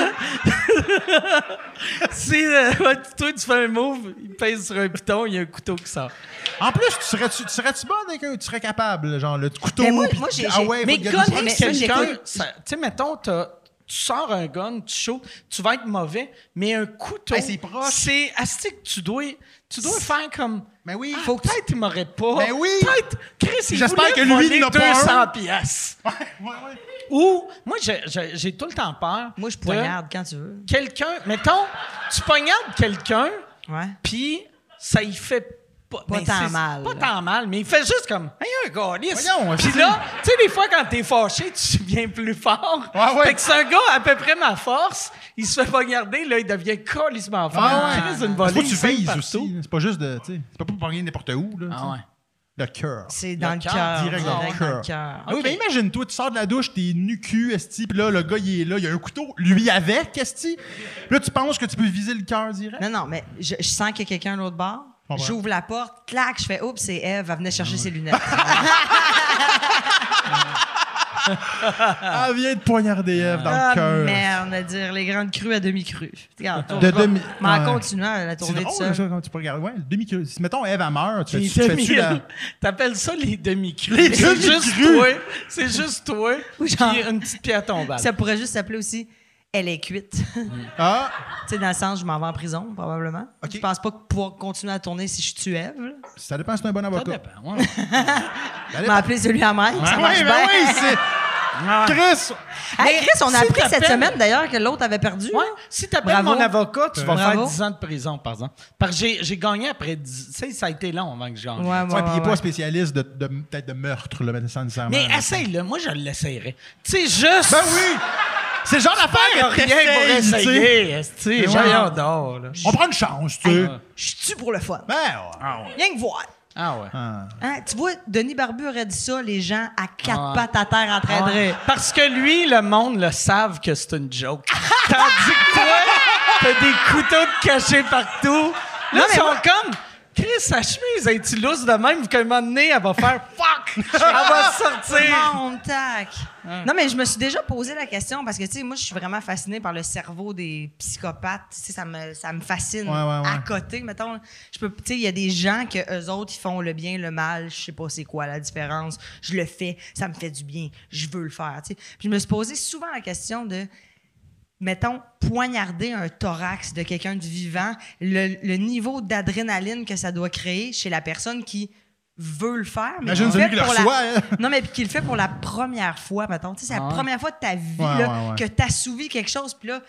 C: Si euh, ouais, toi, tu fais un move, il pèse sur un piton, il y a un couteau qui sort.
F: En plus, tu serais-tu tu serais-tu bonne avec eux? Tu serais capable, genre, le couteau.
E: Mais moi-
F: puis-
E: moi, j'ai-
F: ah
E: j'ai-
F: ouais, faut
C: Mais
F: que le
C: gun,
F: gars nous-
E: mais ça,
C: quelqu'un,
E: j'écoute.
C: ça- tu sais, mettons, t'as- tu sors un gun, tu shoot, tu vas être mauvais, mais un couteau,
F: Hey, c'est proche.
C: c'est asti que tu dois, tu dois faire comme.
F: Mais Ben oui.
C: Ah, faut que peut-être il m'aurait pas.
F: Ben oui.
C: Peut-être. Chris, il
F: J'espère
C: voulait
F: que lui, il
C: voler
F: n'a pas
C: 200
F: un.
C: piastres.
F: Ouais, ouais, ouais.
C: Ou moi, j'ai- j'ai j'ai tout le temps peur.
E: Moi, je
C: de
E: poignarde quand tu veux.
C: Quelqu'un, mettons, tu poignardes quelqu'un,
E: Ouais.
C: puis ça y fait pas,
E: Pas
C: ben,
E: tant
C: c'est-
E: mal.
C: Pas tant mal, mais il fait juste comme, hey, un galice.
F: Voyons,
C: Puis
F: c'est-
C: là, tu sais, des fois, quand t'es fâché, tu deviens plus fort.
F: Ouais, ouais.
C: Fait que c'est un gars, à peu près ma force, il se fait poignarder, là, il devient calissement fort.
F: Ah
C: Il
F: ouais.
C: crisse une
F: Parce que
C: volée,
F: tu
C: il saigne
F: vises
C: partout.
F: aussi. là. C'est pas juste de. tu sais, C'est pas pour rien n'importe où, là. tu sais.
C: Ah ouais.
F: Le cœur.
E: C'est dans le
C: cœur,
E: cœur.
F: direct dans le
E: dans le
F: cœur.
E: cœur.
F: Ah Oui, mais imagine-toi, tu sors de la douche, t'es nu cul, esti, pis là, le gars, il est là, il a un couteau, lui avec, esti. Puis là, tu penses que tu peux viser le cœur direct?
E: Non, non, mais je, je sens qu'il y a quelqu'un à l'autre bord.
F: Comprends.
E: J'ouvre la porte, clac, je fais Oups, c'est Eve, elle venait chercher ses
C: [LAUGHS]
E: lunettes.
F: Ah, viens de poignarder Ève dans le cœur.
E: Ah, merde, à dire les grandes crues à demi-crues. Regarde, tourne
F: De
E: pas.
F: demi-
E: Mais en
F: ouais.
E: continuant la
F: C'est
E: tournée tout
F: drôle,
C: oh,
E: seul.
F: ça, quand tu peux regarder. Ouais, le demi cœur Si, mettons, Ève, elle meurt, tu
C: Les
F: fais-tu fais
C: demi-
F: -tu la...
C: T'appelles ça les demi-crues.
F: Les
C: C'est juste
F: demi-crues.
C: toi. C'est juste toi.
E: Ou
C: Puis
E: genre-
C: une petite pierre tombale.
E: Ça pourrait juste s'appeler aussi elle est cuite. [LAUGHS] tu
F: Ah,
E: sais, dans le sens, je m'en vais en prison, probablement.
F: Ok.
E: Je pense pas pouvoir continuer à tourner si je tue Eve. là.
F: ça dépend si c'est un bon
C: Ça
F: avocat.
C: dépend, ouais.
F: Ça dépend.
E: M'a appelé celui à Mike, ça marche bien.
F: oui, ben oui,
E: [LAUGHS]
F: c'est.
C: Ah.
F: Chris!
E: Hey, Chris, on a
C: Si
E: appris
C: t'appelles-
E: cette semaine d'ailleurs que l'autre avait perdu.
C: Ouais,
E: là.
C: Si tu appelles
E: Bravo.
C: mon avocat, tu vas
E: Bravo.
C: faire 10 ans de prison, par exemple. Parce que j'ai- j'ai gagné après 10... Tu sais, ça a été long avant que je gagne.
E: Ouais,
F: Ouais, puis il est
E: ouais, ouais.
F: pas spécialiste de, de- peut-être de meurtre, le médecin nécessairement.
C: Mais essaye-le. Moi, je l'essayerais. Tu sais, juste...
F: Ben oui! Ah, C'est le genre d'affaire que t'essayes, tu sais.
C: essayer.
F: Ouais.
C: Voyons d'or, là.
F: On prend une chance, tu sais.
E: Je tue pour le fun.
F: Ben, ouais.
E: Rien que voir.
C: Ah ouais.
F: Ah.
E: Hein, tu vois, Denis Barbu aurait dit ça, les gens à quatre
C: Ouais.
E: pattes à terre en train
F: Ah.
E: de rire.
C: Parce que lui, le monde le savent que c'est une
F: [LAUGHS]
C: joke. Tandis que toi, t'as des couteaux de cachés partout. Là, ils sont comme... Chris, sa chemise, est-tu lousse de même qu'à un moment donné, elle va
E: [LAUGHS]
C: faire « Fuck! » Elle va sortir.
E: Mon tac.
F: Hein?
E: Non, mais je me suis déjà posé la question parce que, tu sais, moi, je suis vraiment fascinée par le cerveau des psychopathes. Tu sais, ça me, ça me fascine.
F: Ouais, ouais, ouais.
E: À côté, mettons, je peux, tu sais, il y a des gens que eux autres, ils font le bien, le mal. Je sais pas c'est quoi la différence. Je le fais, ça me fait du bien. Je veux le faire, tu sais. Puis je me suis posé souvent la question de, mettons, poignarder un thorax de quelqu'un de vivant, le, le niveau d'adrénaline que ça doit créer chez la personne qui veut le faire. Mais
F: Imagine
E: le
F: celui
E: fait
F: qui le
E: pour la-
F: reçoit, hein.
E: Non, mais puis qui le fait pour la première fois, mettons. Tu sais, c'est la première fois de ta vie
F: Ouais,
E: là,
F: ouais, ouais.
E: que t'assouvis quelque chose, puis là,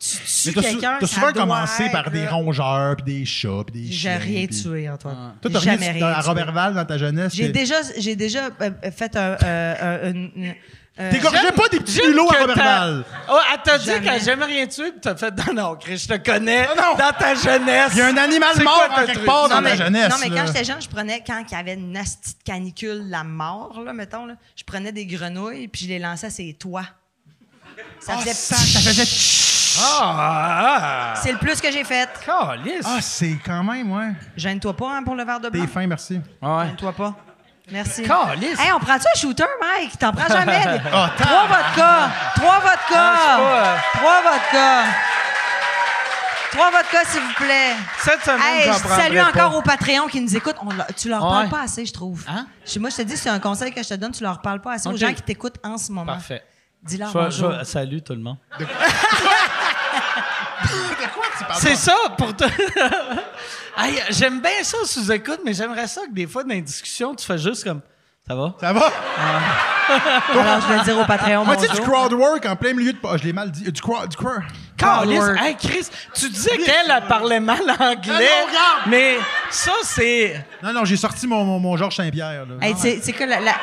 E: tu
F: Mais
E: tues
F: t'as sou-
E: quelqu'un.
F: t'as
E: ça
F: souvent
E: doit
F: commencé
E: être,
F: par des
E: là,
F: rongeurs, puis des chats, puis des
E: J'ai
F: chiens.
E: rien
F: puis-
E: tué, Antoine.
F: Toi, t'as rien
E: Jamais
F: tué.
E: rien
F: À
E: tué.
F: Robertval, dans ta jeunesse.
E: J'ai
F: t'es-
E: déjà, j'ai déjà euh, euh, fait un. euh, euh, une- une- euh,
F: T'égorgeais pas des petits
C: J'aime
F: lots à
C: que
F: Robertval.
C: t'as- Oh, elle t'a dit
E: Jamais.
C: qu'elle n'a jamais rien tué, puis t'as fait « Non, non, Chris, je te connais.
F: Non, non.
C: Dans ta jeunesse. »
F: Il y a un animal
C: C'est
F: mort
C: quoi
F: en
C: ton
F: quelque
C: truc?
F: part
E: Non,
F: dans
E: mais,
F: ta jeunesse.
E: non, mais
F: là.
E: quand j'étais jeune, je prenais, quand il y avait une nastie de canicule, la mort, là, mettons, là, je prenais des grenouilles puis je les lançais à ses toits. Ça faisait
F: Oh, ça,
E: pfff.
F: ça faisait
C: Ah!
E: C'est le plus que j'ai fait.
C: Calice!
F: Ah, c'est quand même, ouais.
E: Gêne-toi pas hein, pour le verre de blanc.
F: T'es fin, merci.
C: Ouais.
E: Gêne-toi pas. Merci.
C: Calisse.
E: Hey, on prend-tu un shooter, Mike? T'en prends
C: [LAUGHS]
E: jamais. des-
F: Oh,
E: Trois vodka. Trois
C: Ah, c'est
E: vodka.
C: pas, euh,
E: Trois vodka. Trois vodka, s'il vous plaît.
C: Cette semaine,
E: Hey,
C: j'en
E: je dis salut
C: prendrai pas. Ah,
E: encore aux Patreons qui nous écoutent. On leur- tu leur
C: Ouais.
E: parles pas assez, je trouve.
C: Hein?
E: Je- Moi, je te dis, c'est un conseil que je te donne, tu leur parles pas assez aux
C: Ok.
E: gens qui t'écoutent en ce moment.
C: Parfait.
E: Dis-leur
C: Je vais- je
E: bonjour.
C: vais- salut tout le monde.
F: De quoi tu parles?
C: C'est ça pour toi. [LAUGHS] Hey, j'aime bien ça sous écoute, mais j'aimerais ça que des fois dans les discussions, tu fais juste comme ça va.
F: Ça va?
E: Alors, je vais dire aux Patreons
F: Moi, tu sais, du
E: bonjour.
F: crowd work en plein milieu de. Ah, je l'ai mal dit. Du crowd. Du crowd.
C: Calisse. Hey Chris, tu disais qu'elle elle parlait mal anglais,
F: Ah Non, non, regarde.
C: mais ça c'est
F: Non, non, j'ai sorti mon, mon, mon Georges Saint-Pierre. là.
E: Hey, c'est c'est que la, la-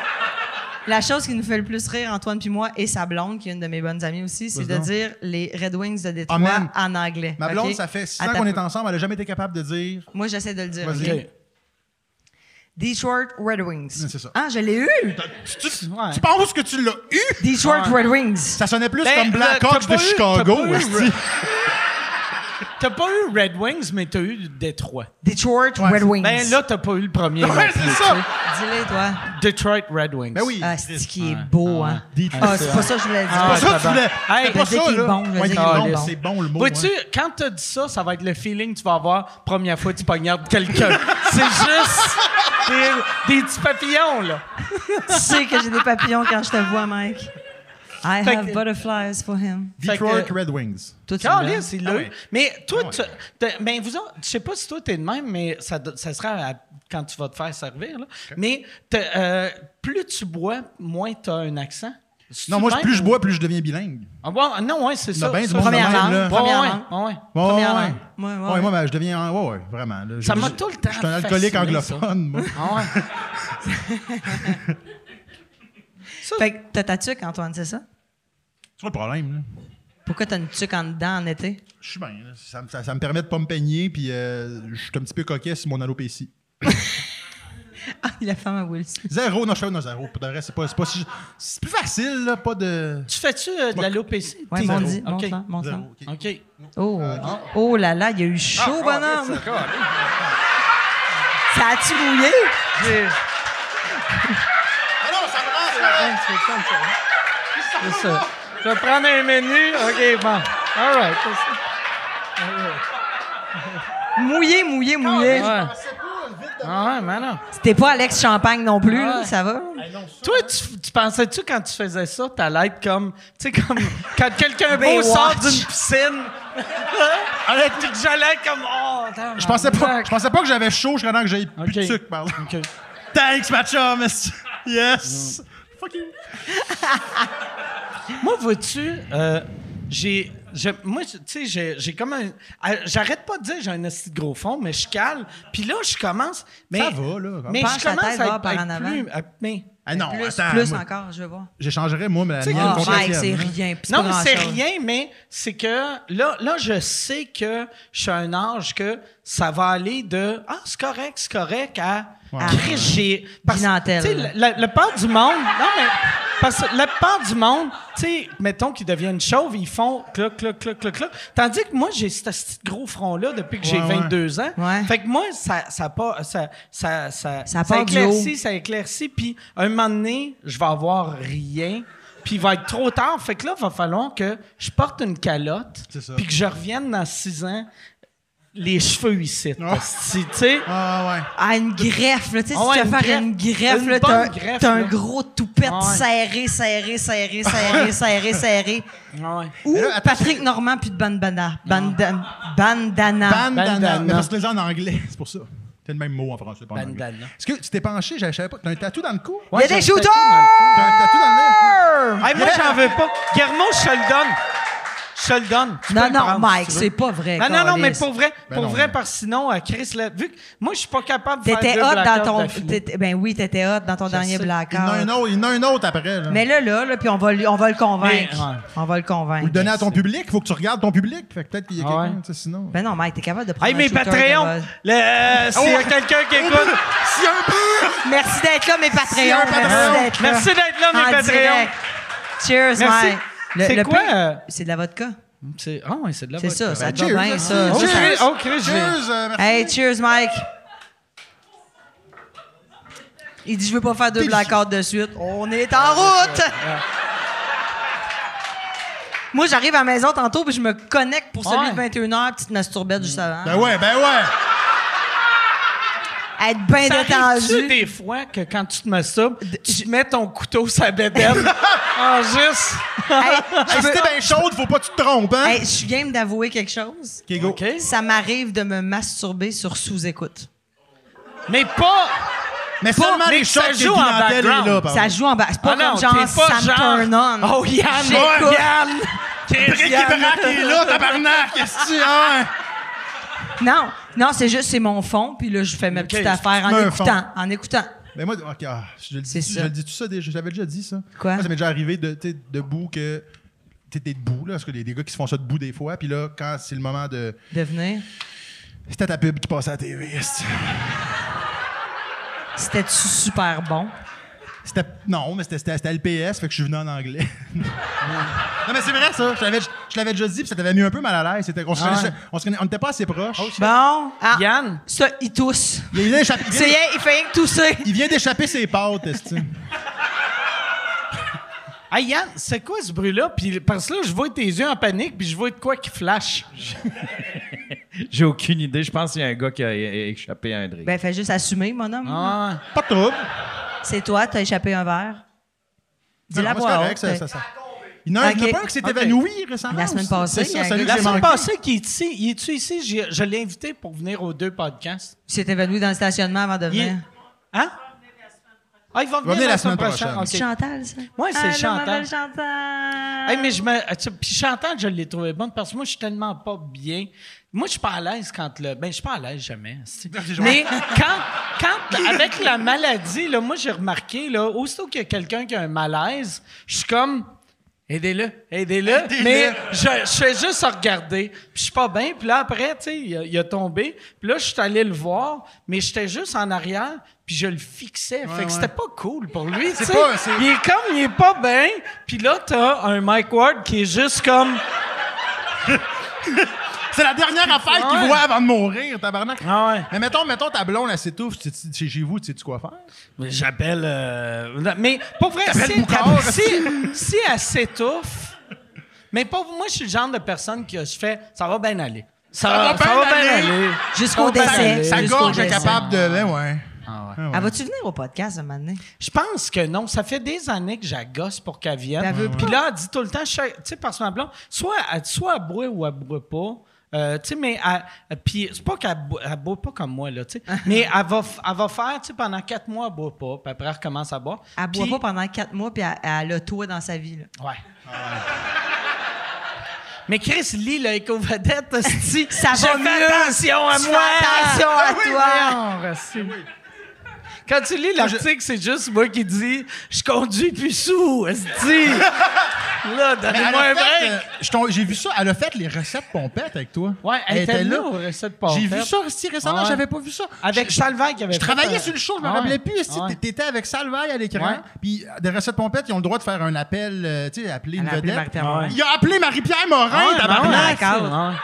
E: la chose qui nous fait le plus rire, Antoine puis moi, et sa blonde, qui est une de mes bonnes amies aussi, c'est de
F: donc.
E: dire les Red Wings de Détroit
F: Amen.
E: en anglais.
F: Ma blonde,
E: OK?
F: ça fait six ans
E: Attends
F: qu'on
E: un
F: est
E: peu.
F: ensemble, elle a jamais été capable de dire.
E: Moi, j'essaie de le dire.
F: Vas-y.
E: OK? Detroit Red Wings.
F: Non, c'est ça.
E: Ah, je l'ai eu!
C: ouais.
F: Euh, Tu penses que tu l'as eu?
E: Detroit Red Wings.
F: Ça sonnait plus
C: Ben,
F: comme Black
C: le- t'as
F: Ops
C: pas
F: de
C: eu-
F: Chicago.
C: t'as pas eu-
F: esti.
C: [LAUGHS] T'as pas eu Red Wings, mais t'as eu Détroit.
E: Detroit Red Wings.
C: Ben là, t'as pas eu le
E: [LAUGHS]
C: premier. non
F: [LAUGHS] Ouais,
C: plus,
F: c'est
C: tu
F: ça.
C: sais.
E: Dis-le, toi.
C: Detroit Red Wings.
F: Ben oui.
E: Ah,
F: Chris.
E: c'est qui est beau, hein?
F: Detroit.
E: Ah, c'est pas ça que je voulais dire.
F: C'est pas ça que tu
C: tabarnak.
F: voulais.
C: Ah, Hey,
F: C'est
E: je
F: pas
E: sais
F: ça,
E: qu'il est
F: là.
E: bon, je
F: Ouais,
E: sais
F: qu'il est
E: qu'il est
C: Ah,
F: bon,
E: bon.
F: C'est bon le mot. hein.
C: Vois-tu,
F: ouais.
C: quand t'as dit ça, ça va être le feeling que tu vas avoir première fois que tu poignardes quelqu'un. [LAUGHS] C'est juste des, des petits papillons, là.
E: Ah, Tu sais que j'ai des papillons quand je te vois, Mike. I
C: Fait
E: have
C: que-
E: butterflies for him.
F: Detroit
C: Fait que-
F: Red Wings.
E: Toi, tu l'as.
C: Caliste, il l'a
F: Ah
C: eu.
F: ouais.
C: Mais toi,
F: Ah ouais.
C: tu, t'as- ben, vous autres, je sais pas si toi t'es de même, mais ça, do- ça sera à- quand tu vas te faire servir, là. Mais t'as, euh, plus tu bois, moins t'as un accent. C'est-tu
F: Non, moi,
C: de
F: je-
C: même
F: plus je
C: ou-
F: bois, plus je deviens bilingue.
C: Ah, bon, non, ouais, c'est
F: Il y en
C: ça.
F: a bien
C: ça,
F: du monde
E: Première
F: de même,
E: langue,
F: là.
C: Ouais,
E: Première
C: ouais,
E: langue.
C: ouais.
F: Ouais,
E: Première
F: ouais,
E: langue.
F: ouais.
E: Ouais, ouais,
F: Ouais,
E: ouais.
F: moi, ben, je deviens. Ouais, ouais, vraiment. là.
C: Ça
F: Je-
C: m'a
F: je-
C: tout le temps
F: Je suis un alcoolique
C: fasciné,
F: anglophone, moi.
C: Ah ouais. Ça,
E: Fait que t'as ta tuque, Antoine, c'est ça?
F: C'est quoi le problème, là?
E: Pourquoi t'as une tuque en dedans en été?
F: Je suis bien. là. Ça, me- ça- ça me permet de pas me peigner, puis euh, je suis un petit peu coquet sur mon alopécie.
E: Ah, il a fait ma Will Smith.
F: Zéro, non, je fais non, zéro. Pour de vrai, c'est pas, c'est pas si- C'est plus facile, là, pas de.
C: tu fais-tu euh, de la l'OPC?
E: Ouais,
F: Zéro.
E: mon dit,
C: OK. Ah,
E: montre-la, montre-la.
F: Zéro, ok.
C: OK. Ah,
E: Oh. oh là là, il y a eu chaud, bonhomme. Ça a-tu mouillé?
F: Ah non, ça me rend-
C: C'est ça. Je vais prendre un menu. OK, bon. All right.
E: Mouillé, mouillé, mouillé.
C: Ah, Ouais.
F: Je pensais pas, vite
C: Ah ouais, mais non.
E: C'était pas Alex Champagne non plus, là,
C: Ouais.
E: ça va?
C: Toi, tu, tu pensais-tu quand tu faisais ça, t'allais être comme. Tu sais, comme [LAUGHS] quand quelqu'un beau
E: Baywatch.
C: sort d'une piscine. [LAUGHS] Avec tout j'allais être comme. Oh, attends,
F: Je pensais pas, je pensais pas que j'avais chaud jusqu'à temps que j'aille plus de
C: Ok.
F: sucre, par exemple.
C: OK.
F: Thanks, ma chum! Yes!
C: Moi, vois-tu, euh, j'ai. j'ai- Moi, tu sais, j'ai- j'ai comme un. euh, J'arrête pas de dire j'ai un esti de gros fond, mais je cale. Puis là, je commence. Mais,
F: Ça va, là.
C: Mais
E: Penche
C: je
E: la
C: commence
E: tête,
C: à
E: va
C: être,
E: par
C: être
E: en avant.
C: plus. euh, mais,
F: Ah non,
E: plus
F: attends.
E: plus
F: moi,
E: encore, je veux voir.
F: J'échangerais, moi, ma mienne
E: Ah,
F: contre la
E: Mike, ben,
F: tienne,
E: c'est
F: hein.
E: rien. puis
C: non,
E: pas
C: mais c'est
E: grand-chose.
C: rien, mais c'est que là, là, je sais que je suis à un âge que ça va aller de Ah, c'est correct, c'est correct à Chris, j'ai. que,
E: Dinantelle.
C: tu sais, la- la- la part du monde. Non, mais. Parce que la part du monde, tu sais, mettons qu'ils deviennent chauves, ils font cloc, cloc, cloc, cloc, cloc. Tandis que moi, j'ai ce petit gros front-là depuis que j'ai
F: Ouais, ouais.
C: 22 ans.
E: Ouais.
C: Fait que moi, ça, ça, pas, ça, ça, ça,
E: Ça part du
C: éclaircit,
E: haut.
C: ça éclaircit, puis un moment donné, je vais avoir rien, puis il va être trop tard. Fait que là, il va falloir que je porte une calotte,
F: C'est ça.
C: puis que je revienne dans six ans, les cheveux ici. Si, tu sais,
F: Ah, ouais.
E: Ah, une greffe, là. Tu sais,
C: Ah ouais,
E: si tu
C: une
E: vas faire une
C: greffe.
E: greffe,
C: Une
E: là,
C: bonne
E: t'as
C: greffe,
E: t'as un
C: là.
E: gros toupette
C: Ah ouais. Ah
E: serré, serré, serré, serré,
C: [LAUGHS]
E: serré, serré.
C: ouais.
E: Ou
F: là, attends,
E: Patrick Normand, puis de bandana.
C: Ah.
E: Bandana. Bandana.
F: Bandana.
C: Bandana.
F: Mais parce que les en anglais, c'est pour ça. C'est le même mot en français, pas en anglais.
C: Bandana.
F: Est-ce que tu t'es penché? Je savais pas. T'as un tatou dans le cou?
E: Il y a
C: j'ai le
E: des
C: tatou dans
F: T'as un tatou dans
C: le cou. Hey, moi, j'en veux pas. Guillermo, je te le donne. Je te le donne. Tu peux
E: Non,
C: le
E: non,
C: prendre,
E: Mike,
C: si tu veux.
E: c'est pas vrai.
C: Non, non, non, mais
E: Carlis.
C: pour vrai,
F: Ben
C: pour
F: non,
C: vrai,
F: mais-
C: parce que sinon, euh, Chris, là, vu que moi, je suis pas capable de faire
E: T'étais
C: deux
E: hot dans
C: blackouts
E: ton.
C: d'affilée.
E: t'étais- Ben oui, t'étais hot dans ton dernier
C: sais.
E: blackout.
F: le nez? Il y en a un autre, il y en a un autre après. Là.
E: Mais là, là, là, puis on va, lui- on va le convaincre.
C: Mais, ouais.
E: On va le
F: Ou
E: convaincre.
F: le donner à ton public, il faut que tu regardes ton public. Fait que peut-être qu'il y a
C: Ah
F: quelqu'un,
C: ouais.
F: tu sais, sinon.
E: Ben non, Mike, t'es capable de prendre
C: Hey,
E: un
C: mes
E: shooter de
C: Patreons,
E: vol.
C: le- euh, s'il y a quelqu'un qui écoute,
F: Si un
E: Merci d'être là, mes
F: y a un
E: Patreons.
F: Patreon.
E: Merci d'être là.
C: merci d'être là,
E: En
C: mes Patreons.
E: direct. Cheers,
C: Merci.
E: Mike. Le-
C: C'est
E: le
C: quoi,
E: pire,
C: euh,
E: C'est de la vodka.
C: C'est ah ouais, c'est de la
E: C'est
C: vodka.
E: ça, ça te
F: Ben, cheers,
E: va bien,
F: merci.
E: ça.
C: Oh,
F: Cheers.
C: Chris, oh, Chris, j'ai-
F: Cheers, euh, merci.
E: Hey, cheers, Mike. Il dit, je veux pas faire deux blackouts de suite. On est
F: Ah,
E: en route! [LAUGHS] Moi, j'arrive à la maison tantôt, puis je me connecte pour celui
C: Ouais.
E: de 21h, petite masturbette juste avant.
F: Ben ouais, ben ouais.
E: Être bien
C: Ça arrive-tu
E: détendu.
C: des fois que quand tu te masturbes, tu mets ton couteau sur la [LAUGHS] bédaine en juste...
E: Hey,
F: Hey,
E: je
F: si
E: veux-
F: t'es bien hein? chaude, faut pas que tu te trompes, hein?
E: Hey, je suis game d'avouer quelque chose.
F: Ok, go.
C: OK.
E: Ça m'arrive de me masturber sur sous-écoute.
C: Mais pas...
F: Mais seulement
C: mais
F: les
C: que ça
F: shots que
C: joue en
F: clientèle est là,
C: background.
F: par
E: Ça joue en bas. C'est pas
C: Ah non,
E: comme genre,
C: t'es pas
E: ça me
C: genre-
E: turn on.
C: Oh, Yann!
E: J'écoute.
C: Yann! Chris,
F: Brick
C: Yann.
F: et Brac il est là, tabarnak! Qu'est-ce que tu hein?
E: Non, non, c'est juste, c'est mon fond, puis là, je fais ma petite affaire en
F: mets un
E: écoutant. En écoutant.
F: Mais moi, ok, ah, je, le
E: C'est
F: dis,
E: ça.
F: je le dis tout ça, déjà- je l'avais déjà dit ça.
E: Quoi?
F: Moi, ça m'est déjà arrivé de, t'sais, debout que. T'es t'es debout, là, parce que les, des gars qui se font ça debout des fois, puis là, quand c'est le moment de.
E: Devenir.
F: C'était ta pub qui passait à la TV. esti.
E: C'était-tu super bon?
F: C'était. Non, mais c'était- c'était c'était LPS, fait que je suis venu en anglais. [LAUGHS] non, mais c'est vrai, ça. Je l'avais- je l'avais déjà dit, puis ça t'avait mis un peu mal à l'aise. C'était- On se connaissait- on se connaissait- on n'était pas assez proches.
E: Bon. Ah,
C: Yann.
E: Ça, il tousse.
F: Il vient d'échapper- il
E: C'est
F: vient-
E: rien, il fait rien que tousser.
F: il vient d'échapper ses pattes, esti.
C: Hey, Yann, c'est quoi ce bruit-là? Puis, parce que là, je vois tes yeux en panique, puis je vois de quoi qui flash.
G: J'ai aucune idée. Je pense qu'il y a un gars qui a é- é- échappé à un drink.
E: Ben, fais juste assumer, mon homme.
C: Ah,
F: Pas de trouble.
E: C'est toi, t'as échappé un verre.
F: Non,
E: Dis-la
F: non,
E: voix
F: c'est
E: haute.
F: correct, ça- ça- ça- Il y en a un- il y en a
E: Ok.
F: pas un qui s'est
C: Ok.
F: évanoui récemment.
E: La semaine
F: aussi.
E: passée,
F: C'est
E: il y a
F: ça,
E: un
F: celui
E: gars-
F: que
C: La
F: j'ai
C: semaine
F: manqué.
C: passée, qui est ici, il est-tu ici? J'ai- Je l'ai invité pour venir aux deux podcasts.
E: Il s'est évanoui dans le stationnement avant de
C: Il-
E: venir.
C: Hein? Ah, il va venir, la semaine prochaine.
E: C'est
C: OK.
E: Chantal, ça?
C: Ouais, c'est
E: Allô, ma
C: Chantal.
E: belle Chantal.
C: Hey, mais je me. ah, tu sais, Puis Chantal, je l'ai trouvée bonne parce que moi, je suis tellement pas bien. Moi, je suis pas à l'aise quand le. Ben, je suis pas à l'aise jamais. esti. Mais quand, quand, avec la maladie, là, moi, j'ai remarqué, là, aussitôt qu'il y a quelqu'un qui a un malaise, je suis comme. Aidez-le, aidez-le. mais je, je fais juste regarder. Puis je suis pas bien. Puis là, après, tu sais, il, a- il a tombé. Puis là, je suis allé le voir, mais j'étais juste en arrière, puis je le fixais. fait que c'était pas cool pour lui. tu sais.
F: pas- c'est-
C: Il est comme, il est pas bien. Puis là, t'as un Mike Ward qui est juste comme...
F: C'est la dernière affaire qu'il
C: Ouais.
F: voit avant de mourir, tabarnak.
C: Ah ouais.
F: Mais mettons, mettons ta blonde, elle s'étouffe tu- tu- chez chez vous, tu sais tu quoi faire?
C: Mais J'appelle... euh, non, Mais pour vrai, si,
F: Boucard.
C: [LAUGHS] si, si elle s'étouffe... Mais pour moi, je suis le genre de personne qui je fais « ça va bien aller ». Ça, va- ça va bien aller.
E: Jusqu'au décès.
F: Sa
E: jusqu'au
F: gorge est
E: décès.
F: capable de. Ben ouais.
E: Ah, vas-tu venir au podcast un moment donné?
C: Je pense que non. Ça fait des années que j'agosse pour qu'elle vienne.
E: T'as vu
C: Puis là, elle dit tout le temps, je sais- tu sais, parce que ma blonde, soit elle, soit elle boit ou elle boit pas. Euh, tu sais, mais elle- elle- puis c'est pas qu'elle boit, elle boit pas comme moi, là, tu
E: [LAUGHS]
C: sais. mais elle va, f- elle va faire, tu sais, pendant quatre mois, elle boit pas. Puis après, elle recommence à boire.
E: Elle boit
C: Puis-
E: pas pendant quatre mois, puis elle, elle a toi dans sa vie. là.
C: Ouais. Mais Chris lit le éco-vedette, hostie.
E: [LAUGHS] Ça
C: je
E: va
C: fais
E: mieux.
C: attention à
E: Tu
C: moi. Ah
E: fais attention à
C: toi.
F: Ah
C: Quand tu lis l'article, c'est juste moi qui dis Je conduis plus sous,
F: [LAUGHS]
C: hostie. là,
F: Mais elle
C: donnez-moi
F: a
C: un
F: fait,
C: break.
F: euh, je t'en- J'ai vu ça. Elle a fait les recettes pompettes avec toi.
C: Ouais, elle était là aux recettes pompettes.
F: J'ai vu ça aussi récemment.
C: Ouais.
F: J'avais pas vu ça.
C: Avec
F: Je-
C: Salvaire qui avait
F: Je
C: fait,
F: travaillais
C: euh,
F: sur le show, je me
C: ouais.
F: rappelais plus. esti,
C: Ouais.
F: T'étais avec Salvaille à l'écran.
C: Ouais.
F: Puis euh, des recettes pompettes, ils ont le droit de faire un appel, euh, tu sais, appeler une
E: Elle a appelé
F: vedette.
E: Marie-Pierre Morin.
F: Il a appelé Marie-Pierre Morin,
C: Ouais,
E: Ah,
F: tabarnak.
C: ouais,
E: blackout.
C: ouais.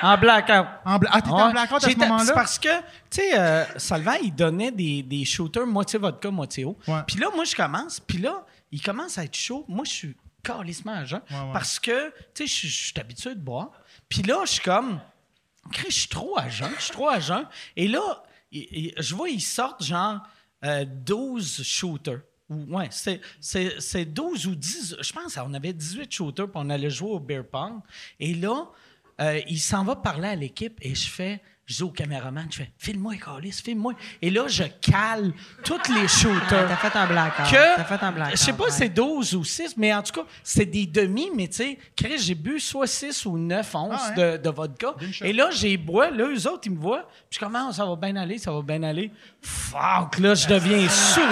C: En blackout.
F: En bla- Ah, t'étais en
C: Ouais.
F: blackout à ce
C: J'étais- C'est
F: moment-là?
C: parce que, tu sais, euh, Salvin, il donnait des, des shooters moitié vodka, moitié eau.
F: Ouais.
C: Puis là, moi, je commence. Puis là, il commence à être chaud. Moi, je suis calissement à jeun.
F: ouais.
C: Parce que, tu sais, je suis- je suis habitué de boire. Puis là, je suis comme, Chris, je suis trop à jeun. Je suis trop à jeun. Et là, il- il- je vois, ils sortent genre euh, 12 shooters. Ou- Ouais, c'est- c'est c'est 12 ou 10. Je pense qu'on avait 18 shooters, puis on allait jouer au beer pong. Et là, euh, il s'en va parler à l'équipe et je fais, je dis au caméraman, je fais, filme-moi, Carlis, filme-moi. Et là, je cale tous les
E: Ouais,
C: shooters.
E: Ah, T'as fait un blackout.
C: que,
E: T'as fait un blackout.
C: je sais pas
E: ouais.
C: si c'est 12 ou 6, mais en tout cas, c'est des demi, mais tu sais, Chris, j'ai bu soit 6 ou 9 onces
F: Ah,
C: de, de vodka. Et là, j'ai bois, là, eux autres, ils me voient. Puis je commence, ça va bien aller, ça va bien aller. Fuck, là, je deviens sourd.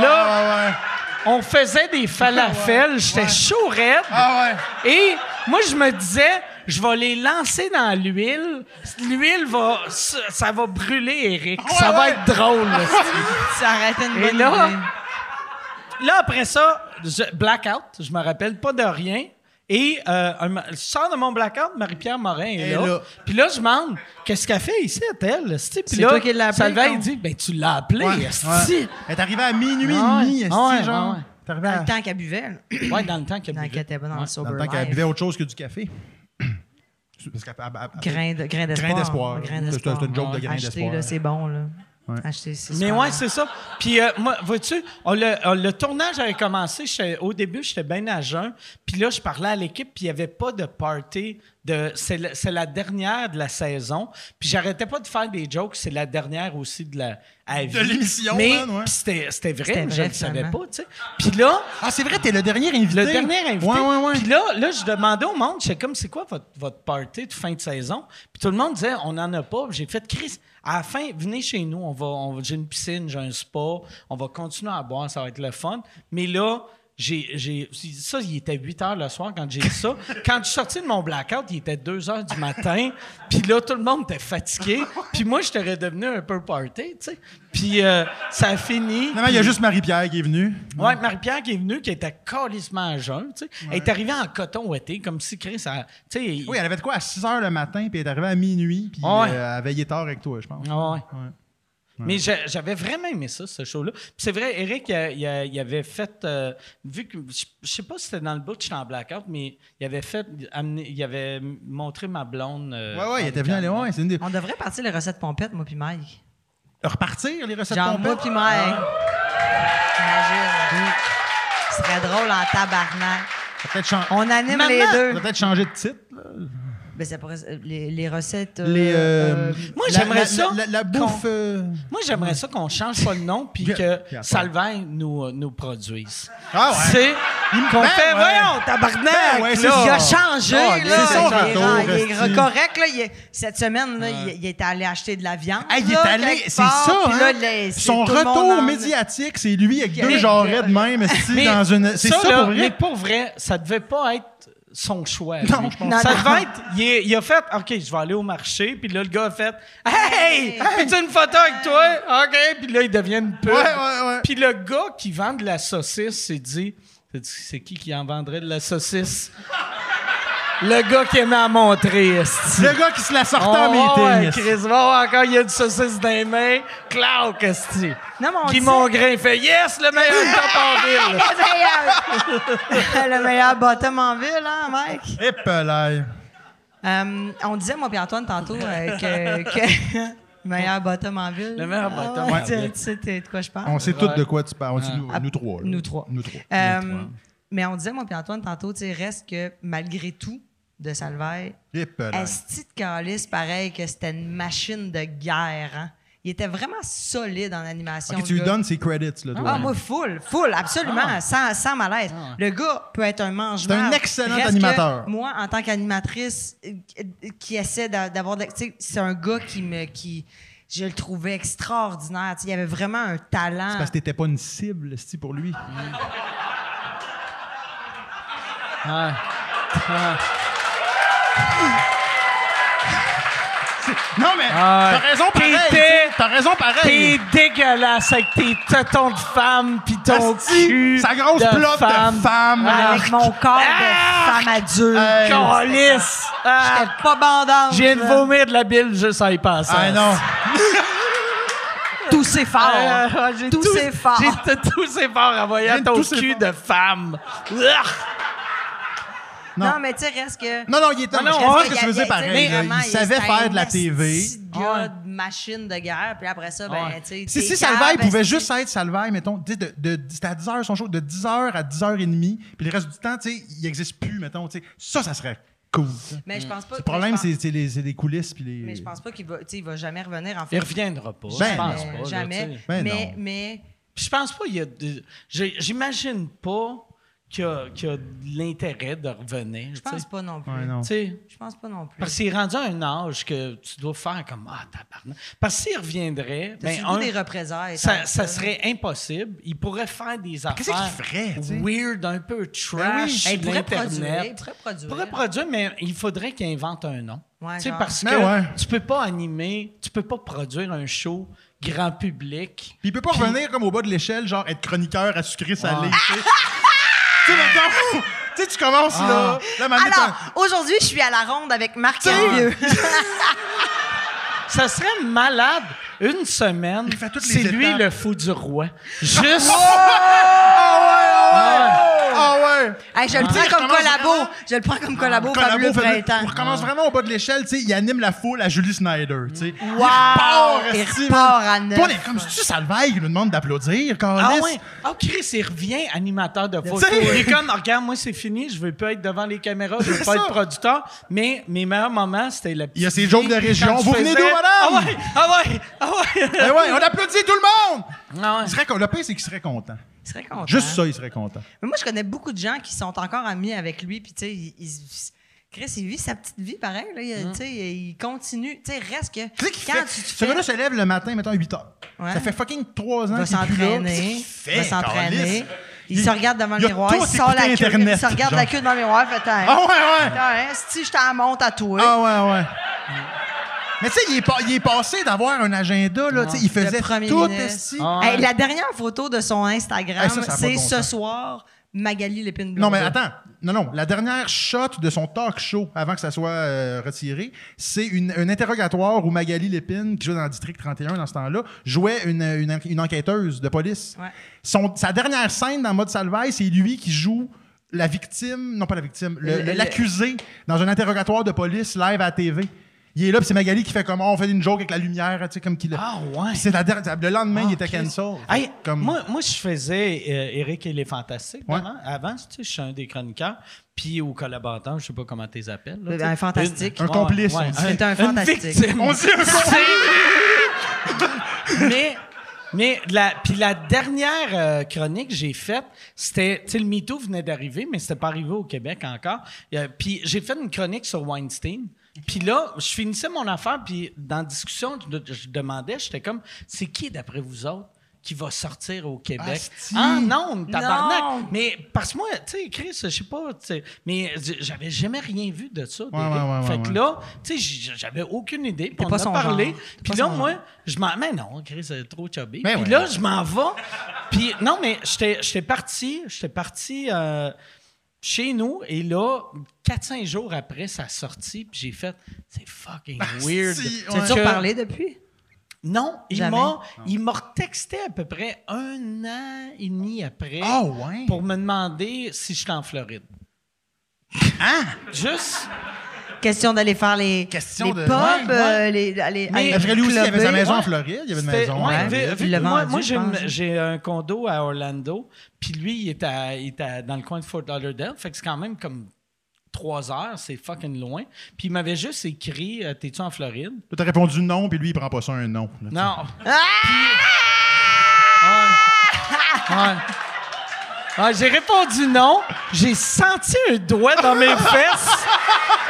C: Là,
F: Ah [LAUGHS] ouais.
C: on faisait des falafels, j'étais chaud raide.
F: Ah ouais.
C: Et moi, je me disais, je vais les lancer dans l'huile. L'huile va. Ça, ça va brûler, Eric. ça va
F: ouais.
C: être drôle. là.
E: [LAUGHS] Ça aurait été une
C: Et
E: bonne
C: là,
E: idée.
C: là, après ça, je- blackout, je me rappelle pas de rien. Et euh, un ma- je sors de mon blackout, Marie-Pierre Morin est
F: Et
C: là.
F: là.
C: Puis là, je me demande, qu'est-ce qu'elle fait ici, elle? esti? Puis
E: C'est
C: là,
E: toi qui l'as appelée,
C: Salvaire,
E: con.
C: il dit, ben tu l'as appelé,
F: Ouais, ouais. Elle est arrivée à minuit et
C: Ah ouais,
F: demi, esti,
C: ah ouais,
F: genre.
C: ah ouais.
F: T'es arrivée
E: Dans le
F: à-
E: temps qu'elle buvait, là.
C: Ouais, dans le temps qu'elle
E: Dans
C: buvait.
E: le temps qu'elle était pas dans le sober
F: Dans le temps qu'elle
E: life.
F: buvait autre chose que du café. [CLEARS THROAT] Parce qu'elle- elle- elle-
E: Grain de- grain d'espoir.
F: Grain d'espoir.
E: Grain
F: C'est-
E: d'espoir.
F: c'est une joke de grain
E: Achetez,
F: d'espoir.
E: là, c'est bon, là.
F: Ouais.
E: Achetez, c'est
C: Mais
E: super
C: ouais,
E: bon.
C: c'est ça. Puis euh, moi, vois-tu, on l'a- on- le tournage avait commencé. j'étais- Au début, j'étais bien à jeun. Puis là, je parlais à l'équipe, puis il n'y avait pas de party. De, c'est, la, c'est la dernière de la saison. Puis j'arrêtais pas de faire des jokes. C'est la dernière aussi de la à vie.
F: l'émission,
C: Mais
F: man, ouais.
C: puis c'était, c'était vrai,
E: C'était
C: mais je
E: vrai,
C: ne savais pas,
E: finalement.
C: tu sais. Puis là,
F: Ah, c'est vrai, t'es le dernier invité.
C: le dernier invité.
F: Ouais, ouais, ouais.
C: Puis là, là, je demandais au monde, je sais comme, c'est quoi votre, votre party de fin de saison? Puis tout le monde disait, on n'en a pas. J'ai fait, Chris, à la fin, venez chez nous, on va, on va- j'ai une piscine, j'ai un spa, on va continuer à boire, ça va être le fun. Mais là, j'ai, j'ai- ça, il était 8 heures le soir quand j'ai dit
F: [LAUGHS]
C: ça. Quand je suis sorti de mon blackout, il était 2 heures du matin. Puis là, tout le monde était fatigué. Puis moi, je t'aurais devenu un peu party, tu sais. Puis euh, ça a fini.
F: Finalement, il y a juste Marie-Pierre qui est venue.
C: Ouais, Marie-Pierre qui est venue, qui était calissement à jeun, tu sais. Elle est arrivée en coton ouaté, comme si Chris, elle- tu sais... il-
F: Oui, elle avait de quoi à 6 h le matin, puis elle est arrivée à minuit, puis
E: Ah
C: Ouais.
F: euh, elle veillait tard avec toi, je pense.
C: Ah ouais. Mais j'a- j'avais vraiment aimé ça, ce show-là. Puis c'est vrai, Eric, il, a- il a- il avait fait. euh, vu que. Je je sais pas si c'était dans le bout, je suis en blackout, mais il avait fait. amener- il avait montré ma blonde. euh,
F: Ouais, ouais, il était
C: en
F: venu aller.
C: Italie.
F: Ouais, c'est une des.
E: On devrait partir les recettes pompettes, moi puis Mike.
F: Repartir les recettes
E: Genre moi
F: pompettes.
E: puis Mike.
C: Ah.
E: Imagine. Ce serait drôle en tabarnak.
F: Ça peut-être chan-
E: On anime
C: Maman!
E: les
F: ça
E: deux.
F: peut-être changer de titre. là.
E: Mais Ben, ça pourrait, euh, les, les recettes... euh,
F: Les, euh,
E: euh,
C: Moi,
F: la-
C: j'aimerais
F: la-
C: ça
F: La, la- la
C: qu'on-
F: bouffe. euh,
C: Moi, j'aimerais ça qu'on change pas le nom puis que
F: Regarde.
C: Salvain nous, euh, nous produise.
F: Ah ouais.
C: C'est qu'on
F: Ben
C: fait,
F: ouais.
C: voyons, tabarnak!
F: Ben ouais, c'est
C: là.
E: Il a changé,
F: Ah,
E: là.
F: c'est son
E: il, est,
F: retour,
E: il est
F: Esti.
E: correct, là. Il est- cette semaine, là, il, il est allé acheter de la viande.
F: Ah, il est
E: là,
F: allé,
E: quelque
F: c'est
E: part,
F: ça,
E: puis
F: hein?
E: là, les- c'est
F: Son
E: tout le monde
F: retour
E: en-
F: médiatique, c'est lui avec deux
E: Mais-
F: genrets de même, esti,
C: Mais
F: dans une. C'est ça,
C: là,
F: pour vrai.
C: Mais pour vrai, ça devait pas être son choix.
F: Non,
C: lui.
F: je
E: pense
C: ça
E: pas.
C: devait être. Il, est- il a fait OK, je vais aller au marché. Puis là, le gars a fait Hey, fais-tu une photo avec toi? OK. Puis là, il devient une pub.
F: Ouais, ouais, ouais.
C: Puis le gars qui vend de la saucisse s'est dit C'est- C'est qui qui en vendrait de la saucisse? le gars qui aimait à montrer, esti.
F: Le gars qui se la sortait en
C: Oh, ouais,
F: meeting. esti.
C: Chris, va encore, il y a du saucisse dans les mains. Claude, esti.
E: Non, mais on
C: Guy
E: dit- [LAUGHS]
C: Mongrain fait Yes, le meilleur top en ville.
E: le [LAUGHS] meilleur, le meilleur bottom en ville, hein, Mike?
F: Épelaire.
E: Euh, on disait, moi et Antoine, tantôt, euh, que, que- [LAUGHS] meilleur bottom en ville.
C: Le meilleur
E: Ah,
C: bottom en
E: tu-
C: ville.
E: Tu sais t'es- de quoi je parle.
F: On sait tous de quoi tu parles. Tu- nous,
E: Ah.
F: nous trois. là.
E: Nous trois.
F: Nous trois.
E: Euh, mais on disait, moi et Antoine, tantôt, tu sais, reste que malgré tout, de Salvaille,
F: Hip, là.
E: Asti de Calice, pareil, que c'était une machine de guerre. hein. Il était vraiment solide en animation.
F: Ok, tu
E: le
F: lui
E: gars.
F: donnes ses credits, là, toi.
E: Ah, moi, full, full, absolument, sans, sans malaise. Le gars peut être un mangeur.
F: Ah. C'est un excellent
E: Reste
F: animateur.
E: que Moi, en tant qu'animatrice euh, qui essaie d'a- d'avoir. de- tu sais, C'est un gars qui me. Qui, je le trouvais extraordinaire. Tu sais, il avait vraiment un
F: C'est
E: talent.
F: parce que t'étais pas une cible, sti, pour lui. Non, mais
D: Ah,
F: t'as raison pareil.
C: T'étais-
F: tu sais, T'as raison pareil.
C: T'es dégueulasse avec tes tétons de femme pis ton
F: Asti,
C: cul
F: sa grosse
C: de
F: plotte
C: femme.
F: de femme.
E: Avec mon corps de femme adulte.
F: Ah! Hey.
C: Calisse! Ah,
E: J'étais pas bandante.
C: J'ai de
E: là.
C: vomir de la bile juste à y passer.
F: Ah non.
E: Tousser fort.
C: Ah,
F: Euh,
C: ah, j'ai
E: Tous
C: tous-
E: ses phares.
C: J'ai t- tous ses phares en voyant
F: J'ai
C: ton
F: tous ses
C: cul de femme. Ah!
E: Non.
F: Non.
E: mais tu sais, reste que.
F: Non, non, il est. Non,
E: Reste
F: on voit ce
E: qu'il
F: que tu veux
E: avait-
F: dire pareil.
E: tu sais,
F: là.
E: vraiment,
F: Il savait
E: c'était
F: faire de
E: un
F: la TV.
E: esti de gars de machine de guerre, puis après ça, ben,
C: Ouais.
E: tu sais.
F: Si,
E: t'es
F: si
E: cave,
F: Salvaille pouvait
E: esti.
F: juste être Salvaille, mettons, tu sais, de, de, c'était à 10 h son show, de 10 h à 10 h 30 puis le reste du temps, tu sais, il n'existe plus, mettons, tu sais. Ça, ça serait cool.
E: Mais je pense pas.
F: Le
E: que-
F: problème,
E: mais je pense-
F: Mm. c'est c'est les, c'est les coulisses, puis les.
E: Mais je pense pas qu'il va, tu sais, il va jamais revenir en fait.
C: Il reviendra pas.
F: Ben,
C: je pense
E: Euh,
C: pas. là,
E: jamais.
C: tu sais.
F: Ben
E: mais,
F: non.
E: mais
C: Puis je pense pas il y a de- j'ai- J'imagine pas qu'il y a, qu'il y a de l'intérêt de revenir.
E: je pense pas non plus.
F: Ouais, non.
C: Tu sais,
E: Je pense pas non plus.
C: parce qu'il est rendu à un âge que tu dois faire comme Ah, tabarnak. Parce que s'il reviendrait,
E: T'as-tu
C: ben,
E: le goût
C: un,
E: des représailles.
C: ça,
E: tant
C: ça
E: que
C: serait impossible. Il pourrait faire des affaires
F: Qu'est-ce qu'il ferait, tu sais? Ben
C: weird, un peu trash,
E: Hey, il pourrait produire. Il
C: l'Internet.
E: pourrait produire.
C: Il pourrait produire, mais il faudrait qu'il invente un nom.
E: Ouais,
C: Tu sais,
E: genre.
C: parce
F: Mais
C: que
F: Ben ouais.
C: tu peux pas animer, tu peux pas produire un show grand public.
F: Puis il peut pas revenir comme au bas de l'échelle, genre être chroniqueur à sucrer sa ligne. Tu sais. Tu sais, mettons, [LAUGHS] tu sais, tu commences là. Là, maintenant,
E: Alors, aujourd'hui, je suis à la ronde avec Marc Carrieux.
F: [LAUGHS]
C: Ça serait malade une semaine.
F: fait toutes les
C: C'est lui
F: étapes.
C: le fou du
F: [LAUGHS]
C: roi. Juste.
F: Ah ouais, ah ouais!
E: Hey, je le
F: Tu sais,
E: prends comme
F: je commence
E: collabo.
F: vraiment-
E: Je le prends comme collabo,
F: Collabo,
E: Fabuleux
F: Fabuleux.
E: Printemps.
F: On recommence vraiment au bas de l'échelle, tu sais, il anime la foule à Julie Snyder, tu sais.
E: Wow!
F: esti,
E: Il repart
F: man.
E: à neuf.
F: Puis on est comme, si tu Salvaille, il nous demande d'applaudir, quand
C: Ah ouais. Ah, Chris, il revient animateur de photo.
F: T'sais.
C: Il est comme, regarde, moi, c'est fini, je veux plus être devant les caméras, je veux
F: C'est
C: pas
F: ça.
C: être producteur. Mais mes meilleurs moments, c'était la
F: Il y a
C: petite
F: ses jokes
C: fille
F: de région.
C: quand tu
F: Vous venez
C: faisais-
F: d'où, madame?
C: Ah ouais, ah ouais, ah ouais.
F: Eh ouais, on applaudit tout le monde!
C: Ah ouais.
F: Il serait con- Le pire, c'est qu'il serait content.
E: Il serait content.
F: Juste ça, il serait content.
E: Mais moi, je connais beaucoup de gens qui sont encore amis avec lui. Puis, tu sais, il- il- Chris, il vit sa petite vie pareil. Là, il, tu sais, il continue. Tu sais, reste que.
F: Mm. Tu sais qu'il
E: quand
F: fait-
E: tu te
F: Ce
E: fais.
F: gars-là se lève le matin, mettons, à 8 h.
E: Ouais.
F: Ça fait fucking 3 ans
E: va
F: qu'il est plus là.
E: s'entraîner.
F: fait,
E: Va s'entraîner.
F: câlisse?
E: Il, se regarde devant
F: il
E: le
F: a
E: miroir.
F: tout
E: Il sort la
F: écouté
E: queue.
F: Internet,
E: il se regarde
F: genre.
E: la queue devant le miroir. Fait,
F: Ah
E: ah
F: ouais, ouais!
E: si je t'en monte à toi.
F: Ah ouais, ouais. Mais tu sais, il, est pas- il est passé d'avoir un agenda, là. tu sais, Il
E: Le
F: faisait
E: premier
F: tout
E: ministre. Ah.
F: esti.
E: Hey, la dernière photo de son Instagram,
F: Hey, ça, ça a pas
E: c'est
F: de bon
E: ce
F: sens.
E: soir, Magali Lépine
F: Non, mais
E: Blondeau.
F: attends. Non, non. La dernière shot de son talk show, avant que ça soit euh, retiré, c'est une- un interrogatoire où Magali Lépine, qui joue dans le District 31 dans ce temps-là, jouait une, une en- une enquêteuse de police.
E: Ouais. [LAUGHS]
F: Son- sa dernière scène dans Mode Salvaille, c'est lui qui joue la victime, non pas la victime, le-
E: Le-
F: le-
E: le-
F: l'accusé dans un interrogatoire de police live à la TV. Il est là, puis c'est Magali qui fait comme Oh, on fait une joke avec la lumière, tu sais, comme qu'il a.
C: Ah ouais.
F: Puis c'est la dernière- le lendemain,
C: Ah,
F: il était
C: Chris.
F: cancel.
C: Hey,
F: Comme-
C: moi, moi, je faisais euh, Eric et les Fantastiques.
F: Ouais.
C: Avant, avant tu sais, je suis un des chroniqueurs. Puis au collaborateur, je sais pas comment tu les appelles. là,
E: Un
C: tu sais.
E: fantastique.
F: Un complice, on dit.
E: C'est un fantastique.
C: Une victime.
F: on dit un
E: [LAUGHS]
C: mais, mais la, puis la dernière euh, chronique que j'ai faite, c'était, tu sais, le MeToo venait d'arriver, mais c'était pas arrivé au Québec encore. Euh, puis j'ai fait une chronique sur Weinstein. Puis là, je finissais mon affaire, puis dans la discussion, je, je demandais, j'étais comme, c'est qui d'après vous autres qui va sortir au Québec?
F: Asti.
C: Ah non, tabarnak!
E: Non.
C: Mais parce que moi, tu sais, Chris, je sais pas, tu sais, mais j- j'avais jamais rien vu de ça.
F: ouais,
C: d'Éric.
F: ouais, ouais,
C: fait que
F: ouais.
C: là, tu sais, j- j'avais aucune idée. Puis on
E: pas
C: en a
E: son
C: parlé.
E: genre. T'es
C: Puis
E: pas
C: là,
E: son
C: moi, je m'en. Mais non, Chris, c'est trop chubby.
F: Mais
C: puis
F: Ben ouais.
C: là, je m'en vais. Puis non, mais j'étais j'étais parti, j'étais parti euh, chez nous et là, 4-5 jours après sa sortie, puis j'ai fait, c'est fucking weird.
F: Ah, si,
C: C'est
E: Tu as
C: que-
E: parlé depuis?
C: Non, il
E: Jamais.
C: m'a, il m'a retexté à peu près un an et demi après
F: Ah ouais?
C: pour me demander si j'étais en Floride. Hein? Juste.
E: Question d'aller faire les,
F: Question
E: les
F: de-
E: pubs,
F: ouais,
E: euh, les- aller-
C: Mais-
E: aller
F: Après lui aussi, il avait sa
E: clubber.
F: maison en
C: ouais.
F: Floride. Il avait une
C: C'était-
F: maison. hein.
C: ouais,
F: en
C: vi-
F: Floride.
C: vi-
E: Il l'a
C: moi,
E: vendu,
C: moi,
E: je
C: j'ai une-
E: pense.
C: j'ai un condo à Orlando, puis lui, il est, à- il est à- dans le coin de Fort Lauderdale, fait que c'est quand même comme trois heures, c'est fucking loin. Puis il m'avait juste écrit euh, « T'es-tu en Floride?
F: Toi, t'as répondu non, puis lui, il prend pas ça un non. là, » tu sais.
C: Non. Puis- Ouais. Ouais. Ouais, j'ai répondu non. J'ai senti un doigt dans mes fesses.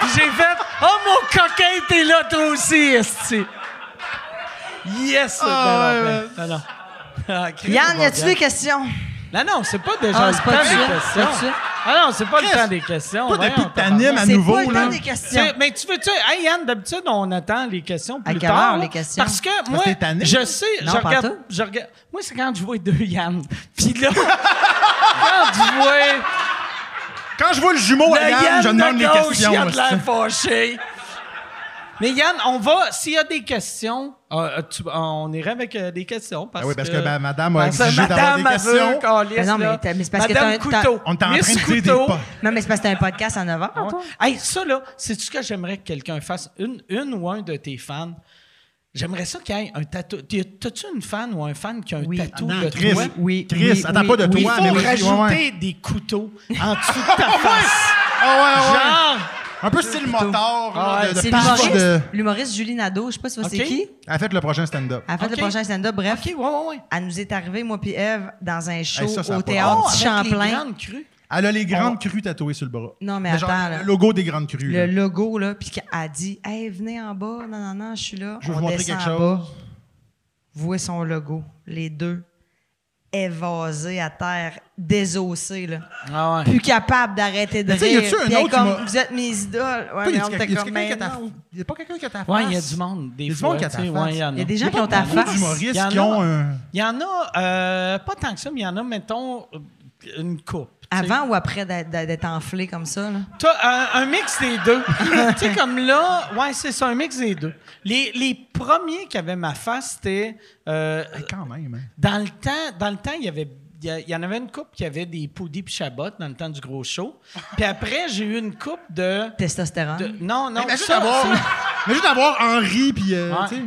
C: Puis j'ai fait « Oh, mon coquin, t'es là toi aussi, esti! » Yes! non, non, non, non. Ah, Christ,
E: Yann,
C: va
E: y a-tu
C: bien.
E: des questions?
C: Non, non, c'est pas déjà
E: Ah,
C: le
E: c'est
C: temps
E: pas tout de
C: des
E: suite, pas tout de
C: questions.
E: suite.
C: Ah non, c'est pas le
F: Chris,
C: temps des questions.
F: Toi, depuis
C: voyons,
F: que t'animes à
E: C'est
F: nouveau,
E: pas le
F: là.
E: temps des questions.
C: C'est- Mais tu veux-tu. Hey, Yann, d'habitude, on attend les questions plus
E: quelle
C: tard.
E: heure,
C: là,
E: les questions?
C: Parce que moi,
F: que t'es tanné.
C: je sais,
E: Non,
C: je,
E: pas
C: regarde,
E: tout.
C: je regarde- Moi, c'est quand je vois deux Yann. [LAUGHS] Puis là, quand je vois.
F: Quand je vois le jumeau à
C: Le
F: Yann, je
C: de
F: demande les
C: gauche,
F: questions.
C: Il a de
F: là,
C: l'air fâché. Mais Yann, on va. S'il y a des questions, euh, tu- on irait avec euh, des questions. Parce
F: Ah oui, parce que,
C: que
F: ben, madame a
C: Parce que
F: exigé d'avoir des
C: madame, elle veut
F: questions.
C: qu'on lisse,
E: Mais Ah non, mais
C: là.
E: t'as- mais c'est parce que
C: madame
E: t'as un-
C: Couteau.
F: On est en
C: Miss
F: train de dire des
C: Couteau.
F: pas.
E: Non, mais c'est parce que t'as un podcast en novembre,
C: Ah ouais.
E: toi.
C: Hey, ça, là, c'est-tu ce que j'aimerais que quelqu'un fasse? Une, une ou un de tes fans. J'aimerais ça qu'il y ait un tatou. T'es- T'as-tu une fan ou un fan qui a un
E: Oui.
C: tatou
F: Ah Non,
C: de
F: Chris,
C: toi?
E: Oui,
F: Chris,
E: oui,
F: attends
E: oui,
F: pas de
E: oui.
C: Il faut
F: toi, mais oui,
C: rajouter
F: ouais, ouais.
C: des couteaux en dessous de
F: [LAUGHS]
C: ta face.
F: Ah ouais, ouais.
C: Genre, Ah
F: Un peu style motard, là,
C: ouais,
F: de, de
E: Euh, C'est
F: patch
E: l'humoriste,
F: de-
E: l'humoriste Julie Nadeau, je sais pas si vous
C: Ok.
E: c'est qui.
F: Elle a fait le prochain stand-up.
E: Elle a fait
C: Ok.
E: le prochain stand-up, bref.
C: OK, ouais, ouais, ouais.
E: Elle nous est arrivée, moi puis Eve, dans un show
F: Hey, ça, ça a
E: au
F: pas
E: théâtre
F: rapport.
E: du
C: Oh, avec les
E: Champlain.
C: grandes crues.
F: Elle a les grandes
E: On-
C: Oh.
F: crues tatouées sur le bras.
E: Non, mais
F: genre,
E: attends, là.
F: Le logo des grandes crues.
E: Le
F: là.
E: logo, là, puis qu'elle a dit Hey, venez en bas, non, non, non, je suis là.
F: Je veux
E: On
F: vous montrer
E: descend
F: quelque
E: en bas.
F: chose.
E: Vouez son logo, les deux évasés à terre, désossés, là.
C: Ah ouais.
E: Plus capable d'arrêter de
F: Mais tu sais, y
E: rire.
F: a-tu un
E: Puis elle est
F: autre qui
E: comme,
F: m'a-
E: vous êtes mes idoles. Ouais,
F: Toi, y
E: mais
F: a-tu
E: on
F: quelqu'un-
E: était
F: y
E: comme,
F: a-tu quelqu'un qui a
E: mais
F: ta-
E: non.
F: y a pas quelqu'un qui a ta face?
C: Ouais, il y a du monde. Des
F: Il y a du
C: fois,
F: monde qui a ta
C: tu sais,
F: face.
C: ouais, y en
E: Il y a des gens qui ont ta
F: Beaucoup
C: Il
E: face.
C: y en
F: d'humoristes qui
C: a-
F: ont un...
C: Il y en a, euh, pas tant que ça, mais il y en a, mettons, euh, une coupe. tu sais.
E: Avant ou après d'être- d'être enflé comme ça, là?
C: T'as un, un mix des
F: [LAUGHS]
C: deux. tu sais, comme là, ouais, c'est ça, un mix des deux. Les, les premiers qui avaient ma face, c'était. euh,
F: Hey, Quand même, hein.
C: dans le temps, dans le temps, il y avait. Il y a- il y en avait une coupe qui avait des poudis puis chabot dans le temps du gros show. Puis après, j'ai eu une coupe de.
E: Testostérone.
C: de- non, non,
F: Imagine
C: ça,
F: avoir...
C: ça-
F: Imagine avoir Henri, puis... euh,
C: Ouais.
F: tu sais.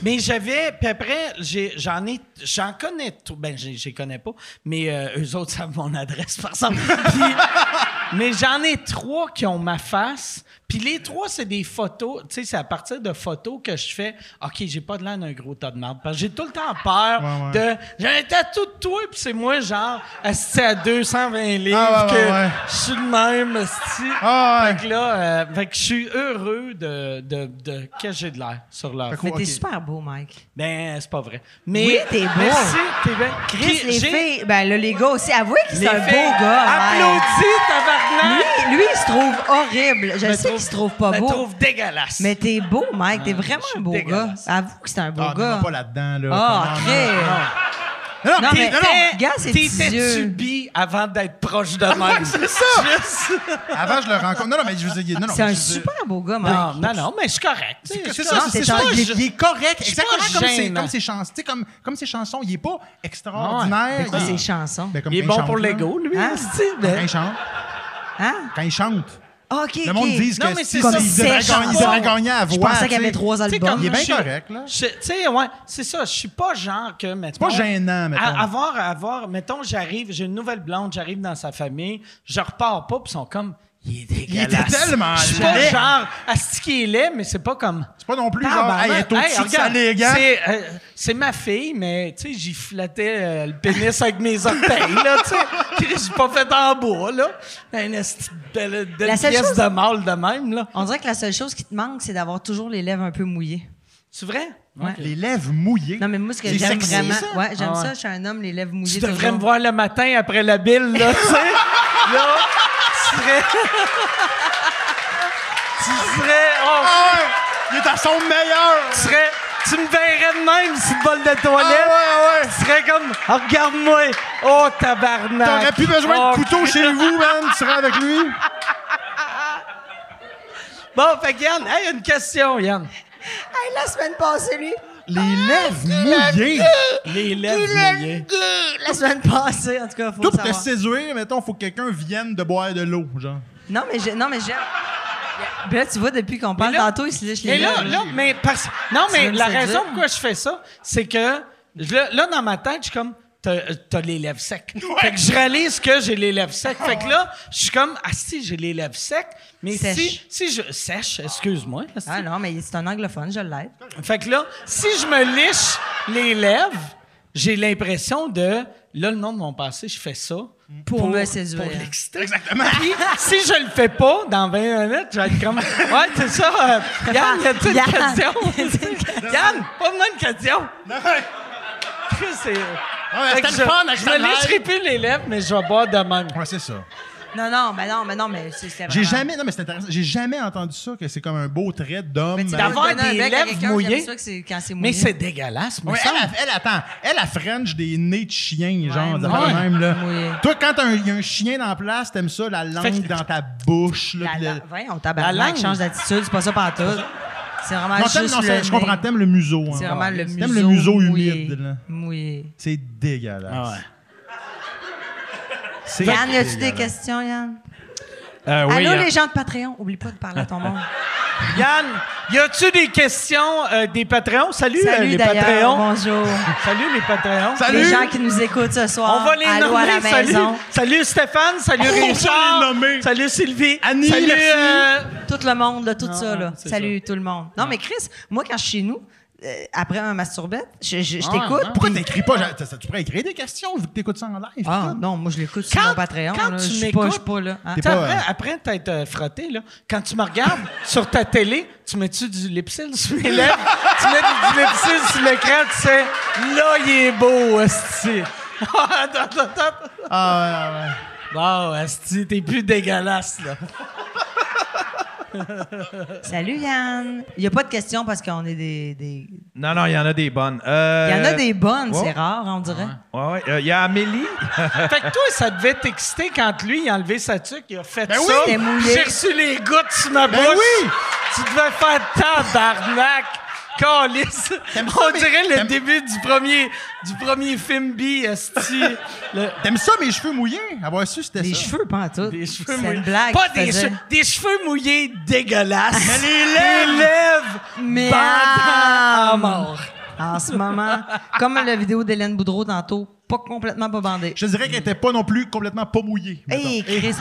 C: Mais j'avais, puis après, j'ai- j'en ai, j'en connais tout. Ben, j'ai- je les connais pas, mais euh, eux autres savent mon adresse, par exemple.
F: [LAUGHS]
C: Puis- mais j'en ai trois qui ont ma face. Puis les trois, c'est des photos. Tu sais, c'est à partir de photos que je fais, OK, j'ai pas de l'air d'un gros tas de merde. Parce que j'ai tout le temps peur
F: Ouais,
C: de. J'ai un tatou de toi, puis c'est moi, genre, assis à 220 livres,
F: Ah, ouais, ouais,
C: que
F: ouais.
C: je suis le même, asti.
F: Ah, ouais.
C: Fait que là, euh, fait que je suis heureux de, de, de que j'ai de l'air sur leur
F: Fait que-
E: Mais t'es
F: Ok.
E: super beau, Mike.
C: ben, c'est pas vrai. Mais
E: Oui, t'es beau.
C: Merci, t'es bien.
E: Chris,
C: Puis
E: les
C: j'ai-
E: filles, ben là, les gars aussi, avouez que
C: les
E: c'est un
C: filles,
E: beau gars. Mike.
C: Applaudis, tabarnak!
E: Lui, lui, il se trouve horrible. Je
C: Me
E: sais qu'il
C: trouve-
E: se trouve pas
C: me
E: beau.
C: trouve dégueulasse.
E: Mais t'es beau, Mike. T'es
C: Ah,
E: vraiment
C: je suis
E: un beau gars.
C: dégueulasse.
E: Avoue que c'est un beau
F: Ah, mais
E: gars.
F: va pas là-dedans, là.
E: Ah,
F: Comment,
E: Chris.
F: non? Non, non,
E: Non,
F: puis-
E: mais-
F: non, non.
E: T'étais- regarde ses petits
C: T'étais-tu
E: yeux.
C: bi avant d'être proche
F: Ah
C: de moi? c'est ça!
F: [LAUGHS] Avant, je le rencontre. Non, non, mais je veux dire... non, non,
E: C'est
F: mais
E: un
F: je veux dire-
E: super beau gars, Mike.
C: Non, non, non, mais je suis correct. tu sais, je
F: C'est
C: suis
F: ça,
E: Non,
F: c'est
E: c'est
F: ça.
E: un-
F: Il, est- il est correct.
C: suis
F: Exactement
C: pas
F: comme ses,
C: gênant.
F: comme ses chansons. Tu sais, comme, comme ses chansons, il est pas extraordinaire.
E: C'est quoi
F: il-
E: ses chansons?
F: Ben, comme
C: Il est
F: quand
C: bon
F: chante,
C: pour
F: là.
C: l'ego, lui.
E: Hein?
C: asti, mais-
F: Quand il chante.
E: Hein?
F: Quand il chante.
E: Ah, OK,
F: Le monde
E: OK.
F: dit que
C: Non, mais
F: si,
C: c'est ça,
F: il
E: c'est
F: devrait gagner- il
E: chansons.
F: devrait gagner à la voix.
E: Je pensais qu'il y
F: tu sais.
E: avait trois
C: Tu sais, comme
E: albums.
F: Il est bien
C: je suis-
F: correct, là.
C: je- Tu sais, ouais, c'est ça. Je suis pas genre que, mettons...
F: pas gênant, mettons.
C: à- Avoir, avoir... Mettons, j'arrive, j'ai une nouvelle blonde, j'arrive dans sa famille, je repars pas, puis ils sont comme... Il est dégueulasse.
F: était tellement
C: Je suis pas
F: laid.
C: genre... Asti qui est laid, mais c'est pas comme...
F: C'est pas non plus genre,
C: Tabarnak.
F: hey, elle est au-dessus
C: Hey,
F: de sa
C: regarde,
F: ligue, hein?
C: c'est, euh, C'est ma fille, mais tu sais, j'y flattais euh, le pénis avec mes orteils, là, tu sais. [LAUGHS] Chris, J'ai pas fait en bois, là. Une esti de belle, de
E: La seule
C: pièce
E: chose-
C: de mâle de même, là.
E: On dirait que la seule chose qui te manque, c'est d'avoir toujours les lèvres un peu mouillées.
C: C'est vrai?
E: Ouais.
F: Les lèvres mouillées.
E: Non, mais moi, ce que
F: C'est
E: j'aime
F: sexy,
E: vraiment.
C: ça?
E: Ouais, j'aime
C: Ah ouais.
E: ça. Je suis un homme, les lèvres mouillées.
C: Tu devrais
E: toujours.
C: me voir le matin après la bille, là,
F: [LAUGHS]
C: tu sais. là, tu serais... [LAUGHS] tu serais... oh,
F: Ah ouais! Il est à son meilleur!
C: tu serais... Tu me verrais de même si le bol de toilette.
F: Ah ouais, ouais!
C: Tu serais comme... Oh, regarde-moi! Oh, tabarnak!
F: T'aurais plus besoin de
C: Oh,
F: couteau chez vous, man! Tu serais avec
C: [LAUGHS]
F: lui?
C: Bon, fait que Yann, hey, une question, Yann.
E: Hey, la semaine passée, lui.
F: Les lèvres mouillées!
C: Les lèvres mouillées.
E: La semaine passée, en tout cas, faut
F: Tout
E: le
F: pour te
E: savoir.
F: séduire, mettons, faut que quelqu'un vienne de boire de l'eau, genre.
E: Non, mais j'ai- non, mais j'aime. Ben là, tu vois, depuis qu'on parle
C: Mais là-
E: tantôt, il se lèche les
C: Mais là,
E: lèvres.
C: là, mais parce... Non,
E: Tu
C: mais
E: veux me
C: la
E: séduire?
C: raison pourquoi je fais ça, c'est que là, là, dans ma tête, je suis comme, t'as t'as les lèvres secs. Fait que je réalise que j'ai les lèvres secs. Fait que là, je suis comme, ah si, j'ai les lèvres secs, mais si,
E: Sèche.
C: si je... Sèche, excuse-moi. asti.
E: Ah non, mais c'est un anglophone, je l'aide.
C: Fait que là, si je me liche les lèvres, j'ai l'impression de... Là, le nom de mon passé, je fais ça.
E: Pour me séduire.
C: Pour l'exciter. Exactement. si je le fais pas, dans 20 minutes, je vais être comme... Ouais, c'est ça. euh, Yann, y a-t-il une
E: Yann. [LAUGHS]
C: question? Yann, pose-moi une question. Chris, c'est... euh,
F: mais
C: Fait
F: Ah, c'était
C: que
F: le fun avec
C: je me
F: ta mère.
C: licherai plus les lèvres, mais je vais boire de même.
F: Ouais, c'est ça.
E: hein. Non, non, mais non, mais non, mais c'est c'est
F: J'ai
E: vraiment-
F: jamais, non, mais c'est intéressant. J'ai jamais entendu ça, que c'est comme un beau trait d'homme.
E: Mais tu
F: euh,
E: veux
C: D'avoir
E: donner un
C: des
E: bec à
C: lèvres
E: quelqu'un, j'aime
C: mouillées.
E: ça que c'est quand c'est
C: Mais
E: mouillé.
C: c'est dégueulasse, moi.
F: Ouais, elle, a- elle, attend. Elle, a French des nez de chien, genre,
E: Ouais,
F: des affaires de
E: ouais.
F: même, là.
E: Oui.
F: Toi, quand t'as un- il y a un chien dans la place, t'aimes ça, la langue dans ta bouche, là.
E: La,
F: pis le-
E: la, on
C: La
E: tabarnak,
C: langue.
E: change d'attitude, c'est pas ça pantoute. C'est vraiment Ah,
F: Non,
E: juste
F: t'aimes- non,
E: le
F: c'est-
E: nez.
F: je comprends, t'aimes le museau. hein.
E: C'est vraiment le museau
F: T'aimes le museau
E: mouillé.
F: humide, là.
E: Mouillé.
F: C'est dégueulasse. C'est
E: Ah Yann, y a-tu des
F: dégueulasse.
E: questions, Yann?
G: Euh, oui,
E: Allô,
G: hein.
E: les gens de Patreon, oublie pas de parler à ton monde.
C: Yann, y a-tu des questions euh, des Patreons? Salut, euh,
E: Salut
C: les
E: d'ailleurs,
C: Patreons.
E: bonjour.
C: Salut, les Patreons.
E: Les gens qui nous écoutent ce soir,
C: On va les
E: allô
C: nommer.
E: à la
C: salut.
E: maison.
C: Salut Stéphane, salut
F: Oh, va
C: Richard.
F: les nommer.
C: Salut Sylvie.
F: Annie,
C: salut,
F: merci.
C: euh,
E: Tout le monde, là, tout ça. Là.
C: c'est
E: Salut tout le monde. Non, mais Chris, moi, quand je suis chez nous, euh, après un masturbette, je, je- je t'écoute.
F: Pourquoi t'écris pas? J'a- t'as- t'as- Tu pourrais écrire des questions vu que t'écoutes ça en live.
E: Ah,
F: putain.
E: non, moi, je l'écoute sur
C: Quand-
E: mon Patreon.
C: quand
E: là.
C: tu
E: je suis
C: m'écoutes,
E: pas, je suis pas là. Hein?
F: t'es
C: t'as-
F: pas,
C: après, après t'être euh, frotté, là, quand tu me regardes [LAUGHS] sur ta télé, tu mets-tu du lipsil sur mes lèvres? tu mets du, du lipsil sur l'écran, tu sais, là, il est beau, Esti. [LAUGHS] attends, attends, attends.
F: Ah, ouais, ouais, ouais.
C: Bon, Esti, t'es plus dégueulasse, là.
E: Salut Yann. Il n'y a pas de questions parce qu'on est des. des-
G: Non, non, il y en a des bonnes.
E: Il
G: Euh,
E: y en a des bonnes,
G: ouais.
E: c'est rare, on dirait.
G: Ouais, ouais. Euh, Il y a Amélie.
C: Fait que toi, ça devait t'exciter quand lui, il a enlevé sa tuque, il a fait
F: Ben
C: ça.
F: oui, Ben
E: c'était mouillé.
C: J'ai reçu les gouttes sur ma bouche.
F: oui.
C: Tu devais faire tabarnak. Calice.
F: T'aimes ça,
C: On
F: mais-
C: dirait le
F: t'aimes-
C: début du premier, du premier film B, esti. Le-
F: T'aimes ça, mes cheveux mouillés? Avoir su, c'était
E: Des
F: ça.
E: cheveux, pas en tout.
C: des cheveux
E: C'est
C: mouillés.
E: une blague.
C: Pas
E: qu'il
C: des
E: faisait.
C: cheveux, des cheveux mouillés dégueulasses. Mais les lèvres.
E: Mais
C: bandanes à
E: ah,
C: mort.
E: En ce moment, comme la vidéo d'Hélène Boudreau tantôt, pas complètement pas bandée.
F: Je te dirais qu'elle était pas non plus complètement pas mouillée. mettons.
E: Hey, Chris.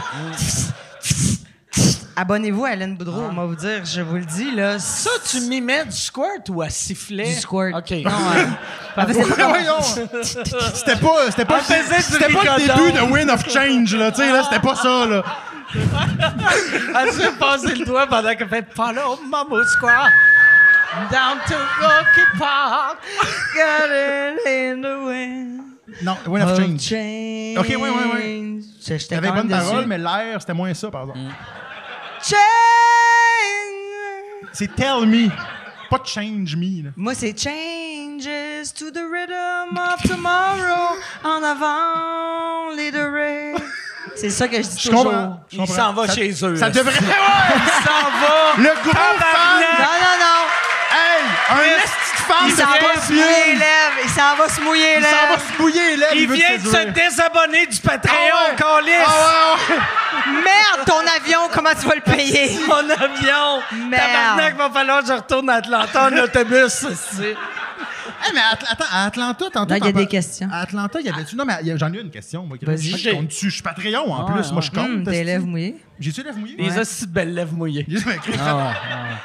E: Abonnez-vous à Hélène Boudreau, on va vous dire, je vous le dis, là.
C: Ça, tu m'y mets du squirt ou à sifflet?
E: Du squirt.
C: OK. Ah,
E: Non, euh, hein. ouais. Elle faisait pas comme-
F: Voyons. C'était pas, c'était pas,
C: On faisait du
F: c'était pas le
C: rigodon.
F: début de Win of Change, là, tu sais, là, c'était pas ça, là.
C: Elle se fait passer le doigt pendant qu'elle fait Follow Mamou Square. Down to Rocky Park.
E: Got it in the wind.
F: Non, Win of Change.
E: Change.
F: Ok, ouais, ouais, ouais.
E: Je- J'étais
F: T'avais
E: Euh, quand même Mm.
F: bonne parole,
E: dessus.
F: mais l'air, c'était moins ça, par exemple.
E: Change.
F: C'est Tell Me, pas Change Me, là.
E: Moi, c'est Changes to the rhythm of tomorrow. En avant, les deux rays. C'est ça que je dis
F: Je
E: toujours.
F: comprends. je
C: Il
F: comprends.
C: s'en va
F: Ça-
C: chez eux.
F: Ça
C: là.
F: devrait.
C: Il s'en va.
F: [LAUGHS] Le gros fan!
E: Non, non, non.
F: Hey! Un esti de fan
E: Il s'en
F: de
E: va se
F: lesbienne.
E: mouiller les lèvres. Il s'en va se mouiller les
F: Il s'en va
E: lèvres.
F: se mouiller, là!
C: Il vient de se désabonner du Patreon,
F: Ah ouais.
C: câlisse.
E: Merde, ton avion, comment tu vas le payer?
C: Mon avion!
E: Merde.
C: Tabarnak, va falloir que je retourne à Atlanta en autobus. c'est-
F: Hey, mais at- attends, à Atlanta, tantôt.
E: Non, il y a
F: t'en par-
E: des questions.
F: À Atlanta, il y avait-tu. Non, mais il y a- j'en ai une question, moi.
E: Vas-y.
F: Je compte dessus. Je suis Patreon, en plus. Moi, je compte.
E: Hum,
F: esti.
E: tes lèvres mouillées.
F: J'ai-tu les lèvres mouillées?
C: Les aussi de belles lèvres mouillées.
F: J'ai- ah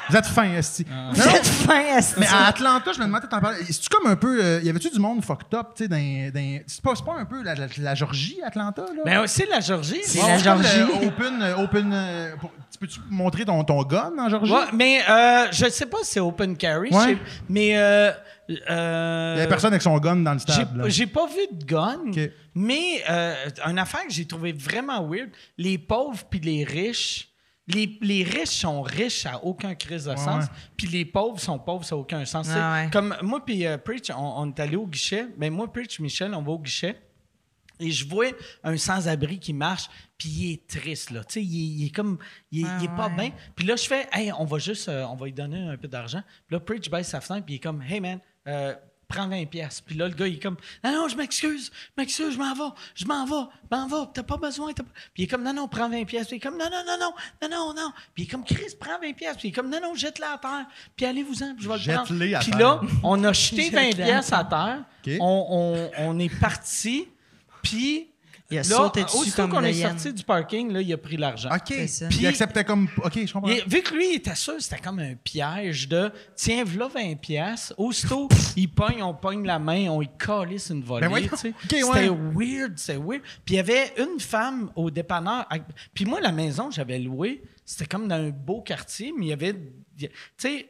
F: Vous êtes fin, Esti. Non,
E: [LAUGHS]
F: non,
E: Cette fin, est
F: Mais à Atlanta, je me demandais, t'en parlais. C'est-tu comme un peu. euh, y avait-tu du monde fucked up, tu sais, dans. dans- C'est pas, c'est pas un peu la, la- la Georgie, Atlanta, là?
C: Mais aussi Ben la Georgie.
E: C'est
C: Ouais.
E: la
F: comme le
E: Georgie.
F: Open. euh, open euh, pour- tu peux-tu montrer ton, ton gun en Georgie?
C: Ouais, mais euh, je sais pas si c'est open carry. je
F: Ouais.
C: sais- Mais. Euh,
F: Il y
C: euh,
F: avait personne avec son gun dans le
C: J'ai-
F: stade. là.
C: J'ai pas vu de gun,
F: Ok.
C: mais euh, une affaire que j'ai trouvé vraiment weird, les pauvres puis les riches, les, les riches sont riches à aucun crise de sens,
F: ouais.
C: puis les pauvres sont pauvres, ça n'a aucun sens. C'est
E: ouais.
C: Comme moi puis euh, Preach, on, on est allé au guichet, mais moi, Preach, Michel, on va au guichet. Et je vois un sans-abri qui marche, puis il est triste, là. Tu sais, il, est- il est comme... Il, est- il est pas bien. Puis là, je fais, « Hey, on va juste... euh, on va lui donner un peu d'argent. » Puis là, Preach baisse sa fenêtre, puis il est comme, « Hey, man, euh, prends 20 pièces. Puis là, le gars, il est comme, non, non, je m'excuse, je m'excuse, je m'en vais, je m'en vais, je m'en vais, t'as pas besoin. t'as pas- Puis il est comme, non, non, prends 20 pièces. Puis il est comme, non, non, non, non, non, non, non. Puis il est comme, Chris, prends 20 pièces. Puis il est comme, non, non, jette-la à terre. Puis allez-vous-en, puis je vais le prendre.
F: Jette-les à
C: Puis
F: terre.
C: là, on a jeté 20
E: Jette-la.
C: pièces à terre.
F: OK.
C: On, on- on est parti. Puis
E: Il a
C: là,
E: sauté dessus
C: aussitôt
E: comme
C: qu'on
E: une
C: est
E: hyène.
C: sorti du parking, là, il a pris l'argent.
F: OK.
E: C'est ça.
F: Puis il acceptait comme. OK, je comprends.
C: Il- vu que lui, il était sûr, c'était comme un piège de tiens, voilà 20 pièces.
F: [LAUGHS]
C: Aussitôt, il pogne, on pogne la main, on y calisse une volée.
F: Ben voyons.
C: tu sais.
F: Ok,
C: c'était
F: ouais.
C: weird, c'est weird. Puis il y avait une femme au dépanneur. à- Puis moi, la maison que j'avais louée, c'était comme dans un beau quartier, mais il y avait. il y a- Tu sais,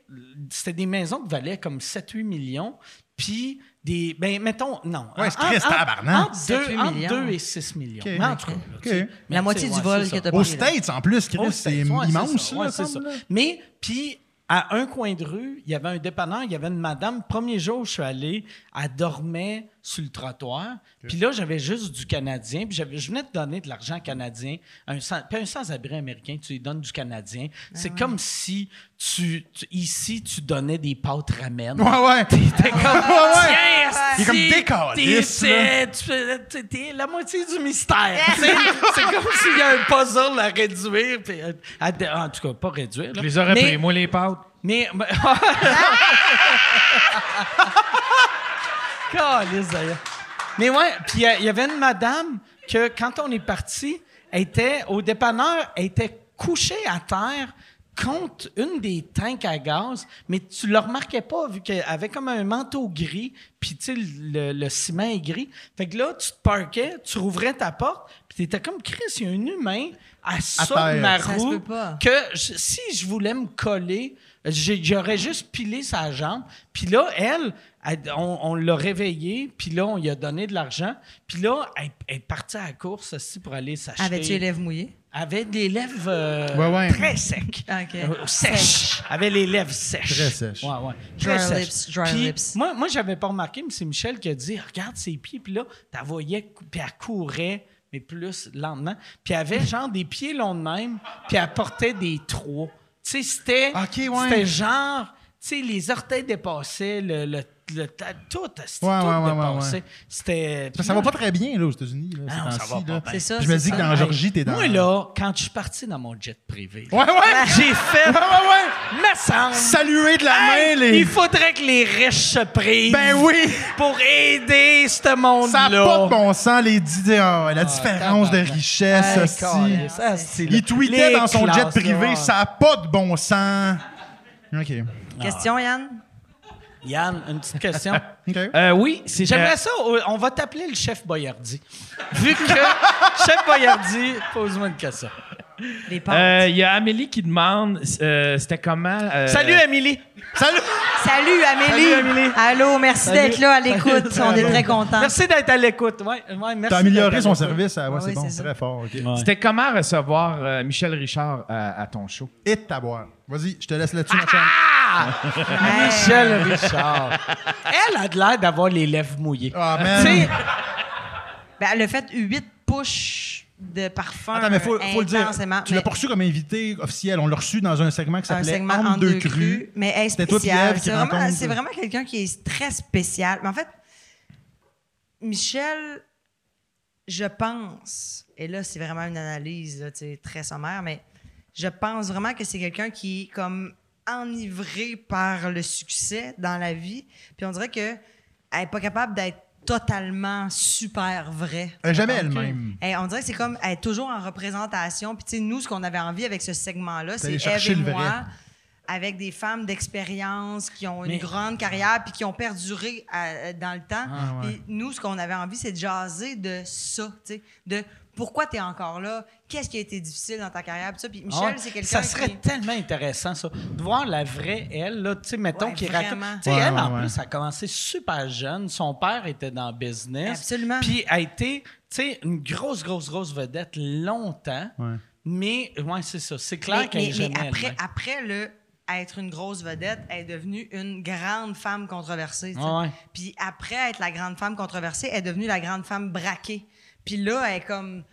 C: c'était des maisons qui valaient comme 7-8 millions. Puis des. Ben, mettons, non.
F: Ouais, c'est
C: En- en-
F: triste,
C: en-
F: tabarnak.
C: Entre 2
E: 7-8 millions.
C: et 6 millions.
F: Ok.
C: En tout cas, là, tu sais.
F: Ok.
C: Mais
E: La
C: tu
E: moitié
C: sais,
E: du
C: ouais,
E: vol
C: c'est
E: que
C: ça.
E: t'as
F: Aux
E: pris. là.
F: States, en plus, Chris,
C: Oh,
F: c'est
C: States, ouais,
F: immense,
C: c'est ça,
F: là,
C: ouais, c'est
F: me
C: ça.
F: semble, là.
C: Mais, puis, à un coin de rue, il y avait un dépanneur, il y avait une madame. Premier jour, où je suis allé, elle dormait sur le trottoir. Puis là, j'avais juste du Canadien. Puis j'avais- je venais de donner de l'argent canadien. à Un sans, puis un sans-abri américain, tu lui donnes du Canadien. c'est comme si, tu, tu- ici, tu donnais des pâtes ramen.
F: Ouais, ouais.
C: T'es comme, tiens,
F: Il est comme
C: esti,
F: décaliste,
C: t'es- t'es- t'es- t'es la moitié du
F: [LAUGHS]
C: mystère. Tu sais, c'est comme s'il y a un puzzle à réduire. puis, euh, à dé- en tout cas, pas réduire. là.
G: Je les aurais
C: mais,
G: pris, moi, les pâtes.
C: Mais. [LAUGHS] mais- Calisse, d'ailleurs. Mais ouais, puis il y a- il y avait une madame que, quand on est parti, elle était, au dépanneur, elle était couchée à terre contre une des tanks à gaz, mais tu le remarquais pas vu qu'elle avait comme un manteau gris, puis tu sais, le, le ciment est gris. Fait que là, tu te parquais, tu rouvrais ta porte, puis t'étais comme, Chris, il y a un humain à ça
F: terre.
C: ma
E: Ça se
C: roue
E: peut pas.
C: que je- si je voulais me coller, j'ai- j'aurais juste pilé sa jambe. Puis là, elle, elle- on, on l'a réveillée, puis là, on lui a donné de l'argent. Puis là, elle, elle est partie à la course aussi pour aller s'acheter.
E: Avais-tu les lèvres mouillées?
C: Avait des lèvres euh,
F: Ouais, ouais.
C: très secs.
E: OK. Ah,
C: Euh, sèches. Avait les lèvres sèches.
F: Très sèches.
C: Ouais, ouais.
E: Dry lips, dry
C: Puis
E: lips.
C: Moi, moi j'avais pas remarqué, mais c'est Michel qui a dit Regarde ses pieds. Puis là, t'as voyais, cou- puis elle courait, mais plus lentement. Puis elle avait genre des pieds longs de même, puis elle portait des trois. Tu sais, c'était
F: Ok, ouais.
C: c'était genre, tu sais, les orteils dépassaient, le, le, le ta- tout, c'était
F: Ouais,
C: tout
F: ouais, ouais, ouais,
C: dépassait.
F: ouais.
C: C'était.
F: Ça, ça va pas très bien, là, aux États-Unis. Là,
C: Ah non,
F: ces
C: ça
F: temps-ci,
C: va
F: là.
C: pas bien.
E: C'est ça.
F: Je me
E: c'est
F: dis
E: ça.
F: que dans Georgie, t'es dans.
C: Moi, là, quand je suis parti dans mon jet privé,
F: Ouais, ouais.
C: [LAUGHS] j'ai fait. Me semble.
F: Saluer de la
C: Hey,
F: main, les.
C: Il faudrait que les riches se privent
F: Ben oui.
C: pour aider ce
F: Ça
C: monde-là.
F: n'a pas de bon sens, les idées. Ah, la différence de
C: tabarnak.
F: richesse,
C: Hey,
F: aussi.
C: câlisse, Euh, ça, c'est là.
F: Il tweetait
C: Les
F: dans son jet
C: classes,
F: privé,
C: là.
F: ça n'a pas de bon sens. OK. Ah.
E: Question, Yann?
C: Yann, une petite [LAUGHS] question.
F: OK.
G: Euh, oui, c'est
C: J'aimerais ça, euh, on va t'appeler le chef Boyardi. [LAUGHS] Vu que chef Boyardi, pose-moi une question.
E: Les
G: Euh,
E: pâtes.
G: euh, Il y a Amélie qui demande euh, c'était comment. euh,
C: Salut, Amélie.
F: Salut!
E: Salut, Amélie.
C: Salut, Amélie.
E: Allô, merci
C: Salut.
E: d'être là à l'écoute. On est très contents.
C: Merci d'être à l'écoute. Ouais, ouais, merci
F: T'as amélioré
C: d'être à
F: son
C: l'écoute.
F: service. Ah, ouais,
E: Ah
F: c'est
E: oui,
F: bon,
E: c'est
F: c'est
E: ça.
F: très fort. OK.
G: C'était comment recevoir euh, Michel Richard à, à ton show?
F: Et de ta boire. Vas-y, je te laisse là-dessus, ma chum.
C: Ah!
E: Hey.
C: Michel Richard. Elle a de l'air d'avoir les lèvres mouillées.
F: Ah,
C: Tu sais,
F: man.
E: Ben, elle a fait huit push de parfum.
F: Attends, mais faut, faut le dire.
E: Euh, intensément,
F: Tu
E: mais
F: l'as pas reçu comme invité officiel. On l'a reçu dans un segment qui
E: un
F: s'appelait
E: segment
F: Entre
E: en
F: deux
E: deux
F: crues.
E: crus. Mais elle est
F: C'était toi puis Ève
E: spéciale.
F: qui
E: C'est vraiment,
F: rencontre-
E: c'est vraiment quelqu'un qui est très spécial. Mais en fait, Michel, je pense, et là, c'est vraiment une analyse là, tu sais, très sommaire, mais je pense vraiment que c'est quelqu'un qui est comme enivré par le succès dans la vie. Puis on dirait qu'elle n'est pas capable d'être totalement super vraie.
F: Elle est jamais elle-même.
E: Eh, on dirait que c'est comme elle est toujours en représentation. Puis, tu sais, nous, ce qu'on avait envie avec ce segment-là, c'est
F: D'aller
E: Eve
F: chercher
E: et
F: le vrai.
E: moi, avec des femmes d'expérience qui ont une
C: Mais-
E: grande carrière puis qui ont perduré à- euh, dans le temps.
C: Ah,
E: Puis nous, ce qu'on avait envie, c'est de jaser de ça, tu sais, de pourquoi tu es encore là, qu'est-ce qui a été difficile dans ta carrière, puis ça. Puis Michel,
C: Ah ouais,
E: c'est quelqu'un
C: Ça serait
E: qui...
C: tellement intéressant, ça. De voir la vraie elle, là, tu sais, mettons
E: Ouais,
C: qui raconte.
E: vraiment.
C: Tu sais,
F: Ouais,
C: elle,
F: ouais,
C: en
F: ouais.
C: plus, a commencé super jeune. Son père était dans le business.
E: Absolument.
C: Puis a été, tu sais, une grosse, grosse, grosse vedette longtemps.
F: Ouais.
C: Mais, ouais, c'est ça. C'est
E: Mais,
C: clair qu'elle
E: mais-
C: est jamais
E: mais après,
C: elle-même.
E: après le être une grosse vedette, elle est devenue une grande femme controversée. tu sais.
C: Ouais, ouais.
E: Puis après être la grande femme controversée, elle est devenue la grande femme braquée. Puis là, elle est comme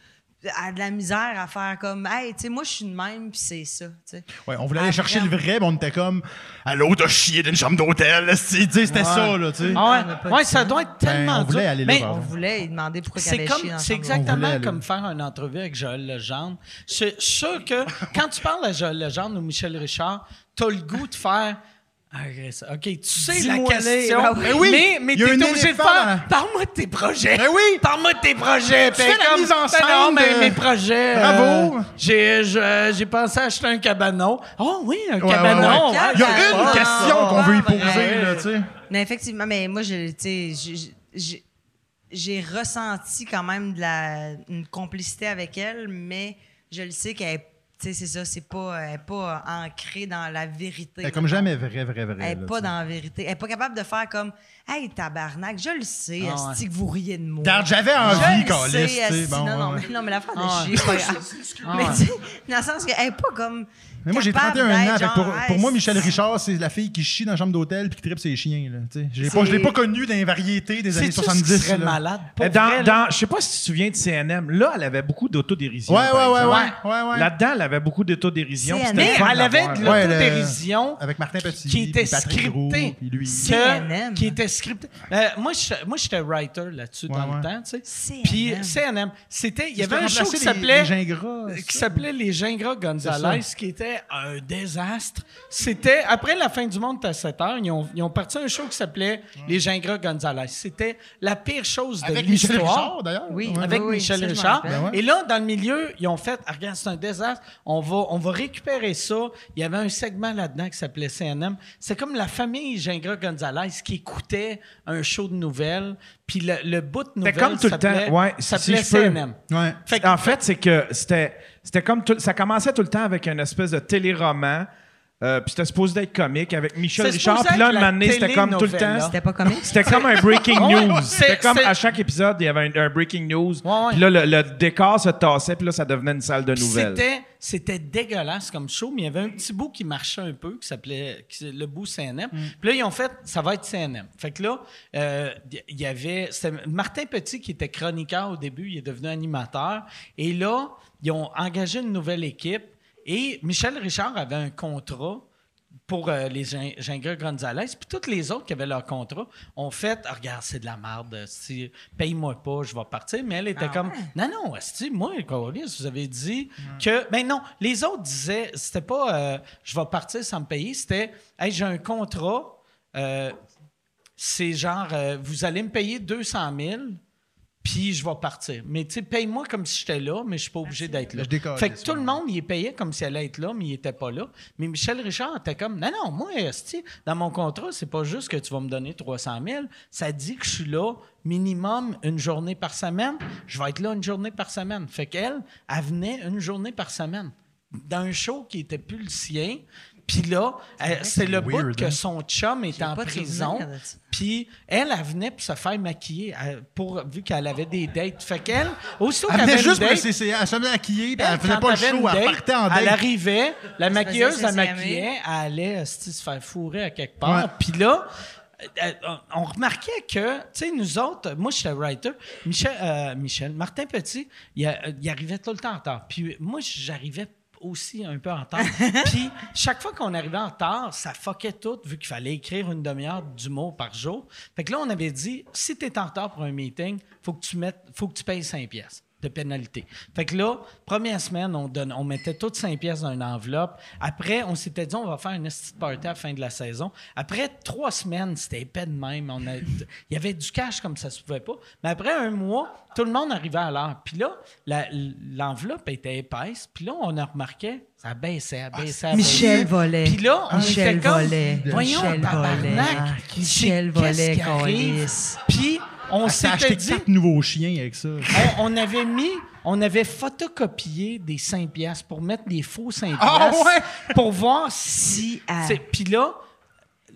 E: a de la misère à faire comme, hey, tu sais, moi, je suis de même, puis c'est ça. tu sais.
F: Ouais, on voulait
E: Ah,
F: aller chercher le
E: merde.
F: vrai, mais on était comme Allô, t'as chié d'une chambre d'hôtel, là, si, tu sais, c'était ça, là, tu sais.
C: Ah
E: on a
C: ouais,
E: pas
C: Ouais,
E: dit
C: ça doit être
F: Ben,
C: tellement
F: on voulait
C: dur.
F: aller là,
C: Mais
F: par
E: On
F: exemple.
E: voulait lui demander pourquoi elle
C: c'est
E: avait
C: comme,
E: chié
C: c'est
E: ensemble.
F: On voulait
C: exactement
F: aller.
C: comme faire une entrevue avec Joël Legendre. C'est sûr que quand tu parles à Joël Legendre ou Michel Richard, t'as le goût de faire. Ah, Chris, OK, tu sais la
E: Dis-moi
C: question,
E: les-
C: mais,
E: Ben
F: oui.
C: Ah mais, mais
F: Il y a
C: t'es
F: un
C: obligé de
F: éléphant dans la-
C: faire « Parle-moi de tes projets!
F: Ben oui.
C: Parle-moi de tes projets! »
F: fais la mise en scène
C: non, mais
F: de-
C: mes projets...
F: Bravo.
C: euh, j'ai, je- j'ai pensé acheter un cabanon. Oh oui, un
F: Ouais, ouais,
C: cabanon!
F: ouais.
C: hein,
F: Il y a une
E: Ah,
F: question qu'on
E: ouais,
F: veut y
E: ouais.
F: poser, là, tu sais.
E: Mais effectivement, mais moi, je- tu sais, j'ai- j'ai- j'ai ressenti quand même de la, une complicité avec elle, mais je le sais qu'elle est- tu sais, c'est ça, c'est pas, elle est pas ancrée dans la vérité.
F: C'était comme jamais vrai, vrai, vrai.
E: Elle
F: là,
E: n'est pas
F: tu sais.
E: dans la vérité. Elle n'est pas capable de faire comme Hey, tabarnak, je le sais,
C: Ah
E: esti que vous riez de moi.
F: Regarde, j'avais
E: Je
F: envie,
E: le
F: Calis,
E: sais,
F: tu sais.
E: esti.
F: Bon,
E: non, non,
F: ouais.
E: mais, non, mais la fin de
C: Ah ouais.
E: chier, c'est pas grave. Mais tu sais, dans le sens qu'elle n'est pas comme.
F: Mais moi, j'ai
E: capable
F: 31 ans.
E: d'être
F: fait que pour,
E: genre,
F: pour moi,
E: Hey,
F: Michel
E: c'est-
F: Richard, c'est la fille qui chie dans la chambre d'hôtel puis qui tripe ses chiens. Là, tu sais. je l'ai
E: C'est-
F: pas- je l'ai pas connue dans les variétés des années
C: C'est-tu ce qui
F: 70.
C: serait
F: là.
C: malade? Pour
D: Euh, dans,
C: vrai, là?
D: dans- je sais pas si tu te souviens de CNM. Là, elle avait beaucoup d'autodérision.
F: Ouais, ouais,
D: par
F: ouais,
D: exemple.
F: ouais, ouais, ouais.
D: Là-dedans, elle avait beaucoup d'autodérision.
E: CNM.
D: c'était le
C: Mais
D: fun
C: elle
D: à
C: avait
D: voir.
C: de
F: Ouais, le-
C: l'autodérision
F: Avec Martin Petit.
C: qui était
F: puis Patrick Roux,
C: scriptée.
F: puis lui.
C: Que-
E: CNM.
C: Qui était scriptée. Euh, moi, je- moi, j'étais writer là-dessus
F: Ouais,
C: dans
F: ouais.
C: le temps, tu sais.
E: CNM.
C: Puis CNM, c'était, il y avait un show qui
F: Remplacer les-
C: s'appelait...
F: les Gingras,
C: euh, qui
F: ça.
C: s'appelait Les Gingras Gonzalez, qui était un désastre. C'était, après la fin du monde à 7 heures, ils ont, ils ont parti un show qui s'appelait Les Gingras Gonzalez. C'était la pire chose de
F: Avec Michel
C: l'histoire.
F: Richard, d'ailleurs.
E: Oui.
F: Ouais.
C: Avec
E: oui,
C: Michel
E: ça, je m'en
C: Richard.
E: rappelle.
F: Ben ouais.
C: Et là, dans le milieu, ils ont fait ah, Regarde, c'est un désastre. On va, on va récupérer ça. Il y avait un segment là-dedans qui s'appelait CNM. C'est comme la famille Gingras Gonzalez qui écoutait un show de nouvelles. Puis le, le bout de nouvelles.
D: Ben, comme tout le
C: s'appelait-
D: temps. Ouais, si-
C: s'appelait
D: si je peux.
C: CNM.
F: Ouais.
C: Fait que-
D: en fait, c'est que c'était, c'était comme tout- ça commençait tout le temps avec une espèce de téléroman. euh, puis c'était supposé d'être comique avec Michel
C: C'est
D: Richard.
C: supposé
D: Puis là, un
C: être la
D: moment donné, c'était comme tout le
C: telenovela.
D: temps.
E: C'était pas comique.
D: C'était comme un breaking news.
C: c'est-
D: C'était comme
C: c'est-
D: à chaque épisode, il y avait un, un breaking news.
C: ouais.
D: Puis là, le, le décor se tassait, puis là, ça devenait une salle de
C: Puis
D: nouvelles.
C: C'était, c'était dégueulasse comme show, mais il y avait un petit bout qui marchait un peu, qui s'appelait qui- le bout CNM. Puis là, ils ont fait, ça va être CNM. Fait que là, euh, il y avait. c'était Martin Petit qui était chroniqueur au début, il est devenu animateur. Et là, ils ont engagé une nouvelle équipe. Et Michel Richard avait un contrat pour euh, les Gin- Gingras Gonzalez, puis toutes les autres qui avaient leur contrat ont fait Ah, Regarde, c'est de la merde, si, paye-moi pas, je vais partir. Mais elle était comme Non, non, esti, moi, Carlis, vous avez dit que. Ben non, les autres disaient C'était pas euh, Je vais partir sans me payer, c'était Hey, j'ai un contrat, euh, c'est genre euh, Vous allez me payer 200 000. Puis je vais partir. Mais tu sais, paye-moi comme si j'étais là, mais je suis pas obligé d'être là.
F: Je décolle,
C: fait que
F: c'est
C: tout le monde, il est payé comme s'il allait être là, mais il était pas là. Mais Michel Richard était comme, non, non, moi, esti, dans mon contrat, c'est pas juste que tu vas me donner 300 000. Ça dit que je suis là minimum une journée par semaine. Je vais être là une journée par semaine. Fait qu'elle, elle venait une journée par semaine dans un show qui était plus le sien. Puis là, elle- c'est le
F: weird,
C: bout que
F: hein?
C: son chum est
E: J'ai
C: en
E: pas de
C: prison.
E: souvenir de ça.
C: Puis elle, elle venait pour se faire maquiller, elle- pour, vu qu'elle avait des dates. Fait qu'elle, aussitôt
F: Elle
C: qu'elle avait
F: venait
C: une
F: juste pour le
C: date,
F: CCA. Elle se faisait maquiller, puis elle
C: elle,
F: faisait
C: quand
F: pas le
C: t'avais une
F: show, elle
C: date,
F: partait en
C: Elle
F: date.
C: arrivait, la maquilleuse
E: faisait
C: la
E: CCMA.
C: maquillait, elle allait esti, se faire fourrer à quelque part.
F: Ouais.
C: Puis là, euh, euh, on remarquait que, tu sais, nous autres, moi, j'étais writer, Michel, euh, Michel, Martin Petit, il, a- il arrivait tout le temps en retard. Puis moi, j'arrivais aussi un peu en retard. Puis chaque fois qu'on arrivait en retard, ça fuckait tout, vu qu'il fallait écrire une demi-heure d'humour par jour. Fait que là, on avait dit, si tu es en retard pour un meeting, faut que tu mettes, faut que tu payes 5 pièces de pénalité. Fait que là, première semaine, on, donne, on mettait toutes 5 pièces dans une enveloppe. Après, on s'était dit, on va faire une petite party à la fin de la saison. Après trois semaines, c'était épais de même. On a- il y avait du cash comme ça se pouvait pas. Mais après un mois, tout le monde arrivait à l'heure. Puis là, la- l'enveloppe était épaisse. Puis là, on en remarquait, ça baissait, ça baissait, ça
E: Ah, Michel
C: baissait.
E: Volley.
C: Ah, Puis là, on
E: Michel
C: était comme,
E: Volley.
C: voyons,
E: Michel
C: tabarnak,
E: Volley.
C: c'est-
E: Michel
C: qu'est-ce
E: Volley, Ah,
C: qui arrive?
E: câlisse.
C: Puis on
F: Elle s'est
C: s'était
F: acheté
C: dit,
F: quatre nouveaux chiens avec ça.
C: on, on avait mis, on avait photocopié des 5 piastres pour mettre des faux 5 piastres
F: Ah ouais?
C: pour voir si...
E: Si, euh,
C: c'est- Puis là,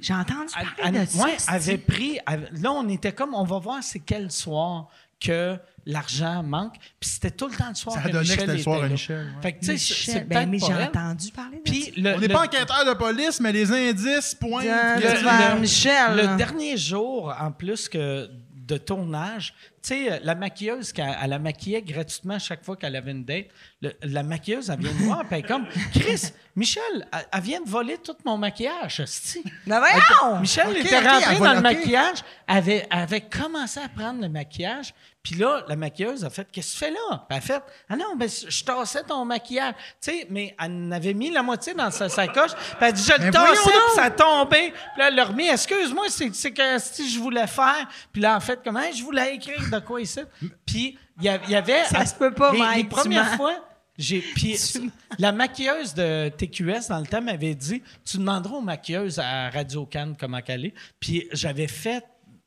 E: J'ai entendu
C: elle-
E: parler
C: elle-
E: de ça.
C: ouais,
E: esti.
C: avait pris... elle- là, on était comme, on va voir c'est quel soir que l'argent manque. Puis c'était tout le temps le soir
F: Ça
C: que
F: donnait que
C: Michel
F: c'était le
C: était
F: soir à
C: là.
F: Michel, ouais.
C: Fait que tu sais, c'est- c'est
E: Michel, ben,
C: peut-être
E: mais
C: pas
E: j'ai
C: elle.
E: entendu parler de
C: Puis
E: ça.
C: le-
F: On n'est
C: le-
F: pas enquêteur de police, mais les indices pointent.
E: Tiens,
F: que-
E: tu vas- Vers Michel.
C: le dernier jour, en plus que de tournage. Tu sais, euh, la maquilleuse, qu'elle- elle, la maquillait gratuitement chaque fois qu'elle avait une date. Le- la maquilleuse, elle vient me voir, puis elle est comme Chris, Michel, elle, elle vient de voler tout mon maquillage, hostie.
E: Mais Ben voyons!
C: Michel
F: Ok,
C: était
F: ok,
C: rentré
F: elle
C: dans
F: va
C: le
F: noter.
C: maquillage, avait, avait commencé à prendre le maquillage, puis là, la maquilleuse a fait Qu'est-ce que tu fais là Puis Elle a fait Ah non, ben, je tassais ton maquillage. Tu sais, mais elle en avait mis la moitié dans sa sacoche, puis elle a dit Je le
F: Mais
C: tassais,
F: voyons
C: puis
F: donc!
C: ça a tombé. Puis là, elle l'a remis Excuse-moi, c'est c'est que si je voulais faire. Puis là, en fait, comment je voulais écrire de quoi ici Puis il y a- il y avait.
E: [LAUGHS] Ça se peut pas,
C: les,
E: Mike,
C: Les
E: tu
C: premières
E: mens.
C: fois, j'ai.
E: [LAUGHS]
C: Puis la maquilleuse de TQS dans le temps m'avait dit Tu demanderas aux maquilleuses à Radio Cannes comment qu'elle est. Puis j'avais fait.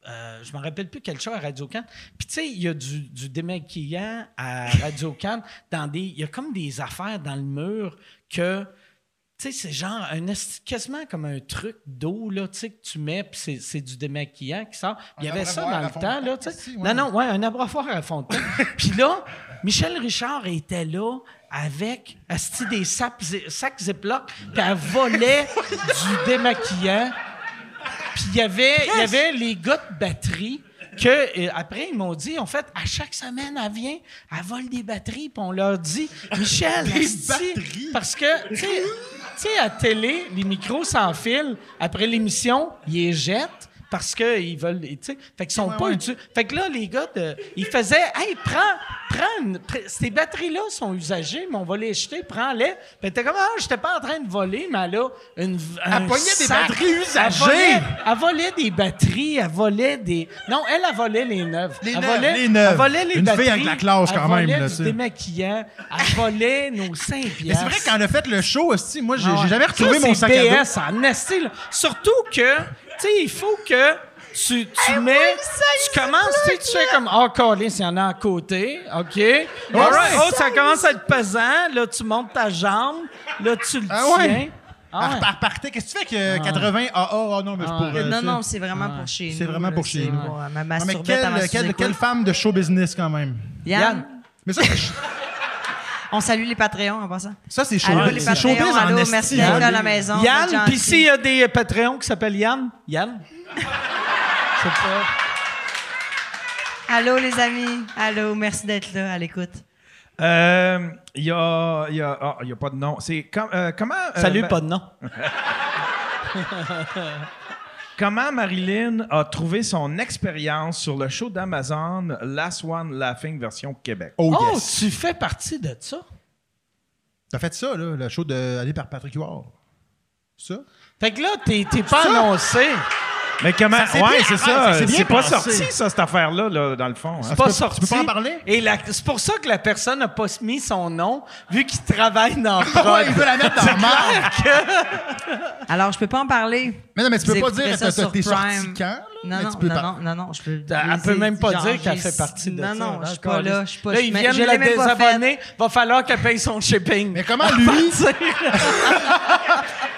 C: euh, je me rappelle plus quel show à Radio Cannes. Puis tu sais, il y a du, du démaquillant à Radio Cannes dans des il y a comme des affaires dans le mur que tu sais, c'est genre un esti- quasiment comme un truc d'eau là, tu sais que tu mets puis c'est- c'est du démaquillant qui sort. Il y
F: Un
C: avait ça dans
F: abreuvoir à
C: le
F: fond de
C: temps là,
F: teint,
C: tu sais.
F: si,
C: Non
F: ouais.
C: non, non, ouais, un abreuvoir à fond de
F: [LAUGHS]
C: teint. Puis là, Michel Richard était là avec asti, des sacs, zi- sacs Ziploc, puis elle volait du démaquillant. Puis il y avait, il y avait les gars de batterie que, euh, après, ils m'ont dit, en fait, à chaque semaine, elle vient, elle vole des batteries, puis on leur dit, Michel, asti, parce que, tu sais, tu sais, à télé, les micros s'enfilent. Après l'émission, ils les jettent parce qu'ils veulent, tu sais, fait qu'ils sont pas utiles. Fait que là, les gars, de- ils faisaient, hey, prends, prends, une- pr- ces batteries-là sont usagées, mais on va les jeter, prends-les. Fait que t'es comme, ah, j'étais pas en train de voler, mais là, une, un
F: pognait des
C: sac.
F: batteries usagées.
C: Elle volait, elle volait des batteries, elle volait des, non, elle, elle volait les neuves.
F: Les
C: Elle
F: neuves,
C: volait-
F: les neuves.
C: Elle volait les
F: Une fille
C: batteries.
F: avec la classe, quand même,
C: Elle volait
F: là,
C: du
F: ça.
C: démaquillant. Elle volait nos 5 piastres.
F: Mais c'est vrai qu'en a fait le show aussi, moi, j'ai
C: Ah ouais.
F: j'ai jamais retrouvé
C: Ça,
F: mon
C: c'est
F: sac à dos.
C: BS en esti, là. Surtout que, tu sais, il faut que tu, tu mets. tu commences, tu sais, tu fais comme, oh, Colin, s'il y en a à côté. OK. All right. Oh, ça commence à être pesant. Là, tu montes ta jambe. Là, tu le
F: Ah
C: tiens.
F: ouais.
C: Ah ouais.
F: Elle repartait. Qu'est-ce que tu fais que 80 Ah ah, ah non, mais je pourrais.
E: Non,
F: ça.
E: non, c'est vraiment pour chez nous.
F: Ah, C'est vraiment
E: là,
F: pour chez
E: c'est
F: nous.
E: pour, euh, ma
F: Non, mais
E: masturbette
F: quelle,
E: avant
F: quelle,
E: sous les
F: quelle
E: couilles.
F: femme de show business quand même.
E: Yann,
F: Mais ça, c'est-
E: on salue les Patreons en passant.
F: ça c'est show,
E: Allô, les
F: c'est show
E: Patreons,
F: business en
E: allô,
F: esti,
E: merci
F: hein.
E: d'être là à la maison. vous êtes
C: Yann, puis
E: gentils.
C: s'il y a des euh, Patreons qui s'appellent Yann,
E: [LAUGHS]
C: Yann. C'est pas.
E: Allô, les amis. Allô, merci d'être là à l'écoute.
D: Euh, Il y a. Il y a, ah, il y a pas de nom. C'est com- euh, comment. euh,
C: Salut,
E: ben-
D: Ma-
C: pas de nom.
D: Comment Marilyn a trouvé son expérience sur le show d'Amazon Last One Laughing version Québec?
F: Oh,
C: Oh,
F: yes.
C: tu fais partie de ça.
F: T'as fait ça, là, le show de aller par Patrick Huard. Ça?
C: Fait que là, t'es t'es pas annoncé.
F: Ah,
D: Mais comment.
F: s'est
D: ouais,
F: bien-
D: c'est
F: ah,
D: ça.
F: ça s'est bien
D: c'est pas
F: passé.
D: sorti, ça, cette affaire-là, là, dans le fond. hein.
C: pas
F: peux-
C: sorti.
F: tu peux pas en parler?
C: Et la- c'est pour ça que la personne n'a pas mis son nom, vu qu'il travaille
F: [LAUGHS]
C: dans
F: Ah
C: prod.
F: ouais, il veut la mettre dans la merde.
E: Alors, je peux pas en parler.
F: Mais non, mais tu
E: Vous
F: peux pas
E: écouterez
F: dire
E: ça
F: t'as- t'as-
E: sur
F: t'es sorti
E: Prime.
F: quand? là,
E: Non,
F: mais
E: non,
F: tu peux
E: non,
F: pas-
E: non, non, non, je peux.
C: Elle peut même pas dire qu'elle fait partie de
E: non,
C: ça.
E: Non, non, je suis
C: d'accord.
E: pas là. Je suis pas
C: Là, ils
E: mais
C: viennent
E: je
C: la
E: l'ai même pas
C: désabonner. Va falloir qu'elle paye son shipping.
F: Mais comment
E: [LAUGHS]
F: lui,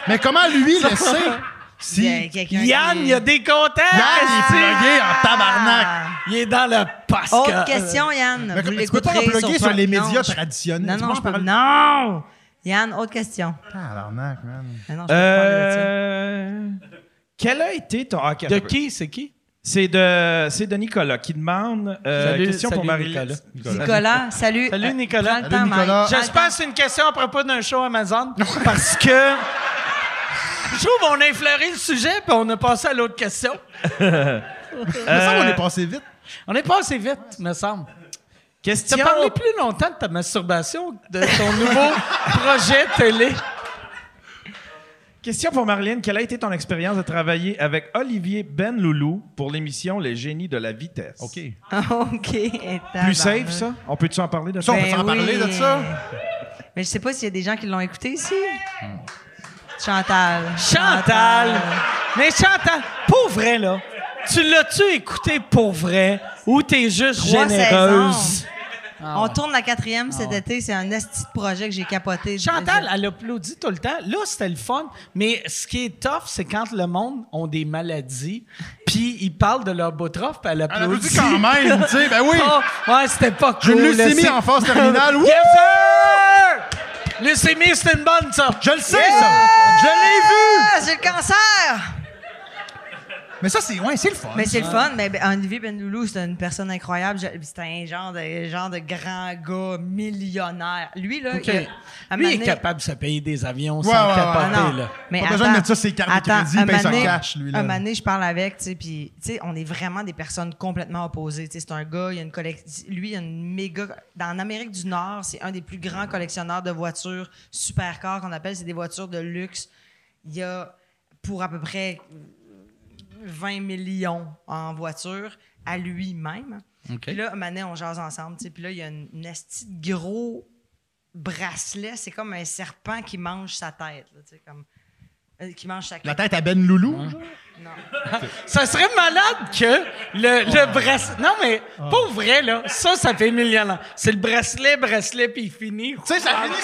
F: mais comment lui laisser
E: faite.
F: si
E: Il y a quelqu'un
C: Yann,
E: qui-
C: il y a des contacts.
F: Yann, il est plugué en tabarnak?
E: Ah!
C: Il est dans le pasque.
E: Autre
C: euh,
E: question, Yann.
F: Mais
E: Vous
F: tu peux pas en
E: l'écouterez
F: plugger sur
E: Prime.
F: les
E: Non,
F: médias
E: je-
F: traditionnels.
E: Non,
F: Tu
E: non,
F: peux
E: je
F: pas en
E: peux.
F: parler.
E: Non! Yann, autre question.
F: Ah, Tabarnak, man.
E: Ah non, je peux pas parler de ça.
D: Euh, Quel a été ton. ah, ok,
C: De
D: attends.
C: qui? C'est qui?
D: C'est de, c'est de Nicolas qui demande. euh,
C: Salut,
D: question pour
C: salut,
D: Marilyn.
C: Nicolas.
E: Nicolas, salut.
C: Salut,
E: Euh,
C: Nicolas.
E: prends le temps, [LAUGHS]
F: Salut, Nicolas.
E: Mike.
C: J'espère que c'est une question à propos d'un show Amazon. parce
D: [LAUGHS]
C: que. Je trouve qu'on a effleuré le sujet, puis on a passé à l'autre question.
F: Mais
E: Euh,
F: ça, on est passé vite.
C: On est passé vite, me semble.
D: Question.
C: T'as parlé plus longtemps de ta masturbation que de ton nouveau [LAUGHS] projet télé.
D: Question pour Marlène. Quelle a été ton expérience de travailler avec Olivier Benloulou pour l'émission Les Génies de la vitesse?
F: OK.
E: OK. Ah ben,
D: Plus safe, ça? On peut-tu en parler de
F: Ça,
D: ça?
F: on peut s'en parler de ça?
E: Mais je sais pas s'il y a des gens qui l'ont écouté ici. Chantal.
C: Chantal! Mais Chantal, pour vrai, là, tu l'as-tu écouté pour vrai ou t'es juste
E: Trois
C: généreuse?
E: saisons. On tourne la quatrième cet été. C'est un esti de projet que j'ai capoté.
C: Chantal, elle applaudit tout le temps. Là, c'était le fun. Mais ce qui est tough, c'est quand le monde ont des maladies, puis ils parlent de leur beau trophe, puis elle
F: Elle a
C: applaudit.
F: dit quand même, tu sais, ben oui.
C: Oh, ouais, c'était pas
F: J'ai
C: cool.
F: une
C: là,
F: leucémie
C: c'est-
F: en phase terminale. Wouh!
C: Yes, sir! Leucémie, c'est une bonne, ça.
F: Je le sais, ça! Je l'ai vu!
E: Ah, j'ai le cancer!
F: Mais ça, c'est ouais, Ah, c'est le fun.
E: Mais c'est le fun. Mais ben, Olivier Bendoulou, c'est une personne incroyable. Je- C'est un genre de, genre de grand gars millionnaire. Lui, là, il, à un
C: Lui,
E: moment
C: il est
E: donné-
C: capable de se payer des avions sans
F: Ouais, ouais, ouais.
E: Ah non,
C: capoter, là.
E: Mais
F: Pas besoin de mettre ça sur ses cartes de crédit,
E: un
F: paye son
E: moment donné-
F: cash, lui, là.
E: Un moment donné, je parle avec, tu sais, puis tu sais, on est vraiment des personnes complètement opposées. Tu sais, c'est un gars, il a une collec- lui, il a une méga. Dans l'Amérique du Nord, c'est un des plus grands collectionneurs de voitures supercars qu'on appelle, c'est des voitures de luxe. Il y a pour à peu près 20 millions en voiture à lui-même. Puis là, un moment donné, on jase ensemble, tu sais, puis là, il y a une, une esti de gros bracelet, c'est comme un serpent qui mange sa tête, là, tu sais, comme euh, qui mange sa queue.
F: La tête à Ben Loulou. genre.
E: Non.
C: Ça serait malade que le, le bracelet. Non, mais pour vrai, là, ça, ça fait millionnaire. C'est le bracelet, bracelet, puis il finit.
F: Tu sais, ça finit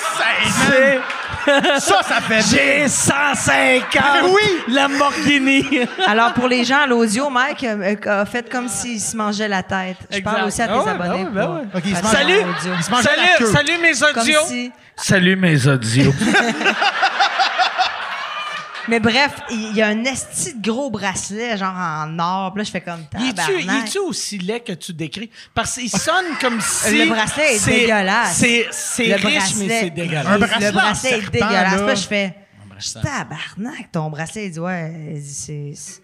F: sainement.
C: C'est-
F: Ça, ça fait Ah
C: J'ai 150!
F: oui!
C: Lamborghini!
E: Alors pour les gens à l'audio, Mike euh, euh, a fait comme s'il se mangeait la tête. Je
C: Exact.
E: parle aussi à tes
C: Ah ouais,
E: abonnés.
C: ah ouais, ben
E: pour-
C: ouais.
F: Ok, il se mange
C: Salut!
E: en audio.
F: Il se mange la
C: Salut,
F: queue.
C: salut mes
E: Comme
C: audios!
E: si.
C: Salut mes audios!
E: Mais bref, il il y a un esti de gros bracelet, genre en or. Puis là, je fais comme
C: Il est-tu- il
E: tabarnak.
C: est-tu aussi laid que tu décris? Parce qu'il sonne
E: [LAUGHS]
C: comme si.
E: Le bracelet est
C: c'est-
E: dégueulasse.
C: C'est c'est
E: Le
C: riche, mais
E: bracelet-
C: c'est dégueulasse.
F: Un
E: Le
F: bracelet
E: bracelet
F: en
E: est
F: serpent,
E: dégueulasse. Puis
F: là.
E: Là, je fais je tabarnak, ton bracelet. Il dit ouais, il dit, c'est- c'est-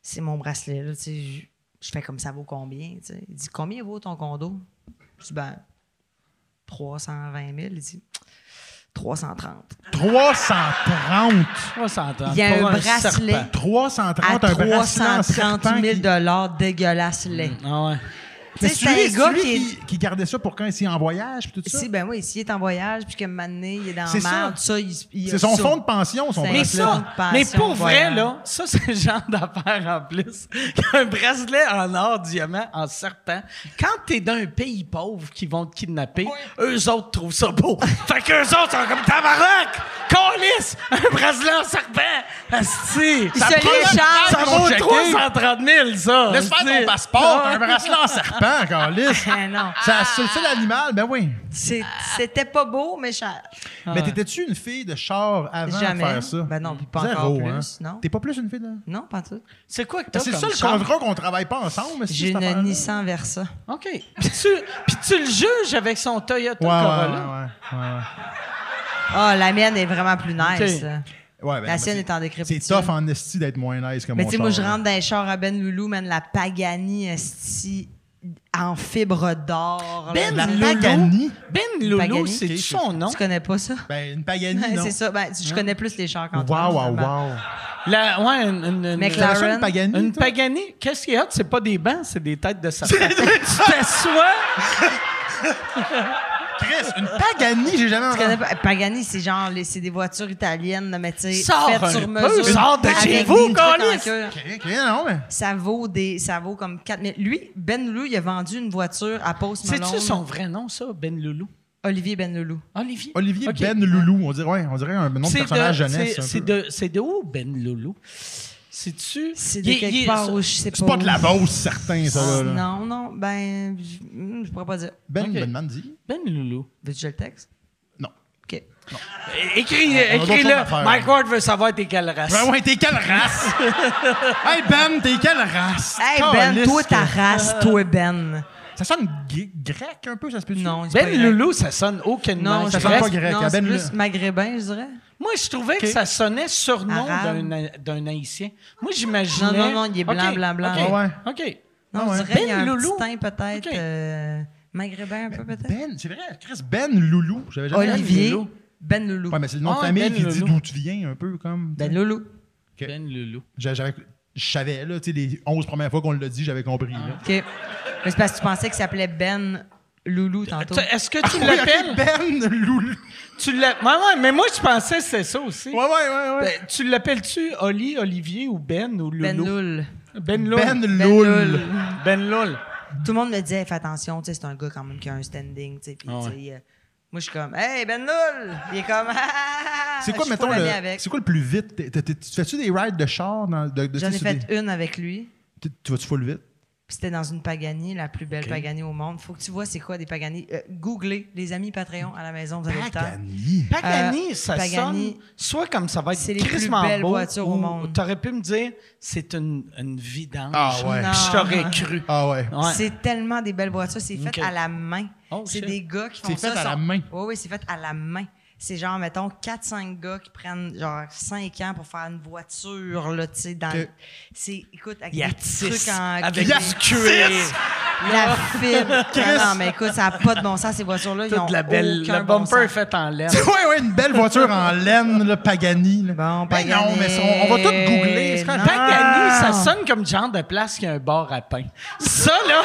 E: c'est mon bracelet. Là, tu sais, je, je fais comme ça vaut combien. tu sais. Il dit combien vaut ton condo Je dis ben 320 000. Il dit 330.
F: 330.
C: 330,
E: Il y a
C: pour
E: un bracelet.
C: serpent.
F: 330,
E: à
F: un bracelet en
E: 330
F: serpent
E: 000
F: qui-
E: dollars dégueulasse lait.
C: Ah ouais.
E: Tu sais, c'est un
F: c'est
E: gars
F: lui
E: qui est
F: qui, qui gardait ça pour quand il est en voyage puis tout ça.
E: Si, ben oui, s'il est en voyage, puis que maintenant, il est dans
F: C'est
E: la
F: ça.
E: merde, ça, il, il a
F: C'est son
E: ça.
F: fonds de pension, son
E: C'est-
C: Mais
E: Bracelet
C: ça,
E: de
C: mais
E: passion,
C: pour vrai,
E: voyant.
C: là, ça, c'est le genre [LAUGHS] d'affaire en plus. Un bracelet en or, diamant, en serpent. Quand t'es d'un pays pauvre qui vont te kidnapper, eux autres trouvent ça beau. [LAUGHS] fait qu'eux autres sont comme tabarnak! Calice! Un bracelet en serpent! Asti!
E: se
C: vaut-
E: l'échappent,
C: Ça
F: ils vont
C: vaut
F: checker.
C: 330 000, ça!
F: Laisse faire
C: asti.
F: ton passeport, t'as un bracelet
E: [LAUGHS]
F: en serpent, Carlis.
E: Ah non,
F: Ça assulte l'animal, ben oui.
E: C'est- c'était pas beau, mais cher.
F: Mais t'étais-tu une fille de char avant
E: Ah. Jamais.
F: de faire ça?
E: Ben non, puis pas
F: Zéro,
E: encore plus,
F: hein.
E: non.
F: T'es pas plus une fille de...
E: Non, pas tout.
C: C'est quoi que t'as
F: Ben, C'est
C: comme
F: ça le
C: char?
F: contrat qu'on travaille pas ensemble. mais c'est
E: J'ai
F: cette
E: une
F: affaire-là.
E: Nissan Versa.
C: OK. Puis tu, puis tu le juges avec son Toyota
F: Ouais,
C: Corolla.
F: ouais, ouais, ouais, ouais.
E: Ah, la mienne est vraiment plus nice.
C: Ok.
E: là.
F: Ouais, ben,
E: La
F: non,
E: sienne
F: c'est-
E: est en décrépitude.
F: C'est tough en esti d'être moins nice que
E: Mais
F: mon
E: tu sais, moi, je
F: char.
E: rentre dans les chars à Ben Loulou, man, la Pagani, esti, en fibre d'or. là.
C: Ben
F: La
C: Loulou.
F: Pagani.
C: Ben Loulou,
E: Pagani.
C: c'est son nom?
E: Tu connais pas ça?
F: Ben, une Pagani,
E: Ouais,
F: non?
E: c'est ça. Ben, je connais plus les chars quand
F: Wow, wow, wow.
C: La, ouais, une, une, une-
E: McLaren.
F: T'as une Pagani,
C: Une
F: toi?
C: Pagani, qu'est-ce qu'il y a? C'est pas des bancs, c'est des têtes
E: [LAUGHS]
C: de serpent. tu t'assois.
F: Chris, une [LAUGHS] Pagani, j'ai jamais
E: Tu connais
F: entendu.
E: pas- Pagani, c'est genre, les- c'est des voitures italiennes, là, mais tu sais,
C: Sors
E: faites
C: un
E: sur
C: peu,
E: mesure.
C: sors de chez
E: avec
C: vous,
E: des trucs en
C: câlisse!
E: queue.
F: Ok, ok, non, mais...
E: Ça vaut des, ça vaut comme 4 000. Lui, Ben Loulou, il a vendu une voiture à Post Malone.
C: C'est-tu son vrai nom, ça, Ben Loulou?
E: Olivier Ben Loulou.
C: Olivier?
F: Olivier
C: Ok.
F: Ben Loulou, on dirait, ouais, on dirait un nom de
C: C'est de,
F: personnage jeunesse.
C: c'est,
F: un
C: c'est
F: peu.
C: de, c'est de où, Ben Loulou? C'est-tu...
E: C'est
C: Il
E: de
C: est- il
E: quelque
C: est-
E: part où je sais pas.
F: C'est pas de la
E: où.
F: Beauce, certain, ça. Là.
E: Ah, Non, non, ben, je, hmm, je pourrais pas dire.
F: Ben,
C: Ok.
F: Ben
C: [LAUGHS]
F: Mandy.
C: Ben Loulou.
E: Veux-tu que je le texte?
F: Non.
E: OK.
C: É- Écris,
F: a d'autres choses à
C: écris-le.
F: faire.
C: Mike Ward veut savoir t'es quelle race.
F: Ben ouais, t'es quelle race? [LAUGHS] hey Ben, t'es quelle race?
E: Hey Ben,
F: Caliste.
E: toi ta race, toi Ben.
F: Ça sonne gre- grec un peu, ça se peut
E: Non, c'est pas
C: Ben
E: grec.
C: Loulou, ça sonne aucunement.
E: Non,
F: ça
E: je
F: sonne
E: pense-
F: pas grec,
E: non,
F: hein,
E: c'est
F: Ben
E: plus
F: Loulou.
E: maghrébin, je dirais.
C: Moi, je trouvais que ça sonnait surnom
E: Arabe.
C: d'un, d'un haïtien. Moi, j'imaginais...
E: Non, non, non, il est blanc,
C: Ok,
E: blanc, blanc.
C: OK,
F: Ah
C: OK.
E: Non,
F: Ah ouais.
E: je dirais qu'il y a
C: Ben
E: un
C: Loulou.
E: petit teint peut-être
C: Ok.
E: euh, maghrébin un peu peut-être.
F: Ben, c'est vrai, Chris, Ben Loulou. J'avais jamais
E: Olivier
C: Loulou.
E: Ben Loulou.
F: Ouais, mais c'est le nom
C: Ah,
F: de famille
C: Ben
F: qui dit
C: Loulou.
F: d'où tu viens un peu, comme.
E: Ben Loulou.
C: Ben Loulou.
F: J'a- J'avais. Je savais, là, tu sais, les 11 premières fois qu'on l'a dit, j'avais compris. là.
E: OK. Mais c'est parce que tu pensais qu'il s'appelait Ben Loulou tantôt.
C: Tu- Est-ce que tu
F: Ah Oui,
C: l'appelles?
F: ok, Ben Loulou.
C: Tu l'appelles. Ouais, ouais, mais moi, je pensais que c'était ça aussi.
F: Ouais, ouais, ouais, ouais.
C: Ben, tu l'appelles-tu Oli, Olivier ou Ben ou
E: Ben
C: Loulou?
E: Loul.
C: Ben Loul.
F: Ben,
E: Ben
F: Loul.
E: Loul.
C: Ben Loul.
E: Tout le monde me disait, fais attention, tu sais, c'est un gars quand même qui a un standing. tu sais, puis,
F: Ah
E: tu sais, euh, moi, je suis comme, hey, Ben Loul! Il est comme, [LAUGHS] ah!
F: C'est quoi,
E: Je suis
F: mettons,
E: full
F: le,
E: ami avec.
F: c'est quoi le plus vite? T'es- t'es- t'es- tu fais-tu des rides de char? Dans, de, de-
E: J'en
F: tu
E: ai
F: sais,
E: fait
F: des-
E: une avec lui.
F: tu- Tu vas-tu full vite?
E: Puis c'était dans une Pagani, la plus belle Pagani au monde. Faut que tu vois c'est quoi des Pagani. Euh, googlez, les amis Patreon à la maison, vous avez le temps.
F: Pagani.
C: Pagani,
E: Euh,
C: ça
E: Pagani.
C: sonne soit comme ça va être
E: C'est les plus
C: crissement
E: belles
C: beau,
E: voitures au
C: ou
E: monde.
C: T'aurais pu me dire, c'est une, une vidange.
F: Ah ouais.
C: Puis je t'aurais cru.
F: Ah ouais. [LAUGHS]
C: Ouais.
E: C'est tellement des belles voitures. C'est fait
C: Ok.
E: à la main.
C: Oh,
E: c'est
C: shit.
E: des gars qui font
F: C'est
E: ça.
F: fait à la
E: sont-
F: main.
E: Oui, oui, c'est fait à la main. C'est genre, mettons, 4-5 gars qui prennent genre 5 ans pour faire une voiture, là, tu sais, dans...
F: Que-
E: C'est, écoute, avec
C: Il y a
E: des trucs
C: six
E: en...
C: avec
E: cuir,
C: du cuir.
E: la fibre. Non, non, mais écoute, ça n'a pas de bon sens, ces voitures-là. Ils ont
C: Toute la belle,
E: aucun
C: le
E: bon
C: bumper est
E: sens.
C: fait en laine.
F: Ouais, ouais, une belle
E: [LAUGHS]
F: voiture en laine, là, Pagani. là.
E: Bon,
F: Mais
E: Pagani.
F: non, mais ça, on, on va tout googler. C'est quoi,
E: Non.
C: Pagani, ça sonne comme le genre de place qui a un bar à pain. Ça, là,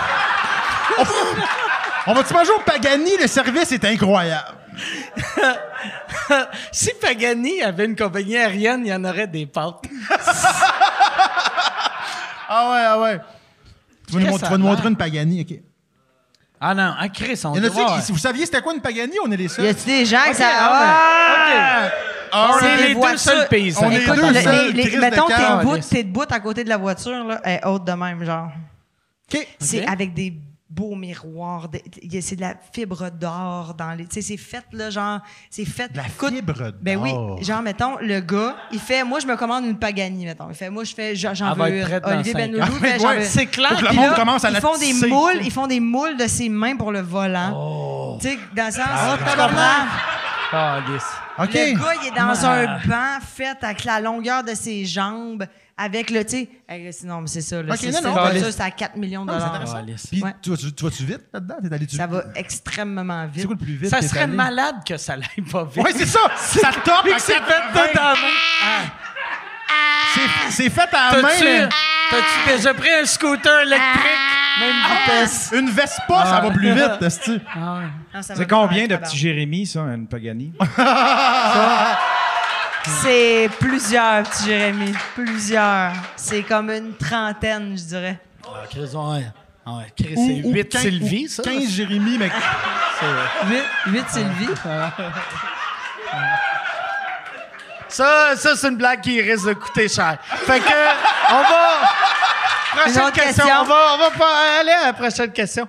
F: On va-tu manger au Pagani? Le service est incroyable.
C: [LAUGHS] si Pagani avait une compagnie aérienne, il y en aurait des pâtes.
F: Ah ouais, ah ouais. Tu vas nous,
C: Qu'est-ce
F: mont-
C: que
F: tu
C: ça
F: vas nous
C: a
F: montrer une Pagani, OK.
C: Ah non, ah, Chris, on
F: Il y en
C: doit
F: a
C: voir.
F: qui, si vous saviez c'était quoi une Pagani, on est les seuls.
E: Y a-tu des gens qui ça...
C: ah,
F: Ah,
C: On
F: ouais.
C: est
E: des
C: les deux
E: voitures.
C: seuls paysans.
F: On est
E: Écoute,
F: deux
E: le-
F: seuls,
E: les- les-
F: Chris
E: mettons,
F: de
E: t'es
F: cave.
E: debout, t'es debout à côté de la voiture, là, elle est haute de même, genre.
F: OK.
E: C'est
C: Ok.
E: avec des beaux miroirs, des- y a- c'est de la fibre d'or dans les. Tu sais, c'est fait, là, genre, c'est fait.
F: De la
E: Écoute,
F: fibre
E: Ben oui,
F: d'or.
E: genre, mettons, le gars, il fait, moi, je me commande une Pagani, mettons. Il fait, moi, je fais, j'en j'en
C: Elle va
E: veux
C: être
E: une.
C: prête dans
E: Olivier
C: cinq ans.
E: Benloulou, fait, j'en
F: [LAUGHS] Ouais,
E: veux une.
C: C'est clair.
F: Faut que le
E: Puis
F: monde
E: là,
F: commence à
E: ils
F: la
E: font des
F: tisser.
E: moules, ils font des moules de ses mains pour le volant. Tu sais, dans le sens, oh,
F: OK. Ah.
E: le gars, il est dans un banc fait avec la longueur de ses jambes, avec le, tu sais, hey, sinon, mais c'est ça, là,
F: Ok,
E: c'est
F: non,
E: ça,
F: non,
E: pas
F: mais-
E: ça, c'est à 4 millions de
F: Ah, c'est
E: dollars.
F: intéressant.
C: Alice.
F: Puis
E: Ouais.
F: tu vas-tu tu vas-tu vite là-dedans? T'es allé-tu
E: Ça
F: vite?
E: va extrêmement vite.
F: C'est quoi le plus vite?
C: Ça
F: que t'es
C: serait
F: allé?
C: malade que ça l'aille pas vite.
F: Ouais, c'est ça! Ça top!
C: Puis
F: à
C: que c'est
F: 80.
C: fait tout en main.
F: C'est- C'est fait à la main!
C: T'as-tu
F: là.
C: t'as-tu déjà pris un scooter électrique?
E: Ah!
C: Même vitesse.
F: Une Vespa, ça va plus vite,
C: Ah.
F: esti.
E: Non, Ben, ça
D: C'est
E: va
D: combien de
E: faire,
D: petits Jérémy, ça, une Pagani?
E: C'est plusieurs, petit Jérémy. Plusieurs. C'est comme une trentaine, je dirais.
C: Ah, Chris, ouais. Ah ouais, Chris, c'est
F: Ou- ou
C: 8
F: quin-
C: Sylvie,
F: ou
C: ça.
F: 15 Jérémy, mais
C: Ah,
E: Huit, huit Sylvie.
C: Ça, ça c'est une blague qui risque de coûter cher. Fait que,
F: [LAUGHS]
C: on va.
E: Une
C: Prochaine
E: autre
C: question.
E: question.
C: On va, on va pas aller à la prochaine question.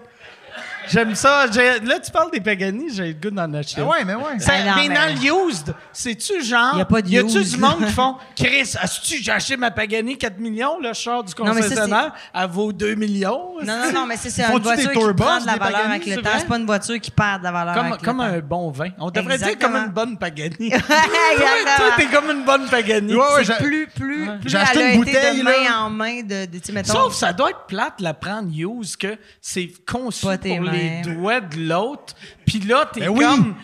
C: J'aime ça. J'ai- Là, tu parles des Pagani, j'ai le goût d'en acheter.
F: Ah ouais, mais ouais.
C: Ça,
E: Ben non,
C: mais
E: mais-
C: dans le used, c'est-tu genre.
E: Y a pas de
C: Y a-tu
E: used.
C: du monde qui [LAUGHS] font Chris, as-tu, j'ai acheté ma Pagani 4 millions, là, je sors du
E: Non, mais ça, c'est-
C: concessionnaire, elle vaut 2 millions.
E: Non, non, non, mais c'est c'est
F: Font-tu
E: une voiture
F: des
E: qui
F: turbos,
E: prend de la
F: des
E: valeur
F: Pagani,
E: avec le
C: c'est
E: temps.
C: vrai?
E: C'est pas une voiture qui perd de la valeur
C: Comme,
E: avec
C: comme
E: le
C: un
E: temps.
C: bon vin. On devrait dire comme
E: Exactement.
C: une bonne
E: [LAUGHS]
C: Pagani.
E: Exactement.
C: Toi, t'es comme une bonne Pagani.
F: Ouais, ouais, j'a-
E: C'est plus, plus, plus
F: J'ai acheté
E: elle a
F: une
E: été
F: bouteille,
E: de
F: là.
E: main en main de, de- tu sais, mettons,
C: Sauf ça doit être plate la prendre use que c'est conçu
E: Pas
C: pour
E: tes
C: les
E: mains.
C: doigts de l'autre. Puis là t'es
F: Ben oui.
C: comme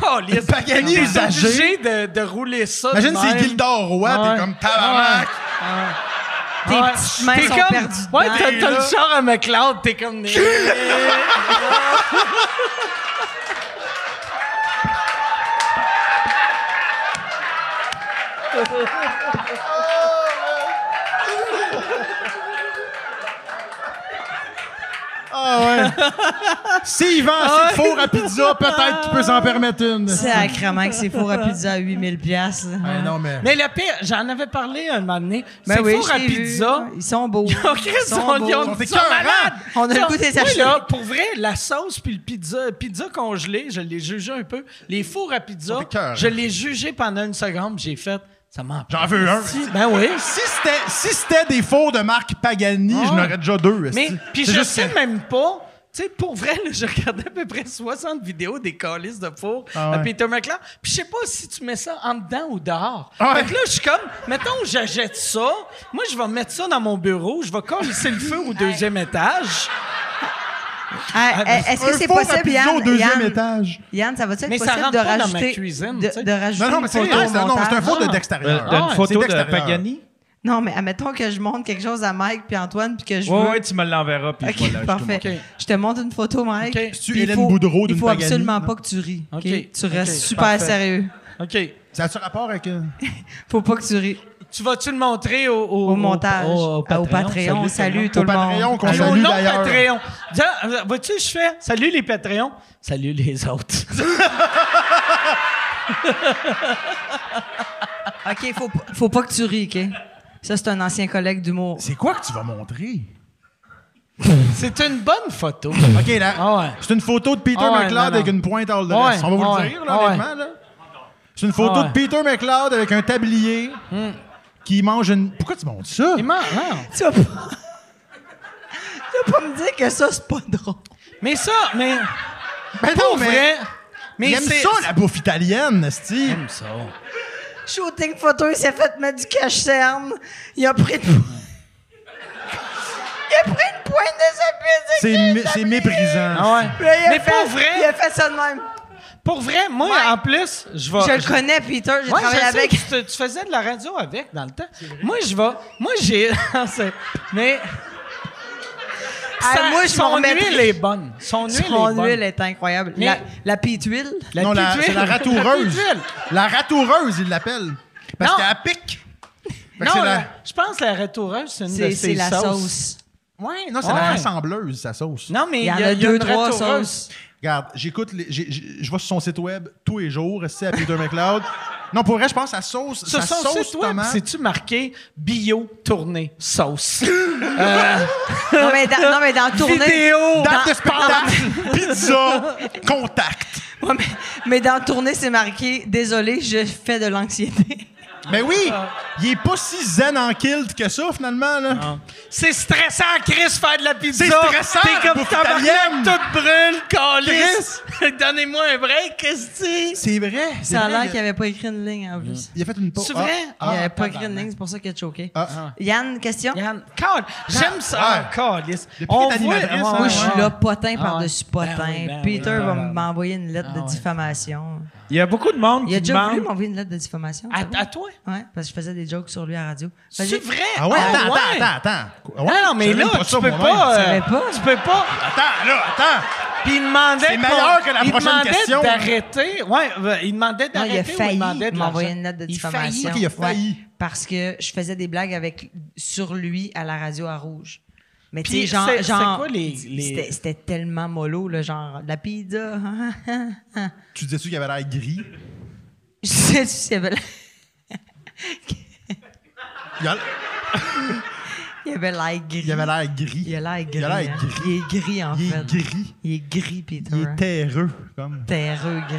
C: Caliste,
F: Pagani
C: t'es
F: usagé.
C: obligé de, de rouler ça. de
F: Imagine c'est
C: même. Ah,
F: Gildor Roy,
C: Ouais.
F: t'es comme tabarnak!
E: tes
C: Ouais.
E: petites mains
C: T'es
E: sont
C: comme-
E: perdues
C: Ouais,
E: dedans.
C: t'as, t'as le char à McLeod, t'es
E: [LAUGHS]
C: comme. Ah,
F: [LAUGHS] S'il vend assez de four à pizza, peut-être qu'il peut s'en permettre une.
E: Sacrement que c'est four à pizza à 8000 pièces.
F: Ouais, non, mais.
C: Mais le pire, j'en avais parlé un moment donné.
E: Ben
C: c'est four à pizza.
E: Ils
C: [LAUGHS]
E: sont beaux.
C: Oh, Chris,
E: Ils sont
C: on, ils
E: beaux.
C: ont-
F: Ils
C: ils
F: sont
C: sont malades!
E: On a le goût de les
C: Moi,
E: acheter.
C: là, pour vrai, la sauce puis le pizza, pizza congelé, je l'ai jugé un peu. Les fours à
F: Ils
C: pizza,
F: sont écœurants.
C: je l'ai jugé pendant une seconde, j'ai fait, ça m'en
F: J'en veux un.
C: Si- Ben oui.
F: Si c'était si c'était des fours de marque Pagani,
C: Ouais.
F: je n'aurais déjà deux. esti.
C: Ah, Mais, puis
F: C'est
C: je
F: juste
C: sais
F: que-
C: même pas. Tu sais, pour vrai, là, je regardais à peu près 60 vidéos des calices de four
F: Ah
C: à
F: ouais.
C: Peter McLeod. Puis je sais pas si tu mets ça en dedans ou dehors.
F: Ah ouais.
C: Fait que là, je suis comme, mettons, j'achète ça. Moi, je vais mettre ça dans mon bureau. Je vais colisser le feu au deuxième étage.
E: Ah, eh, Est-ce que
F: Un
E: c'est
F: four à
E: possible,
F: pizza
E: Yann?
F: au deuxième
E: Yann,
F: étage.
E: Yann, ça va-tu être
C: Mais ça
E: possible
C: rentre
E: de
C: pas dans ma
E: rajouter,
C: cuisine, tu sais.
E: de, de rajouter
F: Non, non, mais c'est
E: une photo
F: nice,
E: au
F: non, non, c'est un
E: montage?
F: four de
C: Ah.
F: d'extérieur.
D: T'as
C: ouais,
D: une photo
F: c'est
D: Euh, de
F: extérieur.
D: Pagani?
E: Non, mais admettons que je montre quelque chose à Mike puis Antoine puis que je
D: Ouais,
E: veux...
D: ouais, tu me l'enverras, puis je vais
E: OK,
D: l'acheter.
E: parfait.
C: montre.
E: Je te montre une photo, Mike.
C: Ok.
F: C'est-tu
E: Puis il
F: Hélène
E: faut-
F: Boudreau d'une
E: Il faut
F: Pagani,
E: absolument
F: non?
E: pas que tu ris. OK?
C: Ok,
E: Tu restes
C: ok,
E: super
C: parfait.
E: sérieux.
C: OK.
F: Ça a-tu rapport avec. euh,
E: Faut pas que tu ris.
C: Tu vas-tu le montrer au, au-
E: Au montage,
C: au- au
E: Ah, au Patreon. Salut, tout
F: Au
E: le
F: Patreon
E: monde.
F: qu'on
C: Allô,
F: salue
C: non,
F: d'ailleurs.
C: Patreon. Dis, euh, Vois-tu, je fais salut les Patreons, salut les autres.
E: OK, faut, pas-
F: [LAUGHS]
E: faut pas que tu ris, OK? Ça, c'est un ancien collègue d'humour.
F: C'est quoi que tu vas montrer?
C: [LAUGHS] C'est une bonne photo.
F: OK, là.
C: Ah ouais.
F: C'est une photo de Peter
C: Ah ouais,
F: McLeod
C: non,
F: avec
C: non.
F: une pointe hors de
C: Ah ouais,
F: l'est. On va vous
C: ah
F: le
C: ouais,
F: dire, là,
C: ah ouais.
F: honnêtement, là. C'est une photo
C: Ah ouais. Hmm.
F: de Peter McLeod avec un tablier qui mange une. Pourquoi tu montes ça?
C: Il ment,
F: hein?
C: non.
E: Tu vas pas... tu vas pas me dire que ça, c'est pas drôle.
C: Mais ça, mais.
F: Ben non,
C: Pour vrai. Mais
F: Il aime
C: c'est-
F: ça, la bouffe italienne, Steve.
C: J'aime ça.
E: Shooting photo, il s'est fait mettre du cache-cerne. Il a pris de... Il a pris une pointe de sa piste.
F: C'est mé- c'est méprisant.
C: Ah ouais.
E: Puis là, il a
C: Mais
E: fait-
C: pour vrai,
E: Il a fait ça de même.
C: pour vrai, moi,
E: Ouais.
C: en plus, je vais.
E: Je le connais, Peter. J'ai
C: Ouais,
E: travaillé
C: je sais
E: avec.
C: que Tu, te- tu faisais de la radio avec dans le temps. Moi, je vais. Moi, j'ai. [LAUGHS] c'est- mais.
E: Ah,
C: sa-
E: moi, je m'en
C: son
E: remettrai.
C: huile est bonne. Son huile est
E: Son
C: bonne.
E: huile est incroyable.
C: Mais-
E: La, la pite huile.
C: La
F: non, la,
C: petite
F: c'est la
C: huile.
F: ratoureuse.
C: La petite huile.
F: La ratoureuse, il l'appelle. Parce
C: Non.
F: qu'elle pique. Fait que
C: Non,
F: c'est la-
C: la- je pense que la ratoureuse, c'est une de
E: C'est
C: ses
E: c'est la
C: sauces.
E: sauce.
F: Ouais, non, c'est la
C: Ouais.
F: rassembleuse, sa sauce.
C: Non, mais
E: Il y en a,
C: a, il y a
E: deux,
C: une
E: trois
C: ratoureuse.
E: sauces.
F: Regarde, j'écoute, les- j'ai- j'ai- je vais sur son site web tous les jours, c'est à Peter McLeod. Non, pour vrai, je pense à sauce,
C: Sur
F: sa
C: son
F: sauce
C: site web,
F: tomate.
C: c'est-tu marqué bio tournée sauce?
E: Non, mais dans, non, mais dans tournée.
C: Vidéo!
F: Date
C: [LAUGHS]
F: de spectacle, pizza, contact.
E: [LAUGHS] Ouais, mais, mais dans tournée, c'est marqué Désolé, je fais de l'anxiété. [LAUGHS]
F: Mais oui, il est pas si zen en kilt que ça, finalement. Là.
C: Ah. C'est stressant, Chris, faire de la pizza.
F: C'est stressant,
C: T'es comme
F: bouffe
C: tabarnak,
F: italienne.
C: toute brûle, calice. [LAUGHS] Donnez-moi un break, Christy.
F: C'est vrai. c'est
E: Ça a
F: vrai,
E: l'air
F: il-
E: qu'il avait pas écrit une ligne en plus.
F: Il a fait une pause.
C: C'est vrai?
E: Il
F: Ah,
E: avait pas écrit
C: tabarnak.
E: une ligne, c'est pour ça qu'il a choqué.
F: ah, ah.
E: Yann, question?
C: Yann, call. J'aime ça. Ah, calice.
F: Depuis
C: On
F: qu'il est
C: voit-
F: animatrice,
C: Ouais,
F: hein,
E: Moi,
C: ouais,
E: je
C: ouais.
E: suis là, potin
C: Ah
E: par-dessus
C: ouais.
E: potin.
C: Ben oui, ben oui,
E: Peter
C: ben
E: va
C: oui.
E: m'envoyer une lettre
C: Ah
E: de
C: ouais.
E: diffamation.
G: Il y a beaucoup de monde
E: Il a
G: qui
E: déjà voulu
G: demande.
E: m'envoyer une lettre de diffamation. t'as vu?
C: À, à toi?
E: Ouais, parce que je faisais des jokes sur lui à la radio. Vas-y.
C: C'est vrai?
F: Ah ouais, attends,
C: ouais.
F: attends, attends, attends. Ah ouais,
C: Non, non, mais
F: je savais
C: là,
F: même pas
C: tu
F: ça,
C: peux
F: moi,
C: pas,
F: même.
E: Tu savais
C: euh,
E: Ben, pas?
C: Tu peux pas.
F: Attends, là, attends.
C: Puis il demandait.
F: C'est
C: qu'on-
F: meilleur que la
C: il
F: prochaine
C: demandait
F: question.
C: d'arrêter. Ouais, euh, il demandait
E: Non, il
C: d'arrêter.
E: a
C: ou
E: failli
C: demandait de
E: m'envoyer
C: l'argent?
E: une lettre de
C: Il faillit.
E: diffamation.
F: Ok, il a failli.
E: Ouais, parce que je faisais des blagues avec, sur lui à la radio à Rouge. Mais tu
C: Puis
E: sais, genre.
C: c'est- c'est
E: genre-
C: quoi les- les-
E: c'était- C'était tellement mollo, là, genre, la pizza. [LAUGHS] hein, hein, hein.
F: Tu disais-tu qu'il avait l'air gris?
E: je sais, tu sais, il y avait
F: Il a-
E: il y avait l'air gris.
F: il avait l'air gris.
E: Il a l'air gris.
F: Il a l'air
E: hein.
F: gris.
E: Il est gris, en
F: Il
E: fait.
F: est gris.
E: Il est gris, Peter.
F: Il est terreux, comme.
E: terreux gris.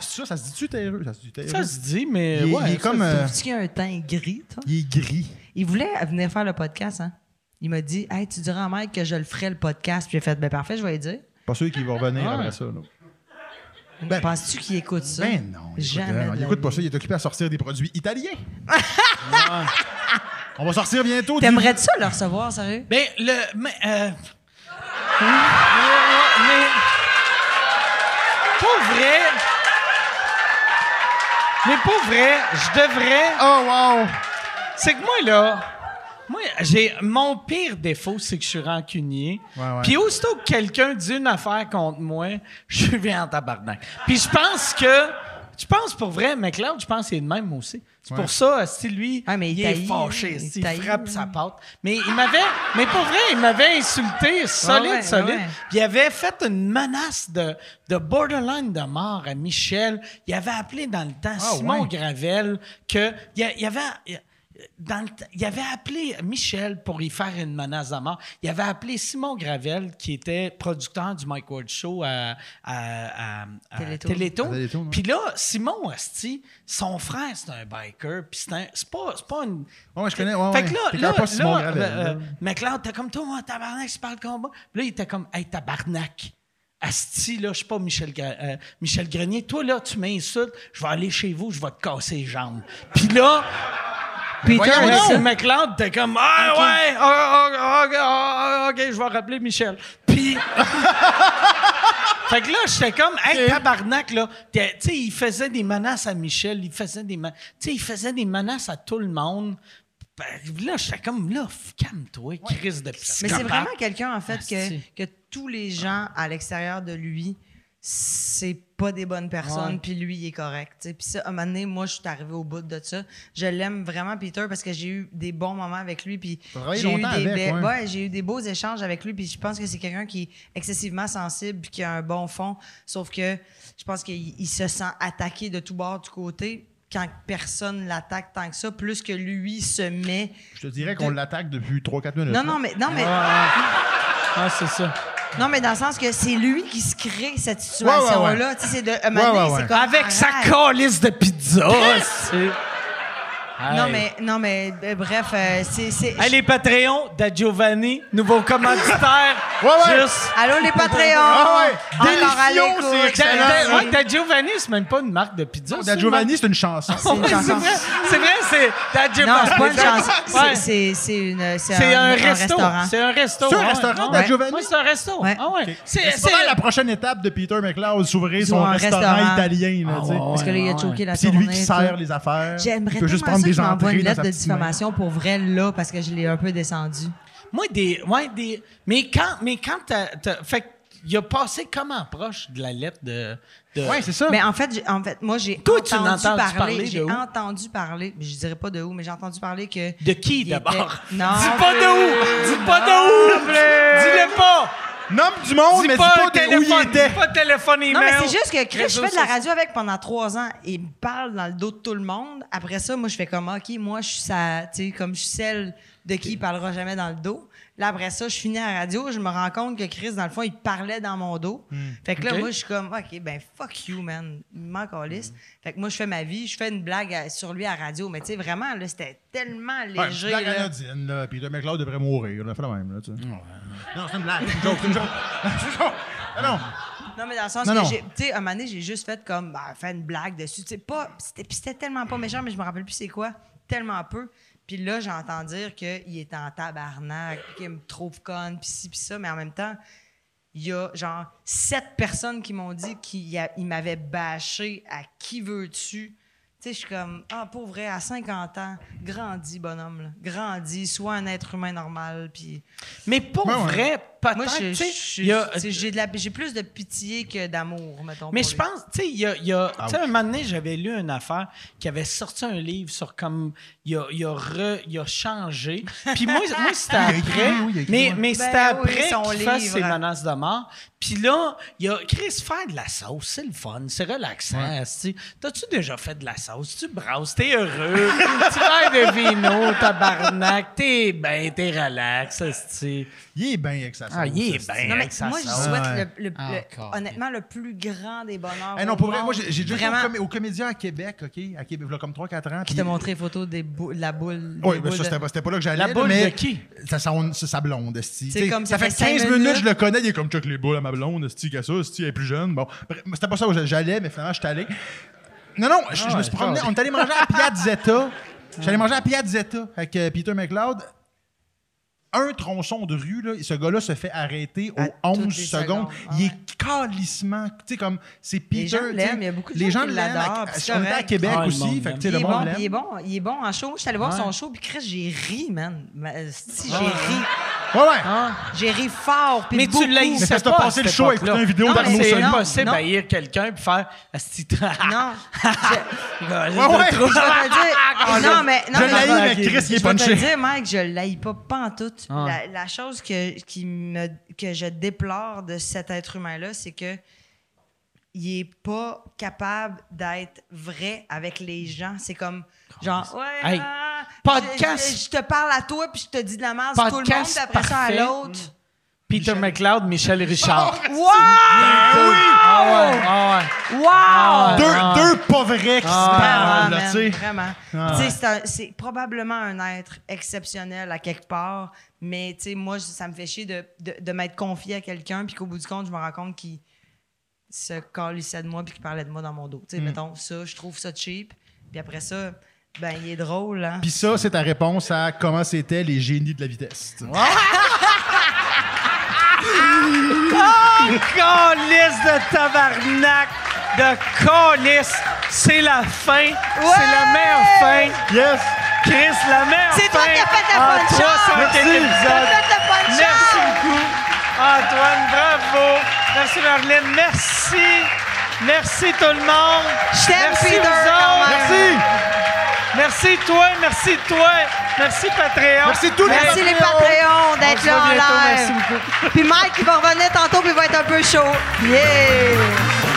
F: C'est ça, ça se dit-tu terreux? Ça se dit terreux.
C: Ça se dit, mais.
F: il est,
C: ouais,
F: il est
C: ça
F: comme. euh,
E: Trouves-tu qu'il y a un teint gris, toi?
F: il est gris.
E: Il voulait venir faire le podcast, hein? Il m'a dit, hey, tu diras à Mike que je le ferai le podcast. Puis j'ai fait, ben parfait, je vais lui dire.
F: Pas sûr qu'il va revenir après ça. Là. Ben-
E: Penses-tu qu'il écoute ça?
F: Ben non. Il écoute,
E: Jamais.
F: non,
E: de
F: il
E: la
F: écoute pas
E: vie.
F: ça, il est occupé à sortir des produits italiens.
E: [LAUGHS]
F: On va sortir bientôt. du-
E: T'aimerais-tu ça le recevoir, sérieux?
C: Ben, le. Mais. euh, mais- mais- Pour vrai. Mais pour vrai, je devrais.
F: Oh, wow!
C: C'est que moi, là. Moi, j'ai mon pire défaut, c'est que je suis rancunier.
F: Ouais, ouais.
C: Puis aussitôt que quelqu'un dit une affaire contre moi, [LAUGHS] je viens en tabarnak. Puis je pense que, je pense pour vrai, McLeod, je pense qu'il est de même moi aussi. C'est pour ça, si lui,
E: Ah, mais il
C: il, est
E: taillit,
C: fâché,
E: il
C: esti, il,
E: taillit.
C: frappe sa patte. Mais il m'avait, mais pour vrai, il m'avait insulté, solide,
E: Ah ouais,
C: solide.
E: ah ouais.
C: Puis il avait fait une menace de, de borderline de mort à Michel. Il avait appelé dans le
F: Ah
C: temps Simon Gravel que il, y- il avait. il- dans le temps- il avait appelé Michel pour y faire une menace à mort. Il avait appelé Simon Gravel, qui était producteur du Mike Ward Show à, à- à- à
E: Télétoon.
C: Télétoon.
F: À Télétoon, ouais.
C: Puis là, Simon Asti, son frère, c'est un biker. Puis c'est un- c'est pas, c'est pas une.
F: Ouais, je connais, ouais,
C: fait
F: ouais.
C: que là,
F: Puis
C: là,
F: là, pas Simon
C: là,
F: Gravel,
C: euh,
F: là.
C: euh, McLeod, t'es comme toi, oh, tabarnak, je parle de combat. Puis là, il était comme, hey, tabarnak. Asti, là, je suis pas Michel, Gra- euh, Michel Grenier. Toi, là, tu m'insultes, je vais aller chez vous, je vais te casser les jambes. Puis là,
E: Peter,
C: Voyons
E: il
C: donc,
E: dit ça.
C: McLeod, t'es comme, ah ouais, ah, ah, ah, ah, ah, ok, je vais rappeler Michel. Puis. fait que là, j'étais comme, hey, tabarnak, là. T'es- Tu sais, il faisait des menaces à Michel, il faisait des, men- tu sais, il faisait des menaces à tout le monde. Ben, Là, j'étais comme, là, f- calme-toi, crise de
E: Mais
C: psychopathe.
E: c'est vraiment quelqu'un, en fait,
C: Asti.
E: que, que tous les gens à l'extérieur de lui, c'est pas des bonnes personnes, puis lui, il est correct. tu sais. Puis ça, à un moment donné, moi, je suis arrivée au bout de ça. Je l'aime vraiment, Peter, parce que j'ai eu des bons moments avec lui, puis
F: T'as travaillé
E: j'ai eu,
F: longtemps
E: des
F: avec,
E: be-
F: ouais.
E: ouais, j'ai eu des beaux échanges avec lui, puis je pense que c'est quelqu'un qui est excessivement sensible, puis qui a un bon fond, sauf que je pense qu'il il se sent attaqué de tous bords, du côté, quand personne l'attaque tant que ça, plus que lui se met...
F: Je te dirais qu'on l'attaque depuis 3-4 minutes.
E: Non, non, mais... Non, mais...
C: Ah, c'est ça.
E: Non, mais dans le sens que c'est lui qui se crée cette situation-là.
F: Ouais, ouais, ouais.
E: Tu sais, c'est de. un moment donné,
F: Ouais, ouais, ouais.
E: c'est comme,
C: Avec sa
E: arrête.
C: calice de pizza. c'est-
E: Non,
C: Hey.
E: mais, non, mais euh, bref, euh, c'est. c'est-
C: Hey, les Patreons, Da Giovanni, nouveau commanditaire.
F: Ouais, ouais.
C: Juste.
E: Allô, les Patreons!
F: Ah ouais.
E: Encore à
F: Délicieux,
E: l'écoute.
F: c'est
C: Da,
F: excellent.
C: da, Ben, ouais, Da Giovanni, c'est même pas une marque de pizza.
F: Da
C: c'est une
F: Giovanni, c'est
E: [LAUGHS]
F: une chanson.
E: C'est une
C: marque- Ouais, C'est
E: chanson.
C: vrai, c'est vrai, c'est Da
E: Non,
C: Giovanni.
E: c'est pas une chanson.
C: Ouais.
E: C'est- C'est c'est une.
C: C'est un, resto.
E: restaurant.
C: C'est un resto.
F: C'est un
C: Ah ouais.
F: restaurant,
C: Ah
F: Da
C: ouais.
F: Giovanni?
C: Ouais, c'est un resto.
E: Ouais.
C: Ah ouais. C'est
F: C'est pas mal
C: c'est-
F: la prochaine étape de Peter McLeod, s'ouvrir
E: Ou
F: son
E: un
F: restaurant,
E: restaurant. Ah,
F: italien. là, tu sais.
E: Parce que là, il a choqué la
F: Puis c'est lui
E: tournée,
F: qui
E: tout.
F: sert les affaires.
E: J'aimerais
F: Il peut juste
E: tellement
F: prendre
E: ça que
F: des
E: je m'envoie
F: entrées
E: une
F: dans
E: lettre
F: sa
E: de
F: petite main.
E: diffamation pour vrai là, parce que je l'ai un peu descendu.
C: Moi, des. Ouais, des. Mais quand. Mais quand t'as. t'as- fait que il a passé comment proche de la lettre de. de-
F: Ouais, c'est ça.
E: Mais en fait, j'ai- en fait moi, j'ai
C: Toi, tu
E: entendu
C: l'entends-tu
E: parler,
C: parler de
E: j'ai
C: où?
E: entendu parler, mais je dirais pas de où, mais j'ai entendu parler que...
C: De qui
E: il
C: d'abord?
E: était- [LAUGHS] Non,
C: Dis pas de où! Dis pas de où! Dis-le pas!
F: Nomme du monde, Oh, mais
C: Dis
F: dis
C: pas,
F: pas de où
C: téléphone,
F: il était.
C: dis pas téléphone email.
E: Non, mais c'est juste que Chris, je
C: Réseaux
E: fais de la
C: sociaux.
E: radio avec pendant trois ans. Il me parle dans le dos de tout le monde. Après ça, moi, je fais comme, OK, moi, je suis sa- tu sais, comme je suis celle de qui il parlera jamais dans le dos. Là, après ça, je finis à la radio, je me rends compte que Chris, dans le fond, il parlait dans mon dos. Fait que là,
C: Hmm. OK. Hmm.
E: moi, je suis comme, OK, ben, fuck you, man. Il m'en calisse. Fait que moi, je fais ma vie, je fais une blague à- sur lui à la radio. Mais tu sais, vraiment, là, c'était tellement
F: Ouais, c'est
E: léger.
F: une blague
E: là.
F: anodine, là. Peter McLeod devrait mourir. On a fait la même, là, tu sais. Non, c'est une blague. C'est une joke, c'est une joke. [LAUGHS] C'est une joke. Ah Non,
E: Non, mais dans le sens
F: Non,
E: que
F: non.
E: j'ai. Tu sais, un moment donné, j'ai juste fait comme. Ben, fait une blague dessus. Tu sais, pas. C'était puis c'était tellement pas méchant, mais je me rappelle plus c'est quoi. Tellement peu. Puis là, j'entends dire qu'il est en tabarnak, qu'il me trouve conne, puis ci, puis ça. Mais en même temps, il y a genre sept personnes qui m'ont dit qu'il y a- il m'avait bâché à qui veux-tu. Tu sais, je suis comme, ah, pour vrai, à 50 ans, grandis, bonhomme, là. Grandis, sois un être humain normal, puis...
C: Mais pour
F: Ouais, ouais.
C: vrai,
E: Moi,
C: peut-être,
E: je-
C: tu sais,
E: je-
C: il y a-
E: tu sais, j'ai de la- j'ai plus de pitié que d'amour, mettons.
C: Mais
E: pour
C: je
E: lui.
C: pense, tu sais, il y a, il y a- tu sais, un moment donné, j'avais lu une affaire qui avait sorti un livre sur comme il a, il a, re- il a
E: [LAUGHS]
C: changé. Puis moi, moi c'était
F: Il a
C: après.
F: écrit, oui, il a écrit,
C: mais
F: ouais.
C: mais
E: Ben
C: c'était
E: oui,
C: après
E: son
C: qu'il fasse
E: livre.
C: ses menaces de mort. Puis là, il a Chris faire de la sauce, c'est le fun, c'est relaxant. asti. T'as-tu déjà fait de la sauce? Tu brasses, t'es heureux, [LAUGHS] tu vas de vino, tabarnak, t'es ben, t'es relax, asti.
F: il est bien avec sa
C: Ah,
F: sauce,
C: il est
F: ça.
C: bien
E: Non, mais
C: avec sa
E: moi, je
C: sauce.
E: souhaite
F: Ouais.
E: le, le-
C: Ah,
E: le-
C: encore.
E: honnêtement le plus grand des bonheurs.
F: Eh non,
E: au
F: pour vrai,
E: monde.
F: moi, j'ai j'ai déjà été
E: Vraiment.
F: au, comé- au Comédia à Québec, OK? À Québec, il y a comme 3-4 ans.
E: Qui
F: puis-
E: t'a montré les photos des bou- de la boule.
F: Oui,
E: des
F: ben ça,
E: boules
F: c'était
E: de-
F: pas, c'était pas là que j'allais.
C: La
F: là,
C: boule
F: mais
C: de qui?
F: Ça, ça, on- c'est sa blonde, esti.
E: C'est
F: T'sais,
E: comme
F: ça
E: ça
F: fait
E: fait
F: 15
E: cinq
F: minutes,
E: minutes.
F: je le connais, il est comme Chuck les boules à ma blonde, esti, qu'à ça, esti, elle est plus jeune. Bon, bref, c'était pas ça où j'allais, mais finalement, je suis allé. Non, non,
E: Ah,
F: je, je me suis promené, on est allé manger à
E: [LAUGHS]
F: Piazzetta. J'allais manger à Piazzetta avec euh, Peter McLeod. Un tronçon de rue, là, ce gars-là se fait arrêter aux
E: À toutes
F: 11
E: les
F: secondes.
E: secondes, ah
F: Il
E: ouais.
F: est calissement. Tu sais, comme, c'est Peter.
E: gens
F: tu sais,
E: l'aiment, il y a beaucoup de
F: les
E: gens qui
F: l'aiment,
E: l'adorent,
F: à-
E: puis c'est
F: On était à
E: correct.
F: Québec
C: Ah, le monde
F: aussi, fait que, tu sais,
E: Il
F: le
E: est,
F: monde
E: bon,
F: l'aime.
E: il est bon, il est bon en show. Je suis allée voir son show, puis Chris, j'ai ri, man. Ma- Si, j'ai ri.
F: Ouais,
E: Ah,
F: ouais.
E: J'ai ri fort, puis
C: Mais
E: beaucoup.
C: tu l'as
F: Mais
C: ici.
F: parce que t'as passé le show à écouter une vidéo
E: Non,
F: d'Arnaud
E: mais
C: C'est
E: c'est-
F: Soli.
E: non,
C: impossible
E: non.
C: d'haïr quelqu'un puis faire Ah, Asti. [LAUGHS]
E: Non.
F: Ouais, ouais.
E: Je vais te le
F: [LAUGHS]
E: dire. Non, mais. Non,
F: Je
E: mais-
F: l'haïs, mais Chris, il est
E: Je vais te le
F: punché. Ah.
E: dire, Mike, je l'haïs pas pantoute. La, la chose que, qui me, que je déplore de cet être humain-là, c'est que il est pas capable d'être vrai avec les gens. C'est comme, genre, ouais,
C: Hey,
E: ah,
C: podcast.
E: Je, je- je te parle à toi, puis je te dis de la merde sur tout le monde,
C: Podcast
E: puis après
C: parfait.
E: ça à l'autre.
C: Peter McLeod, [LAUGHS] Michel Richard.
E: Wow!
C: Ah ouais, ah ouais.
E: Wow!
F: Deux, deux pas vrais qui se
E: Vraiment,
F: parlent, Ah, là,
E: man,
F: tu sais. Ah.
E: vraiment. Tu sais, c'est un- C'est probablement un être exceptionnel à quelque part, mais tu sais, moi, je- ça me fait chier de, de, de m'être confié à quelqu'un, puis qu'au bout du compte, je me rends compte qu'il se calissait de moi, puis qu'il parlait de moi dans mon dos. Tu sais, mettons, ça, je trouve ça cheap. Puis après ça, ben, il est drôle, hein.
F: Puis ça, c'est ta réponse à comment c'était les génies de la vitesse. tu sais.
C: Calice de tabarnak, de calice. C'est la fin. C'est la meilleure fin.
F: Yes!
C: Chris, la meilleure fin. Ah,
E: C'est toi qui as fait la
C: en
D: Ah,
E: bonne
C: 304
F: chose.
E: T'as
C: épisodes.
E: fait le punch-out!
C: Merci beaucoup. Antoine, bravo. Merci, Marlène. Merci. Merci, tout le monde.
E: Je t'aime,
C: Merci
E: Peter,
C: aux
E: quand
C: autres.
E: même.
F: Merci!
C: Merci, toi. Merci, toi. Merci, Patreon.
F: Merci tous les
E: Merci les Patreons d'être là en live. Puis Mike, il va revenir tantôt, puis il va être un peu chaud. Yeah!